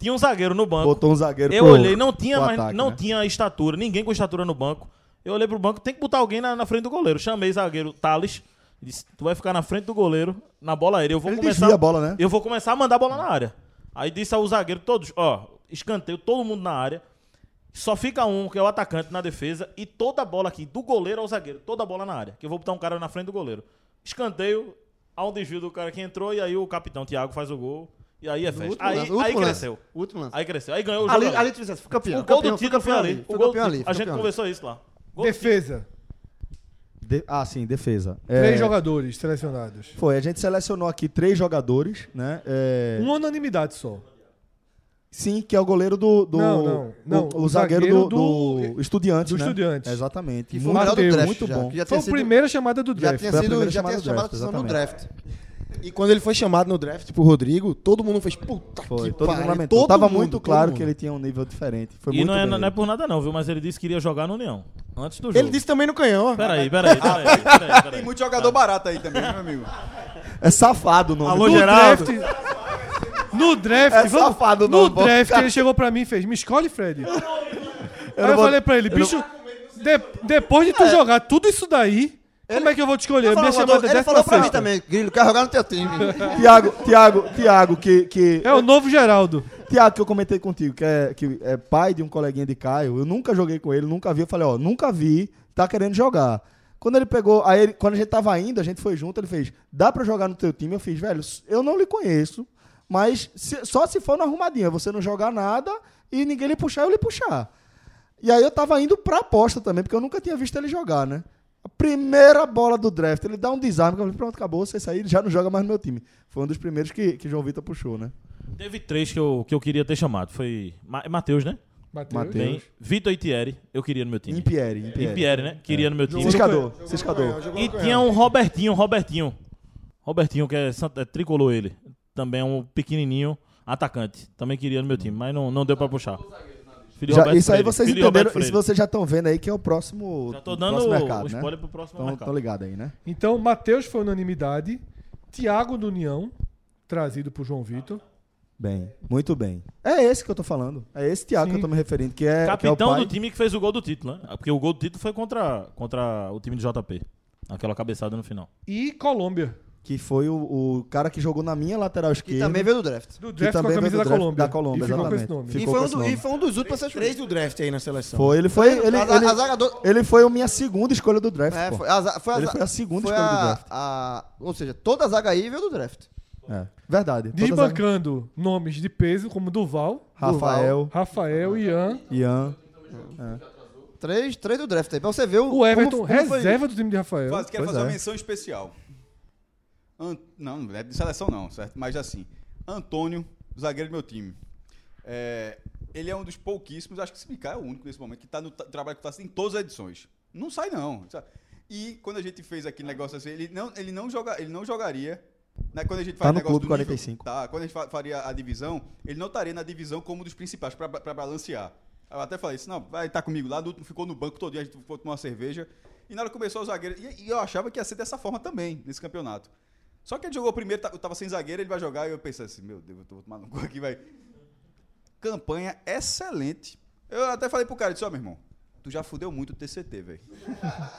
S7: Tinha um zagueiro no banco.
S2: Botou um zagueiro
S7: Eu
S2: pro-
S7: olhei, não tinha,
S2: pro
S7: mais,
S2: ataque,
S7: não
S2: né?
S7: tinha estatura, ninguém com estatura no banco. Eu olhei pro banco, tem que botar alguém na, na frente do goleiro. Chamei zagueiro Thales, disse: Tu vai ficar na frente do goleiro, na bola aérea. Eu vou
S2: Ele
S7: começar.
S2: desvia a bola, né?
S7: Eu vou começar a mandar a bola na área. Aí disse ao zagueiro, todos, ó, escanteio, todo mundo na área. Só fica um, que é o atacante na defesa, e toda a bola aqui, do goleiro ao zagueiro, toda a bola na área. Que eu vou botar um cara na frente do goleiro. Escanteio, há um desvio do cara que entrou, e aí o capitão Thiago faz o gol. E aí é festa.
S4: último
S7: Aí,
S4: lance, último
S7: aí
S4: lance.
S7: cresceu.
S4: Último lance.
S7: Aí cresceu. Aí ganhou o jogo.
S4: Ali,
S7: ali.
S4: ali tu dissesse, fui campeão.
S7: o gol
S4: campeão,
S7: do
S4: fui
S7: título foi
S4: campeão
S7: ali.
S4: Fui
S7: O gol do
S4: campeão ali.
S7: título- A
S4: fui
S7: gente
S4: campeão ali.
S7: conversou isso lá. Gol do título.
S3: Defesa.
S2: De- Ah, sim, defesa. É,
S3: Três jogadores selecionados.
S2: Foi, a gente selecionou aqui três jogadores, né? É,
S3: Uma unanimidade só.
S2: Sim, que é o goleiro do. do
S3: Não, não, não,
S2: O, o
S3: o
S2: zagueiro,
S3: zagueiro
S2: do, do,
S3: do-
S2: Estudiantes.
S3: do
S2: né?
S3: Estudiantes.
S2: Exatamente.
S4: Que foi o
S2: Muito
S4: melhor do
S2: bom,
S4: draft.
S2: Muito
S4: já,
S2: bom.
S4: que já
S3: Foi
S4: tinha
S3: a
S4: sido-
S3: primeira chamada do
S4: Já
S3: draft.
S4: tinha
S2: foi a
S4: sido já
S2: primeira
S4: tinha
S2: chamada
S4: sido chamado a
S2: do
S4: atenção no
S2: draft,
S4: draft. E quando ele foi chamado no draft por Rodrigo, todo mundo fez puta
S2: Foi,
S4: que
S2: todo mundo
S4: pariu.
S2: lamentou.
S4: Todo
S2: Tava
S4: mundo,
S2: muito
S4: todo
S2: claro
S4: mundo.
S2: que ele tinha um nível diferente. Foi
S7: E
S2: muito
S7: não é,
S2: bem.
S7: não é por nada, não, viu? Mas ele disse que iria jogar no União. Antes do jogo.
S6: Ele disse também no canhão, ó.
S7: Peraí, peraí, peraí. peraí, peraí,
S5: Tem muito jogador barato aí também, meu amigo.
S2: É safado o nome.
S14: Alô,
S2: do-
S14: Geraldo.
S3: No draft,
S2: É
S3: vamos-
S2: safado o
S3: no
S2: nome. bom.
S3: draft ele chegou pra mim e fez, me escolhe, Fred. Aí eu
S2: vou-
S3: falei pra ele, bicho, de- depois de tu
S2: É.
S3: jogar tudo isso daí, como é que eu vou te escolher?
S4: Ele
S3: Minha
S4: falou,
S3: chamada é
S4: ele falou pra mim
S3: 16ª.
S4: também, Grilo, quer jogar no teu time.
S2: Tiago, Tiago, Tiago, que. que...
S3: É o novo Geraldo.
S2: Tiago, que eu comentei contigo, que é, que é pai de um coleguinha de Caio, eu nunca joguei com ele, nunca vi. Eu falei, ó, nunca vi, tá querendo jogar. Quando ele pegou, aí ele- quando a gente tava indo, a gente foi junto, ele fez, dá pra jogar no teu time? Eu fiz, velho, eu não lhe conheço, mas se- só se for na arrumadinha, você não jogar nada e ninguém lhe puxar, eu lhe puxar. E aí eu tava indo pra aposta também, porque eu nunca tinha visto ele jogar, né? A primeira bola do draft, ele dá um desarme, que eu falei, pronto, acabou, você sair, já não joga mais no meu time. Foi um dos primeiros que, que João Vitor puxou, né?
S7: Teve três que eu, que eu queria ter chamado. Foi Ma Matheus, né?
S3: Mateus.
S7: Tem Vitor e Thierry, eu queria no meu time.
S2: Em Pierre, em Pierre.
S7: E Pierre, né? Queria no meu time.
S2: Ciscador, ciscador.
S7: E tinha um Robertinho, Robertinho. Robertinho, que é, sant- é tricolor ele. Também é um pequenininho atacante. Também queria no meu time, mas não, não deu pra puxar. Filho de
S2: Já,
S7: Roberto
S2: isso aí
S7: Freire,
S2: vocês
S7: filho de Roberto
S2: entenderam, isso
S7: Freire.
S2: vocês já estão vendo aí que é o próximo,
S7: Já tô dando
S2: próximo
S7: o,
S2: mercado, né?
S7: spoiler pro próximo
S2: Então,
S7: mercado.
S2: tão ligado aí, né?
S3: Então, Matheus foi unanimidade. Tiago do União, trazido por João Vitor.
S2: Bem, muito bem. É esse que eu tô falando. É esse Tiago que eu tô me referindo, que é, que é o
S7: Capitão
S2: pai.
S7: do time que fez o gol do título, né? Porque o gol do título foi contra, contra o time de JP. Aquela cabeçada no final.
S3: E Colômbia.
S2: Que foi o, o cara que jogou na minha lateral
S4: Que
S2: esquerda.
S4: também veio do draft.
S3: Do
S2: que
S3: draft com a
S2: também
S3: camisa
S2: veio
S3: da,
S2: do draft
S3: Colômbia.
S2: Da Colômbia,
S3: e ficou
S2: exatamente.
S3: com esse nome.
S4: E
S2: Ficou
S4: foi,
S2: com
S4: um
S2: esse
S4: do-
S2: nome.
S4: e foi um dos últimos a ser
S6: Três do draft aí na seleção.
S2: Foi, ele foi, ele,
S4: a, a- a
S2: ele,
S4: zaga do-
S2: ele foi a minha segunda escolha do draft,
S4: um É,
S2: pô.
S4: foi a, za- foi a,
S2: Ele
S4: za-
S2: foi a segunda
S4: foi
S2: escolha do
S4: a-
S2: draft.
S4: a- ou seja, toda a zaga aí veio do draft.
S2: É, verdade. Todas as-
S3: Desbancando nomes de peso, como Duval,
S2: Rafael,
S3: Rafael, Ian.
S2: Ian.
S4: Três, três do draft aí. Pra você ver o.
S3: O Everton,
S4: como- como foi-
S3: reserva do time de Rafael.
S5: Faz, quero
S2: Pois
S5: fazer uma
S2: é.
S5: menção especial. An- não, não é de seleção não, certo? Mas assim, Antônio, zagueiro do meu time. É, ele é um dos pouquíssimos, acho que se brincar é o único nesse momento, que tá no ta- trabalho que está em todas as edições. Não sai não. sabe? E quando a gente fez aquele negócio assim, ele não, ele não, joga, ele não jogaria... né, quando a gente faz
S2: Tá no
S5: negócio do
S2: Clube
S5: nível,
S2: 45.
S5: tá, quando a gente fa- faria a divisão, ele não estaria na divisão como um dos principais para balancear. Eu até falei isso, não, vai estar comigo lá, no último ficou no banco todo dia, a gente foi tomar uma cerveja. E na hora que começou o zagueiro, e, e eu achava que ia ser dessa forma também, nesse campeonato. Só que ele jogou primeiro, tá- eu tava sem zagueiro, ele vai jogar, e eu pensei assim, meu Deus, eu tô- vou tomar no cu aqui, vai. Campanha excelente. Eu até falei pro cara, eu disse, ó, meu irmão, tu já fudeu muito o TCT, velho.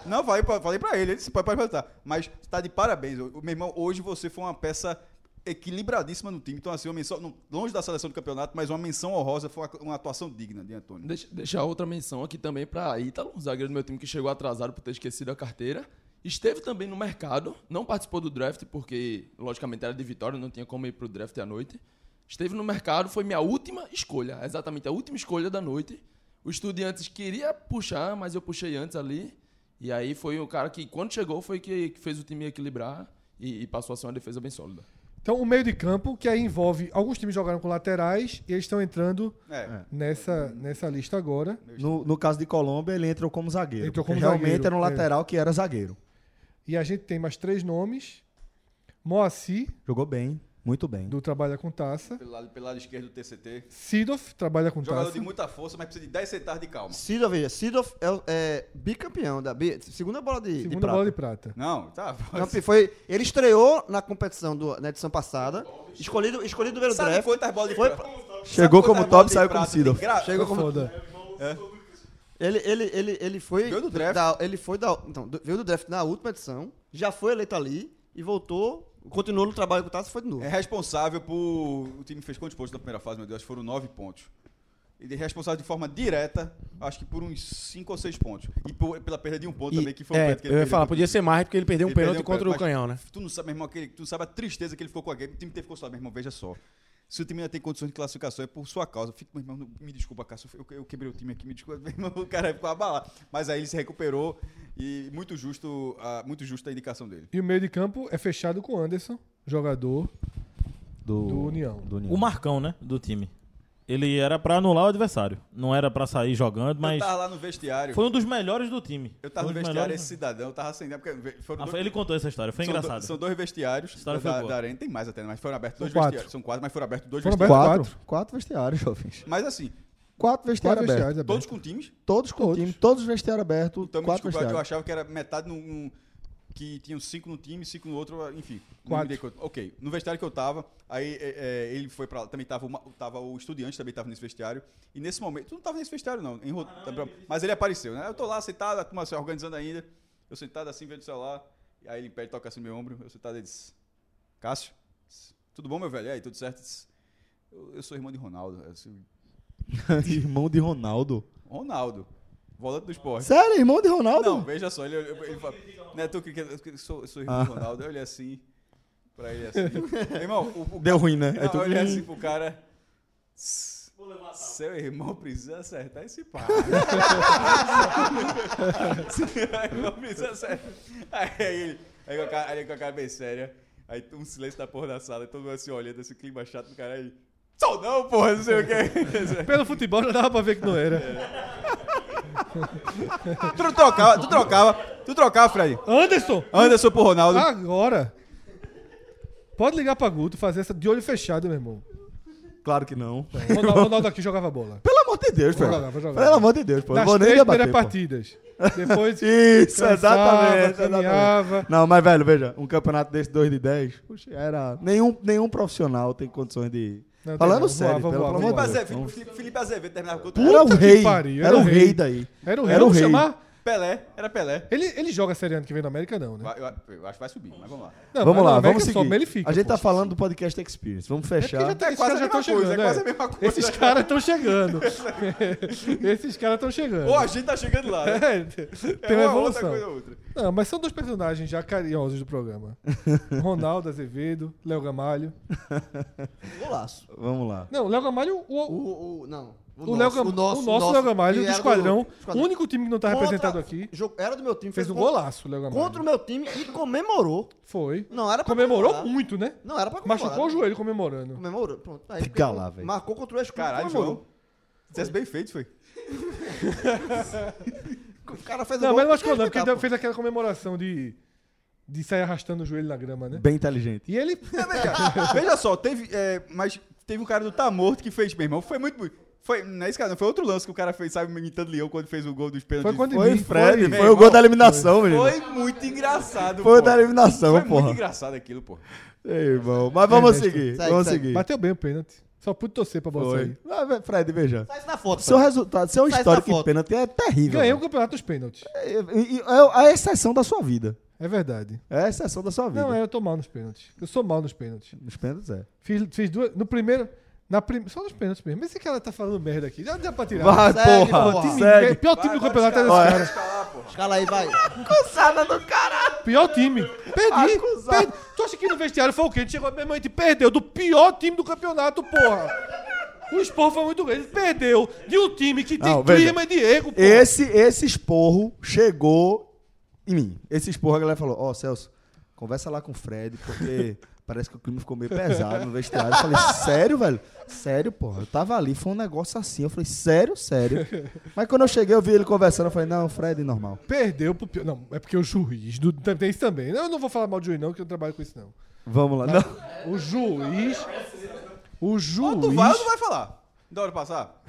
S5: Não, falei pra, falei pra ele, ele disse, pode pode perguntar. Mas tá de parabéns. O- o Meu irmão, hoje você foi uma peça equilibradíssima no time. Então, assim, uma menção, não- longe da seleção do campeonato, mas uma menção honrosa, foi uma, uma atuação digna de Antônio.
S8: Deixa, deixar outra menção aqui também pra Ítalo, um zagueiro do meu time que chegou atrasado por ter esquecido a carteira. Esteve também no mercado, não participou do draft porque, logicamente, era de vitória, não tinha como ir pro draft à noite. Esteve no mercado, foi minha última escolha, exatamente a última escolha da noite. O Estudiantes queria puxar, mas eu puxei antes ali. E aí foi o cara que, quando chegou, foi que, que fez o time equilibrar e, e passou a ser uma defesa bem sólida.
S3: Então, o meio de campo, que aí envolve. Alguns times jogaram com laterais e eles estão entrando
S5: É.
S3: nessa, nessa lista agora.
S2: No, no caso de Colômbia, ele é. entrou como zagueiro.
S3: Entrou
S2: porque
S3: como
S2: realmente
S3: zagueiro,
S2: era um
S3: é.
S2: lateral que era zagueiro.
S3: E a gente tem mais três nomes: Moacir,
S2: Jogou bem. Muito bem.
S3: do Trabalha com Taça.
S5: Pelo lado, pelo lado esquerdo do TCT.
S3: Sidoff trabalha com
S5: Jogador
S3: taça.
S5: de muita força, mas precisa de 10 centavos de calma.
S4: Sidorf, veja, Sidorf é, o- é bicampeão da B, segunda bola de, de
S3: Segunda
S4: prata.
S3: bola de prata.
S5: Não, tá.
S4: Campe- foi, ele estreou na competição do, na edição passada, escolhido, escolhido pelo
S5: Sabe
S4: draft.
S5: quantas bolas de
S4: Foi
S5: prata?
S4: pra-
S2: Chegou
S5: Sabe
S2: como
S5: quantas
S2: top,
S5: bolas de
S2: saiu
S5: prata
S2: como
S5: tem
S2: Sidorf.
S5: gra-
S4: Chegou como
S3: Foda.
S4: Ele, ele, ele, ele foi.
S5: Veio do draft.
S4: da- ele foi da. Então, do- veio do draft na última edição, já foi eleito ali e voltou, continuou no trabalho com o Tassi e foi de novo.
S5: É responsável por. O time fez quantos pontos na primeira fase, meu Deus? Acho que Foram 9 pontos. Ele é responsável de forma direta, acho que por uns 5 ou 6 pontos. E por- pela perda de um ponto
S6: E-
S5: também, que foi o
S6: é,
S5: pênalti que ele
S6: eu ia
S5: perdeu
S6: falar,
S5: pro
S6: podia ser mais, porque ele perdeu um
S5: Ele
S6: pênalti
S5: perdeu um
S6: contra
S5: pênalti,
S6: o Canhão, né?
S5: mas Tu não sabe, meu irmão, aquele, tu não sabe a tristeza que ele ficou com a game. O time teve que consolar, meu irmão, veja só. Se o time ainda tem condições de classificação, é por sua causa. Fico, meu irmão, não- me desculpa, Cássio, eu, eu quebrei o time aqui, me desculpa, meu irmão, o cara ficou abalado. Mas aí ele se recuperou e muito justo, a- muito justo a indicação dele.
S3: E o meio de campo é fechado com o Anderson, jogador
S15: Do,
S3: do União.
S15: do União.
S9: O Marcão, né? Do time. Ele era pra anular o adversário. Não era pra sair jogando,
S5: Eu
S9: mas
S5: tava lá no vestiário,
S9: foi um dos melhores do time.
S5: eu tava
S9: Foi
S5: no
S9: um dos
S5: vestiário,
S9: melhores-
S5: esse cidadão, eu tava sem ideia, porque foram
S9: Ah,
S5: dois-
S9: foi- ele contou essa história, foi
S5: são do-
S9: engraçado.
S5: São dois vestiários
S9: História
S5: da,
S9: foi boa.
S5: da arena, tem mais até, né? mas foram abertos
S3: São
S5: dois
S3: quatro.
S5: vestiários. São quatro, mas foram abertos dois
S3: Foram
S5: vestiários.
S3: Quatro.
S2: Quatro. Quatro vestiários, jovens.
S5: Mas assim,
S2: Quatro vestiários
S3: Quatro
S2: abertos.
S3: vestiários
S5: todos
S3: abertos.
S5: com times,
S2: Todos com
S3: Todos.
S2: o time, todos os vestiários abertos,
S5: Então, me
S2: quatro
S5: desculpa, eu
S2: vestiários.
S5: achava que era metade num. num- que tinham cinco no time, cinco no outro, enfim. não
S3: Quatro.
S5: me dei conta. Ok. No vestiário que eu tava, aí é, é, ele foi pra lá. Também tava, uma, tava o estudiante, também tava nesse vestiário. E nesse momento. Tu não tava nesse vestiário, não. em Ro- tá pra- mas ele apareceu, né? Eu tô lá sentado, a turma se organizando ainda. Eu sentado assim, vendo o celular. E aí ele pede, toca assim no meu ombro. Eu sentado, ele disse: Cássio, disse, tudo bom, meu velho? E aí, tudo certo? Ele Disse, eu, eu sou irmão de Ronaldo. Eu disse,
S2: Irmão de Ronaldo.
S5: Ronaldo, volante do esporte.
S2: Sério, irmão de Ronaldo?
S5: Não, veja só, ele, ele, ele fala, né, tu que eu que sou, sou irmão do Ronaldo, eu olhei assim, pra ele assim. Meu irmão, o, o
S2: Deu ruim, né?
S5: não,
S2: Aí tu-
S5: eu olhei assim pro cara. Seu irmão precisa acertar esse par. Seu irmão precisa acertar. Aí ele, aí com a cara, aí com a cara bem séria, aí um silêncio da porra da sala, todo mundo assim olhando, esse clima chato do cara aí. Sou não, porra, não sei o que.
S3: Pelo futebol já dava pra ver que não era.
S5: tu não trocava, tu trocava, tu trocava, Fred.
S3: Anderson!
S5: Anderson pro Ronaldo.
S3: Agora! Pode ligar pra Guto, fazer essa de olho fechado, meu irmão.
S2: Claro que não. Pelo
S3: Ronaldo, Ronaldo aqui jogava bola.
S2: amor de Deus,
S3: Vou
S2: velho.
S3: jogar, vou jogar.
S2: Pelo amor de Deus, pô. Não
S3: Nas
S2: vou nem
S3: três
S2: debater,
S3: primeiras
S2: pô.
S3: partidas. Depois
S2: Isso,
S3: cansava,
S2: exatamente,
S3: caminhava.
S2: exatamente. Não, mas, velho, veja, um campeonato desse 2 de 10, puxa, era. Nenhum, nenhum profissional tem condições de.
S3: Não, tem
S2: Falando
S3: não,
S2: sério,
S3: voava,
S2: pelo
S3: voava,
S2: amor
S3: voava.
S5: Felipe
S2: de Deus.
S5: Azevedo, Felipe- Felipe- Felipe Azevedo terminava com
S2: Era o
S3: Puta que
S2: rei.
S3: pariu,
S2: era o rei daí.
S3: Era o
S2: Era o
S3: rei.
S2: rei.
S3: chamar.
S5: Pelé, era Pelé.
S3: Ele, ele joga a Série A ano que vem na América, não, né?
S5: Vai- Eu, eu acho que vai subir, mas vamos lá.
S3: Não, é
S2: vamos
S3: mas na
S2: lá,
S3: América
S2: vamos seguir.
S3: soma, ele fica,
S2: a gente
S3: pô.
S2: tá falando do podcast Experience. Vamos
S3: É porque
S2: fechar.
S3: já tá-
S5: É
S3: esses
S5: quase
S3: caras já
S5: a mesma
S3: estão chegando.
S5: coisa, é quase a
S3: é.
S5: mesma coisa.
S3: Esses caras estão chegando. Esses caras estão chegando.
S5: Ou a gente tá chegando lá. Né?
S3: É, tem
S5: é
S3: uma
S5: uma
S3: evolução.
S5: outra coisa ou outra.
S3: Não, mas são dois personagens já carinhosos do programa. Ronaldo Azevedo, Léo Gamalho.
S4: Golaço.
S2: Vamos lá.
S3: Não, Léo Gamalho,
S4: O,
S3: o, o,
S4: o, não.
S3: o, Léo Gam- o nosso, Léo Gamalho
S4: que
S3: do
S4: era
S3: Esquadrão, o
S4: Esquadrão.
S3: único time que não tá
S4: Contra-
S3: representado aqui,
S4: jogo- Era do meu time.
S3: fez um
S4: contra-
S3: golaço, Léo Gamalho.
S4: Contra o meu time e comemorou.
S3: Foi.
S4: Não, era pra
S3: Comemorou
S4: comemorar.
S3: muito, né?
S4: Não, era pra comemorar.
S3: Machucou o joelho comemorando.
S4: Comemorou, pronto. Aí,
S2: Fica
S4: porque
S2: lá, velho.
S4: Marcou contra o escudo.
S5: Caralho,
S4: comemorou.
S5: João. Dissesse bem feito, foi.
S4: O cara fez o
S3: Não,
S4: gol,
S3: mas não machucou
S4: tem
S3: não,
S4: que
S3: porque
S4: explicar,
S3: ele fez aquela comemoração de, de sair arrastando o joelho na grama, né?
S2: Bem inteligente.
S3: E ele
S5: É, veja, veja só, teve. é, mas teve um cara do Tá Morto que fez, meu irmão. Foi muito. bonito. Foi, não é isso, cara, não. Foi outro lance que o cara fez, sabe, imitando Leão quando fez o gol dos pênaltis.
S3: foi quando
S2: Foi
S3: ele-
S2: Fred, foi,
S5: meu
S2: o gol
S5: irmão.
S2: da eliminação, menino. Foi,
S5: Foi muito engraçado,
S2: o
S5: pô.
S2: da eliminação,
S5: Foi muito
S2: porra.
S5: engraçado aquilo, pô.
S2: Ei, irmão. Mas vamos
S3: Ernesto.
S2: seguir.
S4: Segue,
S2: vamos
S4: segue.
S2: seguir.
S3: bateu bem o pênalti. Só pude torcer pra bola
S2: Foi.
S3: sair.
S2: Ah, velho, Fred, veja.
S4: Sai Tá isso na foto.
S2: Seu
S4: cara.
S2: resultado, seu
S4: Faz essa
S2: histórico de
S4: foto.
S2: pênalti é terrível.
S3: Ganhei o
S2: velho.
S3: campeonato dos pênaltis.
S2: É, é, é a exceção da sua vida.
S3: É verdade.
S2: É a exceção da sua vida.
S3: Não, é, eu tô mal nos pênaltis. Eu sou mal nos pênaltis.
S2: Nos pênaltis é.
S3: Fiz, fiz duas. No primeiro. Na prim... Só nos pênaltis mesmo. Mas esse cara tá falando merda aqui. Já dá pra tirar.
S2: Vai,
S4: Segue,
S2: porra.
S3: Pô,
S4: porra.
S3: time-
S2: segue.
S3: Pior time do campeonato é desse cara.
S5: "Ah,
S4: Escala aí, vai. Cansada do cara.
S3: Pior time. Perdi. perdi. Tu acha que no vestiário foi o quê? A gente chegou mesmo, a gente perdeu do pior time do campeonato, porra. O Sport foi muito grande. Perdeu de um time que tem
S2: Não, veja.
S3: clima e Diego, porra.
S2: Esse, esse esporro chegou em mim. Esse esporro a galera falou: Ó, Celso, conversa lá com o Fred, porque parece que o clima ficou meio pesado no vestiário. Eu falei: Sério, velho? Sério, porra. Eu tava ali, foi um negócio assim. Eu falei: Sério, sério. Mas quando eu cheguei, eu vi ele conversando. Eu falei: Não, Fred, normal.
S3: Perdeu pro pior. Não, é porque o juiz. Do... Tem isso também. Eu não vou falar mal de juiz, não, que eu não trabalho com isso, não.
S2: Vamos lá. Não.
S3: O juiz. O
S5: Ou tu vai ou
S3: juiz.
S5: tu vai falar. Da hora de passar.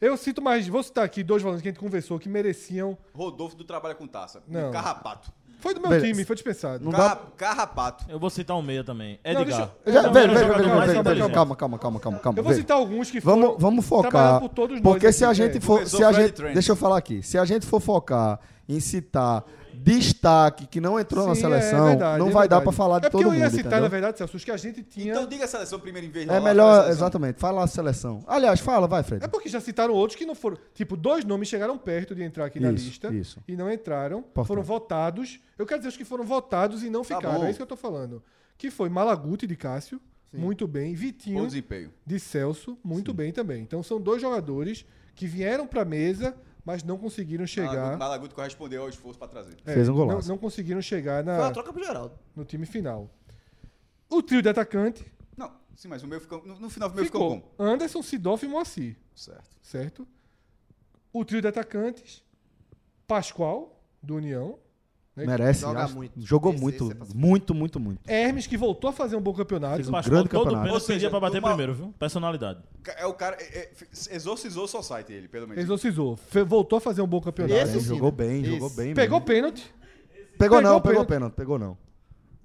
S3: Eu cito mais. Vou citar aqui dois volantes que a gente conversou que mereciam.
S5: Rodolfo do Trabalha com Taça.
S3: Não.
S5: Carrapato.
S3: Foi do meu
S2: Beleza.
S3: time, foi dispensado.
S5: Carra- Carrapato.
S9: Eu vou citar um meia também.
S3: Não,
S9: Edgar.
S3: deixa-
S2: Já,
S9: Não, ele
S2: velho,
S9: é um
S2: velho,
S9: jogador
S2: velho,
S9: mais
S2: velho, velho,
S9: inteligente.
S2: calma, calma, calma, calma, calma.
S3: Eu vou
S2: velho.
S3: citar alguns que foram.
S2: Vamos, vamos
S3: trabalharam
S2: focar.
S3: por todos nós
S2: porque se
S3: aqui,
S2: a gente
S3: é.
S2: for.
S5: Começou
S2: Se a
S5: Fred
S2: gente,
S5: Trent.
S2: deixa eu falar aqui. Se a gente for focar em citar destaque que não entrou na
S3: Sim,
S2: seleção,
S3: é verdade,
S2: não
S3: é
S2: vai dar
S3: verdade.
S2: pra falar de
S3: É
S2: todo
S3: porque
S2: mundo.
S3: eu ia citar, na
S2: entendeu?
S3: verdade, Celso, os que a gente tinha.
S5: Então diga a seleção primeiro em vez de
S2: É
S5: falar,
S2: melhor,
S5: fala a seleção.
S2: exatamente. Fala a seleção. Aliás, fala, vai, Fred.
S3: É porque já citaram outros que não foram. Tipo, dois nomes chegaram perto de entrar aqui na
S2: Isso,
S3: lista
S2: isso.
S3: e não entraram.
S2: Importante. Tá
S3: Foram votados. Eu quero dizer os que foram votados e não ficaram.
S5: bom.
S3: É isso que eu tô falando. Que foi Malaguti de Cássio, muito bem.
S5: Bom
S3: Vitinho
S5: desempenho.
S3: de Celso, muito bem também. Então são dois jogadores que vieram pra mesa, mas não
S11: Ah,
S3: conseguiram chegar.
S5: Malaguti,
S11: tá.
S5: Malaguti correspondeu ao esforço pra trazer.
S3: é,
S2: Fez um golaço.
S3: Não, não conseguiram chegar
S11: Foi uma
S3: na,
S11: troca pro Geraldo.
S3: no time final. O trio de atacante
S5: Não, sim, mas o meu ficou. No, no final o meu ficou,
S3: ficou,
S5: bom.
S3: Anderson, Sidoff e Moacir.
S5: Certo.
S3: certo? O trio de atacantes, Pascoal, do União,
S2: Merece.
S4: Joga
S2: acho-
S4: muito.
S2: Jogou
S4: Esse-
S2: muito,
S4: esse é pacificado.
S2: muito, muito, muito.
S3: Hermes, que voltou a fazer um bom campeonato,
S2: um
S9: Pascoal,
S2: grande
S9: todo
S2: campeonato.
S9: pênalti
S5: Ou seja,
S9: pedia pra bater
S5: do mal-
S9: primeiro, viu? Personalidade.
S5: Ca- É o cara. É, é, f- exorcizou o society ele, pelo menos.
S3: exorcizou, fe- voltou a fazer um bom campeonato.
S2: Bem,
S4: sim,
S2: jogou
S4: né?
S2: bem,
S4: Esse.
S2: jogou bem.
S3: Pegou
S2: mesmo.
S3: pênalti.
S2: pegou,
S3: pegou
S2: não, pegou
S3: pênalti.
S2: pênalti, pegou não.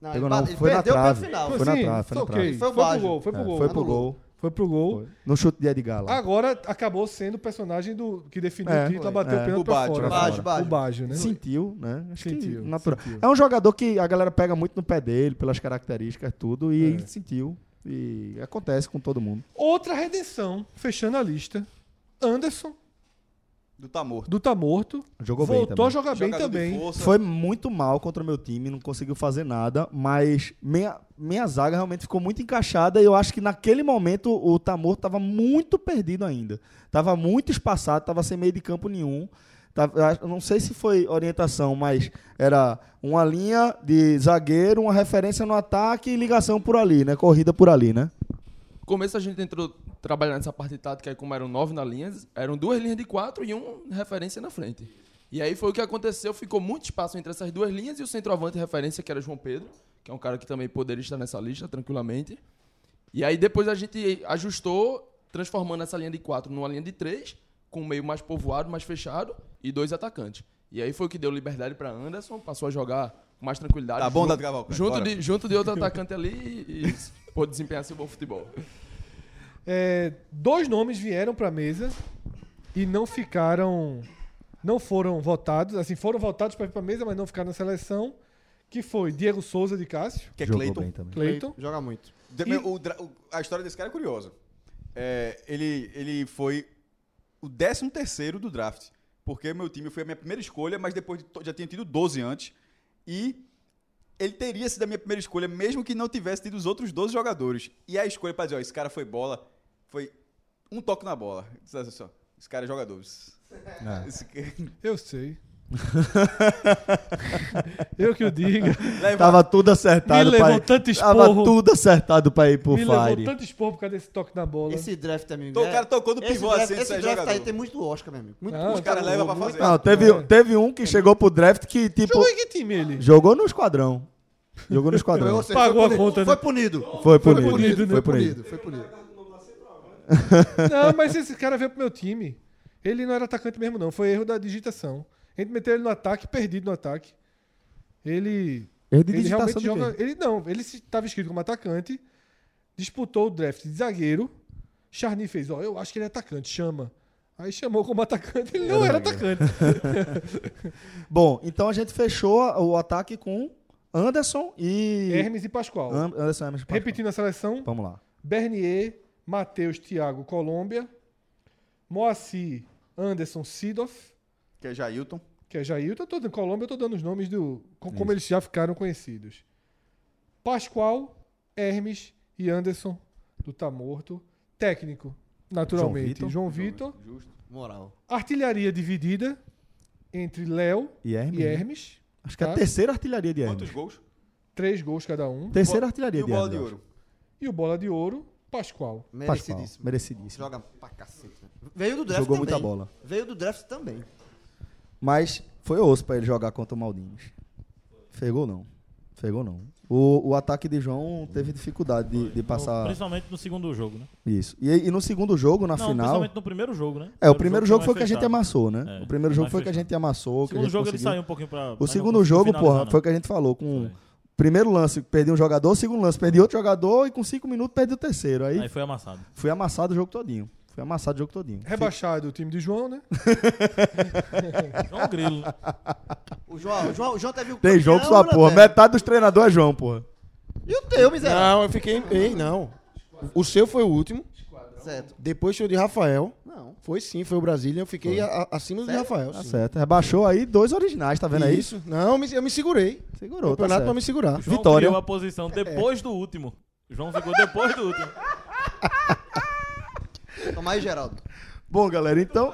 S4: Não,
S2: Pegou
S4: ele
S2: não,
S4: bate- ele
S2: foi na
S4: perdeu pra
S2: trave.
S4: final.
S2: Foi na trave, foi na
S3: assim, ok,
S2: trave.
S4: Foi o
S3: pro
S4: Baggio.
S3: gol, foi pro
S2: É,
S3: gol.
S2: foi pro gol.
S3: Foi pro gol.
S2: Foi. No chute de Edgar lá.
S3: Agora acabou sendo o personagem do que definiu
S2: É,
S3: o título,
S2: foi.
S3: bateu
S2: É.
S3: o pênalti
S5: O
S3: pra
S5: Baggio,
S3: fora.
S2: pra fora.
S3: O
S4: Baggio,
S3: Baggio, né?
S2: Sentiu, né? Acho
S3: Sentiu,
S2: que natural.
S3: sentiu.
S2: É um jogador que a galera pega muito no pé dele, pelas características, tudo,
S3: É.
S2: e sentiu. E acontece com todo mundo.
S3: Outra redenção, fechando a lista. Anderson,
S5: Do tá morto.
S3: do Tá Morto,
S2: Jogou bem
S3: voltou
S2: também.
S3: a jogar Tá bem
S5: Jogador de
S3: também.
S5: força.
S2: Foi muito mal contra o meu time, não conseguiu fazer nada, mas minha, minha zaga realmente ficou muito encaixada e eu acho que naquele momento o Tamor estava muito perdido ainda. Tava muito espaçado, tava sem meio de campo nenhum. Tava- eu acho- eu não sei se foi orientação, mas era uma linha de zagueiro, uma referência no ataque e ligação por ali, né? Corrida por ali, né?
S8: começo a gente entrou trabalhando nessa parte tática, aí como eram nove na linha, eram duas linhas de quatro e um referência na frente. E aí foi o que aconteceu, ficou muito espaço entre essas duas linhas e o centroavante referência, que era João Pedro, que é um cara que também poderia estar nessa lista tranquilamente. E aí depois a gente ajustou, transformando essa linha de quatro numa linha de três, com um meio mais povoado, mais fechado, e dois atacantes. E aí foi o que deu liberdade para Anderson, passou a jogar com mais tranquilidade.
S5: Tá bom,
S8: junto-
S5: Dado Cavalcante,
S8: junto
S5: bora.
S8: de, junto de outro atacante ali e, e pôde desempenhar seu bom futebol.
S3: É, dois nomes vieram para a mesa e não ficaram, não foram votados, assim foram votados para ir para a mesa, mas não ficaram na seleção, que foi Diego Souza de Cássio,
S5: Que é
S2: Jogou
S5: Cleiton.
S2: bem também.
S3: Cleiton,
S4: Joga muito.
S5: De- o dra- o- a história desse cara é curiosa. É, ele, ele foi o 13 terceiro do draft. Porque meu time foi a minha primeira escolha, mas depois de to- já tinha tido 12 antes. E ele teria sido a minha primeira escolha, mesmo que não tivesse tido os outros 12 jogadores. E a escolha pra dizer, ó, esse cara foi bola, foi um toque na bola. Diz assim, ó, Esse cara é jogador. Esse cara-
S3: eu sei. eu que o diga.
S5: Leva-
S4: Tá-
S2: Tava tudo acertado.
S3: Me
S2: pra
S3: levou
S2: ir-
S3: tanto
S2: Tava
S3: esporro.
S2: Ah, tudo acertado pra ir pro
S3: Me levou
S2: Fire.
S3: tanto expor por causa desse toque na bola.
S4: Esse draft, amigo.
S5: Então, o cara tocou do
S4: esse
S5: pivô
S4: draft-
S5: assim, isso é
S4: Esse draft
S5: jogador.
S4: aí tem muito do Oscar, meu amigo. Muito
S3: Não, tá
S5: Os caras levam pra fazer.
S2: Não, teve, teve um que chegou pro draft que, tipo,
S3: Jogou em que time ele?
S2: Jogou no esquadrão. Jogou no esquadrão.
S4: Você
S3: Pagou a
S4: foi punido.
S3: conta, né?
S4: Foi punido.
S2: Foi punido.
S3: punido,
S2: Foi punido.
S3: né?
S2: Foi
S4: Punido,
S2: punido.
S4: foi punido.
S3: Não, mas esse cara veio pro meu time. Ele não era atacante mesmo, não. Foi erro da digitação. A gente meteu ele no ataque, perdido no ataque. Ele
S2: Erro de
S3: ele
S2: digitação
S3: realmente
S2: do
S3: joga.
S2: quê?
S3: Ele não, ele estava inscrito como atacante, disputou o draft de zagueiro. Charny fez, ó, eu acho que ele é atacante, chama. Aí chamou como atacante, ele não era atacante.
S2: Bom, então a gente fechou o ataque com Anderson e.
S3: Hermes e Pascoal.
S2: An- Anderson Hermes. Pascoal.
S3: Repetindo a seleção:
S2: Vamos lá.
S3: Bernier, Matheus, Thiago, Colômbia, Moacir, Anderson, Sidoff,
S5: Que é Jailton.
S3: que é Jailton. Eu tô dando Colômbia, eu tô dando os nomes do. co- como eles já ficaram conhecidos. Pascoal, Hermes e Anderson, do Tá Morto. Técnico, naturalmente,
S2: Vitor.
S3: João Vitor.
S5: Justo.
S4: Moral.
S3: Artilharia dividida entre Léo
S2: E Hermes?
S3: e
S2: né?
S3: Hermes.
S2: Acho que é a
S3: tá?
S2: terceira artilharia de Hermes.
S5: Quantos gols?
S3: Três gols cada um.
S5: E
S2: Terceira artilharia
S5: o
S2: de
S5: bola de
S2: Hermes.
S5: ouro.
S3: E o bola de ouro, Pascoal.
S2: eu acho. Pascoal,
S4: Merecidíssimo.
S2: Merecidíssimo.
S4: Joga pra cacete. né? Veio do draft
S2: Jogou
S4: também.
S2: muita bola.
S4: Veio do draft também.
S2: Mas foi osso pra ele jogar contra o Maldini. Fegou não. Fegou não. O, o ataque de João teve dificuldade de, de passar
S9: Principalmente no segundo jogo, né?
S2: isso. E, e no segundo jogo,
S9: Não,
S2: na final.
S9: principalmente no primeiro jogo, né?
S2: É, o primeiro jogo foi que a gente
S9: amassou.
S2: amassou, né?
S9: É,
S2: o primeiro
S9: foi
S2: jogo
S9: mais
S2: foi que a
S9: fechado.
S2: gente amassou.
S9: O
S2: que a
S9: segundo
S2: gente
S9: jogo ele
S2: conseguiu.
S9: saiu um pouquinho pra. mas
S2: O
S9: não
S2: segundo
S9: conseguiu
S2: jogo, porra,
S9: finalizar, não.
S2: foi o que a gente falou. Com
S9: Foi.
S2: primeiro lance, perdi um jogador, segundo lance, perdi outro jogador e com cinco minutos perdi o terceiro. Aí,
S9: Aí foi amassado.
S2: fui amassado o jogo todinho. Fui amassado o jogo todinho.
S3: Rebaixado o time de João, né?
S9: João um Grilo.
S4: O João, o João, o João teve o
S2: Tem jogo sua porra. Metade dos treinadores é João, porra.
S4: E o teu, miserável?
S6: Não, eu fiquei. Ei, não. O seu foi o último.
S4: Certo.
S6: Depois foi o de Rafael.
S4: Não.
S6: Foi sim, foi o Brasília. Eu fiquei a- acima do de Rafael.
S2: Tá
S6: sim.
S2: certo. Rebaixou aí dois originais, tá vendo aí?
S6: Isso. Não, me- eu me segurei.
S2: Segurou, tá
S6: campeonato
S2: certo.
S6: pra me segurar.
S9: João
S2: Vitória.
S9: criou a posição depois do último. João ficou depois do último.
S4: Toma aí, Geraldo.
S2: Bom, galera, então.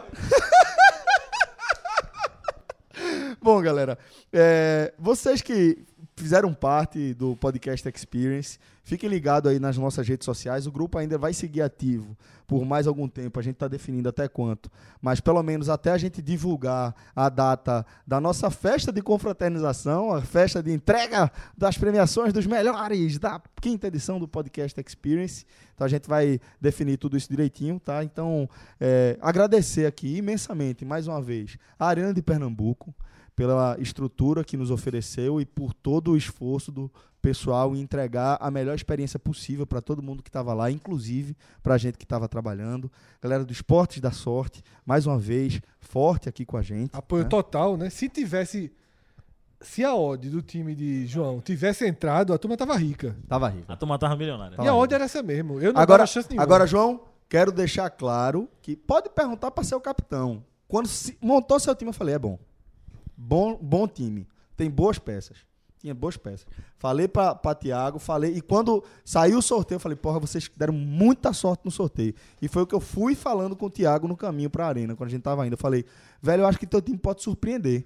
S2: Bom, galera, é, vocês que fizeram parte do Podcast Experience, fiquem ligados aí nas nossas redes sociais. O grupo ainda vai seguir ativo por mais algum tempo. A gente está definindo até quanto. Mas pelo menos até a gente divulgar a data da nossa festa de confraternização, a festa de entrega das premiações dos melhores da quinta edição do Podcast Experience. Então a gente vai definir tudo isso direitinho, tá? Então, é, agradecer aqui imensamente, mais uma vez, a Arena de Pernambuco pela estrutura que nos ofereceu e por todo o esforço do pessoal em entregar a melhor experiência possível para todo mundo que estava lá, inclusive para a gente que estava trabalhando. Galera do Esportes da Sorte, mais uma vez, forte aqui com a gente.
S3: Apoio
S2: né?
S3: total, né? Se tivesse. Se a odd do time de João tivesse entrado, a turma tava rica.
S2: Tava rico.
S9: A turma tava milionária. um
S3: E a odd era essa mesmo. Eu não
S2: Agora,
S3: dava chance nenhuma.
S2: agora, João, quero deixar claro que pode perguntar para seu capitão. Quando se montou seu time, eu falei, é bom. Bom, bom time. Tem boas peças. Tinha boas peças. Falei para Tiago, falei. E quando saiu o sorteio, eu falei, porra, vocês deram muita sorte no sorteio. E foi o que eu fui falando com o Tiago no caminho para a arena, quando a gente tava indo. Eu falei, velho, eu acho que teu time pode surpreender.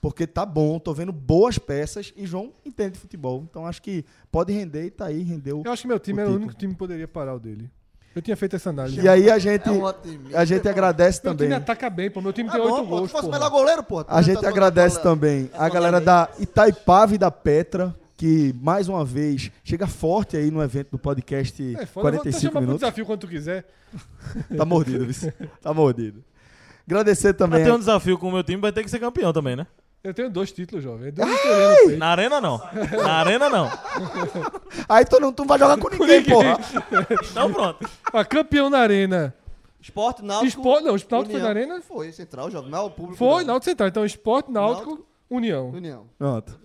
S2: Porque tá bom, tô vendo boas peças e João entende de futebol. Então acho que pode render e tá aí, rendeu.
S3: Eu acho que meu time
S2: O
S3: era o
S2: título.
S3: único time que poderia parar o dele. Eu tinha feito essa análise.
S2: E aí a gente,
S4: É um otimista,
S2: a gente
S4: irmão.
S2: agradece
S3: meu
S2: também.
S3: time ataca bem, pô. Meu time
S4: Tá
S3: tem
S4: bom,
S3: oito
S4: pô. Tu
S3: gols,
S4: fosse o
S3: porra.
S4: melhor goleiro, pô. Tu
S2: A
S4: tá
S2: gente
S4: todo
S2: agradece
S4: falando.
S2: também a
S4: falando
S2: galera
S4: aí.
S2: da Itaipava e da Petra, que mais uma vez chega forte aí no evento do podcast
S3: É, foda, 45
S2: 45
S3: chamar pro
S2: minutos.
S3: desafio quando tu quiser.
S2: Tá mordido, vice. Tá mordido. Agradecer
S9: Pra
S2: também.
S9: ter um desafio com o meu time, vai ter que ser campeão também, né?
S3: Eu tenho dois títulos, jovem. É Dois italianos, pô.
S9: Na arena não. Na arena não.
S2: Aí tu não, tu não vai jogar com ninguém, porra.
S9: Então pronto.
S3: Ah, campeão na arena.
S4: Esporte, Náutico.
S3: Esporte, não, Náutico foi
S4: União.
S3: na arena?
S4: Foi, Central, Jovem. Não, o público.
S3: Foi,
S4: não.
S3: Náutico Central. Então, Esporte, Náutico, União.
S4: União.
S2: Pronto.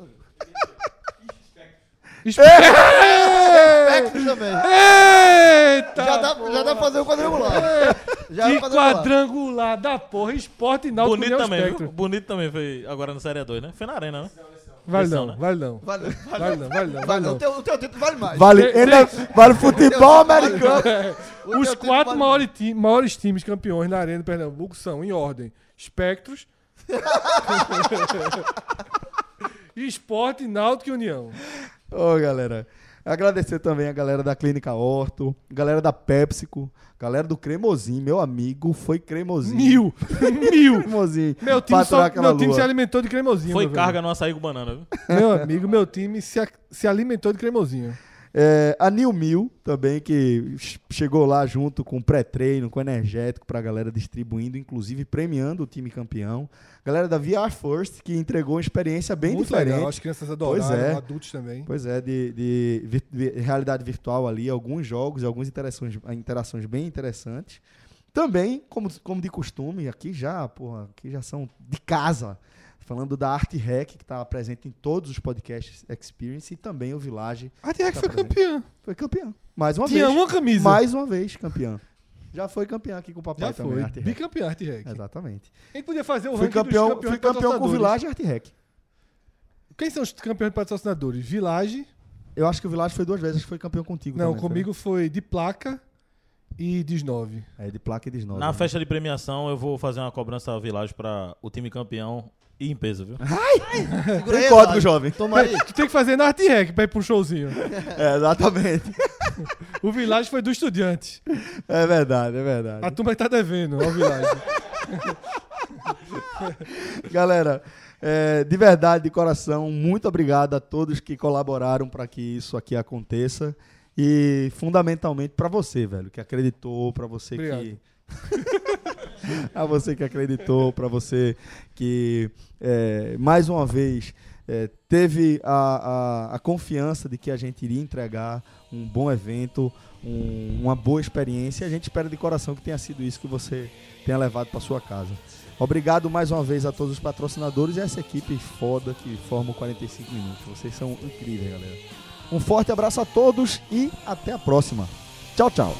S4: Texas também.
S3: Eita!
S4: Já dá, já dá pra fazer o quadrangular. Já dá
S3: É. que
S4: pra fazer o quadrangular.
S3: quadrangular da porra. Esporte, e Náutico,
S9: Bonito
S3: União,
S9: também. viu?
S3: Espectro.
S9: Bonito também foi agora no Série 2, né? Foi na arena, né?
S3: Vale
S9: Lição,
S3: não,
S9: né?
S3: vale não.
S4: Valeu,
S3: Vale não, vale não, vale
S4: valeu.
S3: não.
S4: O teu, o teu título vale mais.
S2: Vale,
S3: Tem-
S2: ainda- vale futebol americano.
S4: O teu
S3: Os
S4: título
S3: quatro
S4: vale
S3: maiores, ti- maiores times campeões na Arena do Pernambuco são, em ordem, Espectros, Esporte, Náutico e União.
S2: Ô, galera. Agradecer também a galera da Clínica Horto, galera da PepsiCo, galera do Cremozinho, meu amigo, foi Cremozinho.
S3: Mil, mil.
S2: Cremozinho.
S3: Meu time,
S2: Pra
S3: só,
S2: aturar aquela
S3: meu time
S2: é lua.
S3: se alimentou de cremosinho.
S9: Foi
S3: meu
S9: carga no açaí com banana, viu?
S3: velho. Meu amigo, meu time se, a- se alimentou de cremosinho.
S2: É, a New Mil também, que ch- chegou lá junto com pré-treino, com energético pra galera distribuindo, inclusive premiando o time campeão. Galera da VR First, que entregou uma experiência bem
S3: Muito
S2: diferente.
S3: legal, as crianças adoraram,
S2: Pois é.
S3: adultos também.
S2: Pois é, de, de vir- vi- realidade virtual ali, alguns jogos, algumas interações, interações bem interessantes. Também, como, como de costume, aqui já, porra, aqui já são de casa. Falando da Arte Rec, que está presente em todos os podcasts Experience, e também o Village
S3: Até que
S2: Tá
S3: foi
S2: presente.
S3: campeã.
S2: foi campeão. Mais uma
S3: Tinha
S2: vez.
S3: uma camisa.
S2: Mais uma vez, campeão. Já foi campeão aqui com o papai
S3: Já
S2: também,
S3: foi,
S2: Arte Rec.
S3: bicampeã Arte Rec.
S2: Exatamente.
S3: A gente podia fazer o
S2: Fui
S3: ranking dos
S2: campeão,
S3: campeões
S2: fui campeão com o
S3: patrocinadores.
S2: Village e Arte Rec.
S3: Quem são os campeões patrocinadores? Village.
S2: Eu acho que o Village foi duas vezes, acho que foi campeão contigo
S3: Não,
S2: também,
S3: comigo foi de placa e 19.
S2: foi? É, de placa e desnova.
S9: Na festa de premiação, eu vou fazer uma cobrança à Village pra o time campeão e em peso, viu?
S4: Segura aí,
S2: Tem código,
S4: Eduardo.
S2: jovem.
S4: Toma aí.
S3: Tu tem que fazer na Arte Rec pra ir pra um showzinho.
S2: É, exatamente.
S3: O Village foi do Estudiantes.
S2: É verdade, é verdade.
S3: A turma tá devendo ao Village.
S2: Galera, É, de verdade, de coração, muito obrigado a todos que colaboraram para que isso aqui aconteça. E fundamentalmente para você, velho, que acreditou, para você que.
S3: Obrigado.
S2: a você que acreditou, para você que, é, mais uma vez, é, teve a, a, a confiança de que a gente iria entregar um bom evento, um- uma boa experiência. E a gente espera de coração que tenha sido isso que você tenha levado para sua casa. Obrigado mais uma vez a todos os patrocinadores e essa equipe foda que forma o 45 minutos. Vocês são incríveis, galera. Um forte abraço a todos e até a próxima. Tchau, tchau.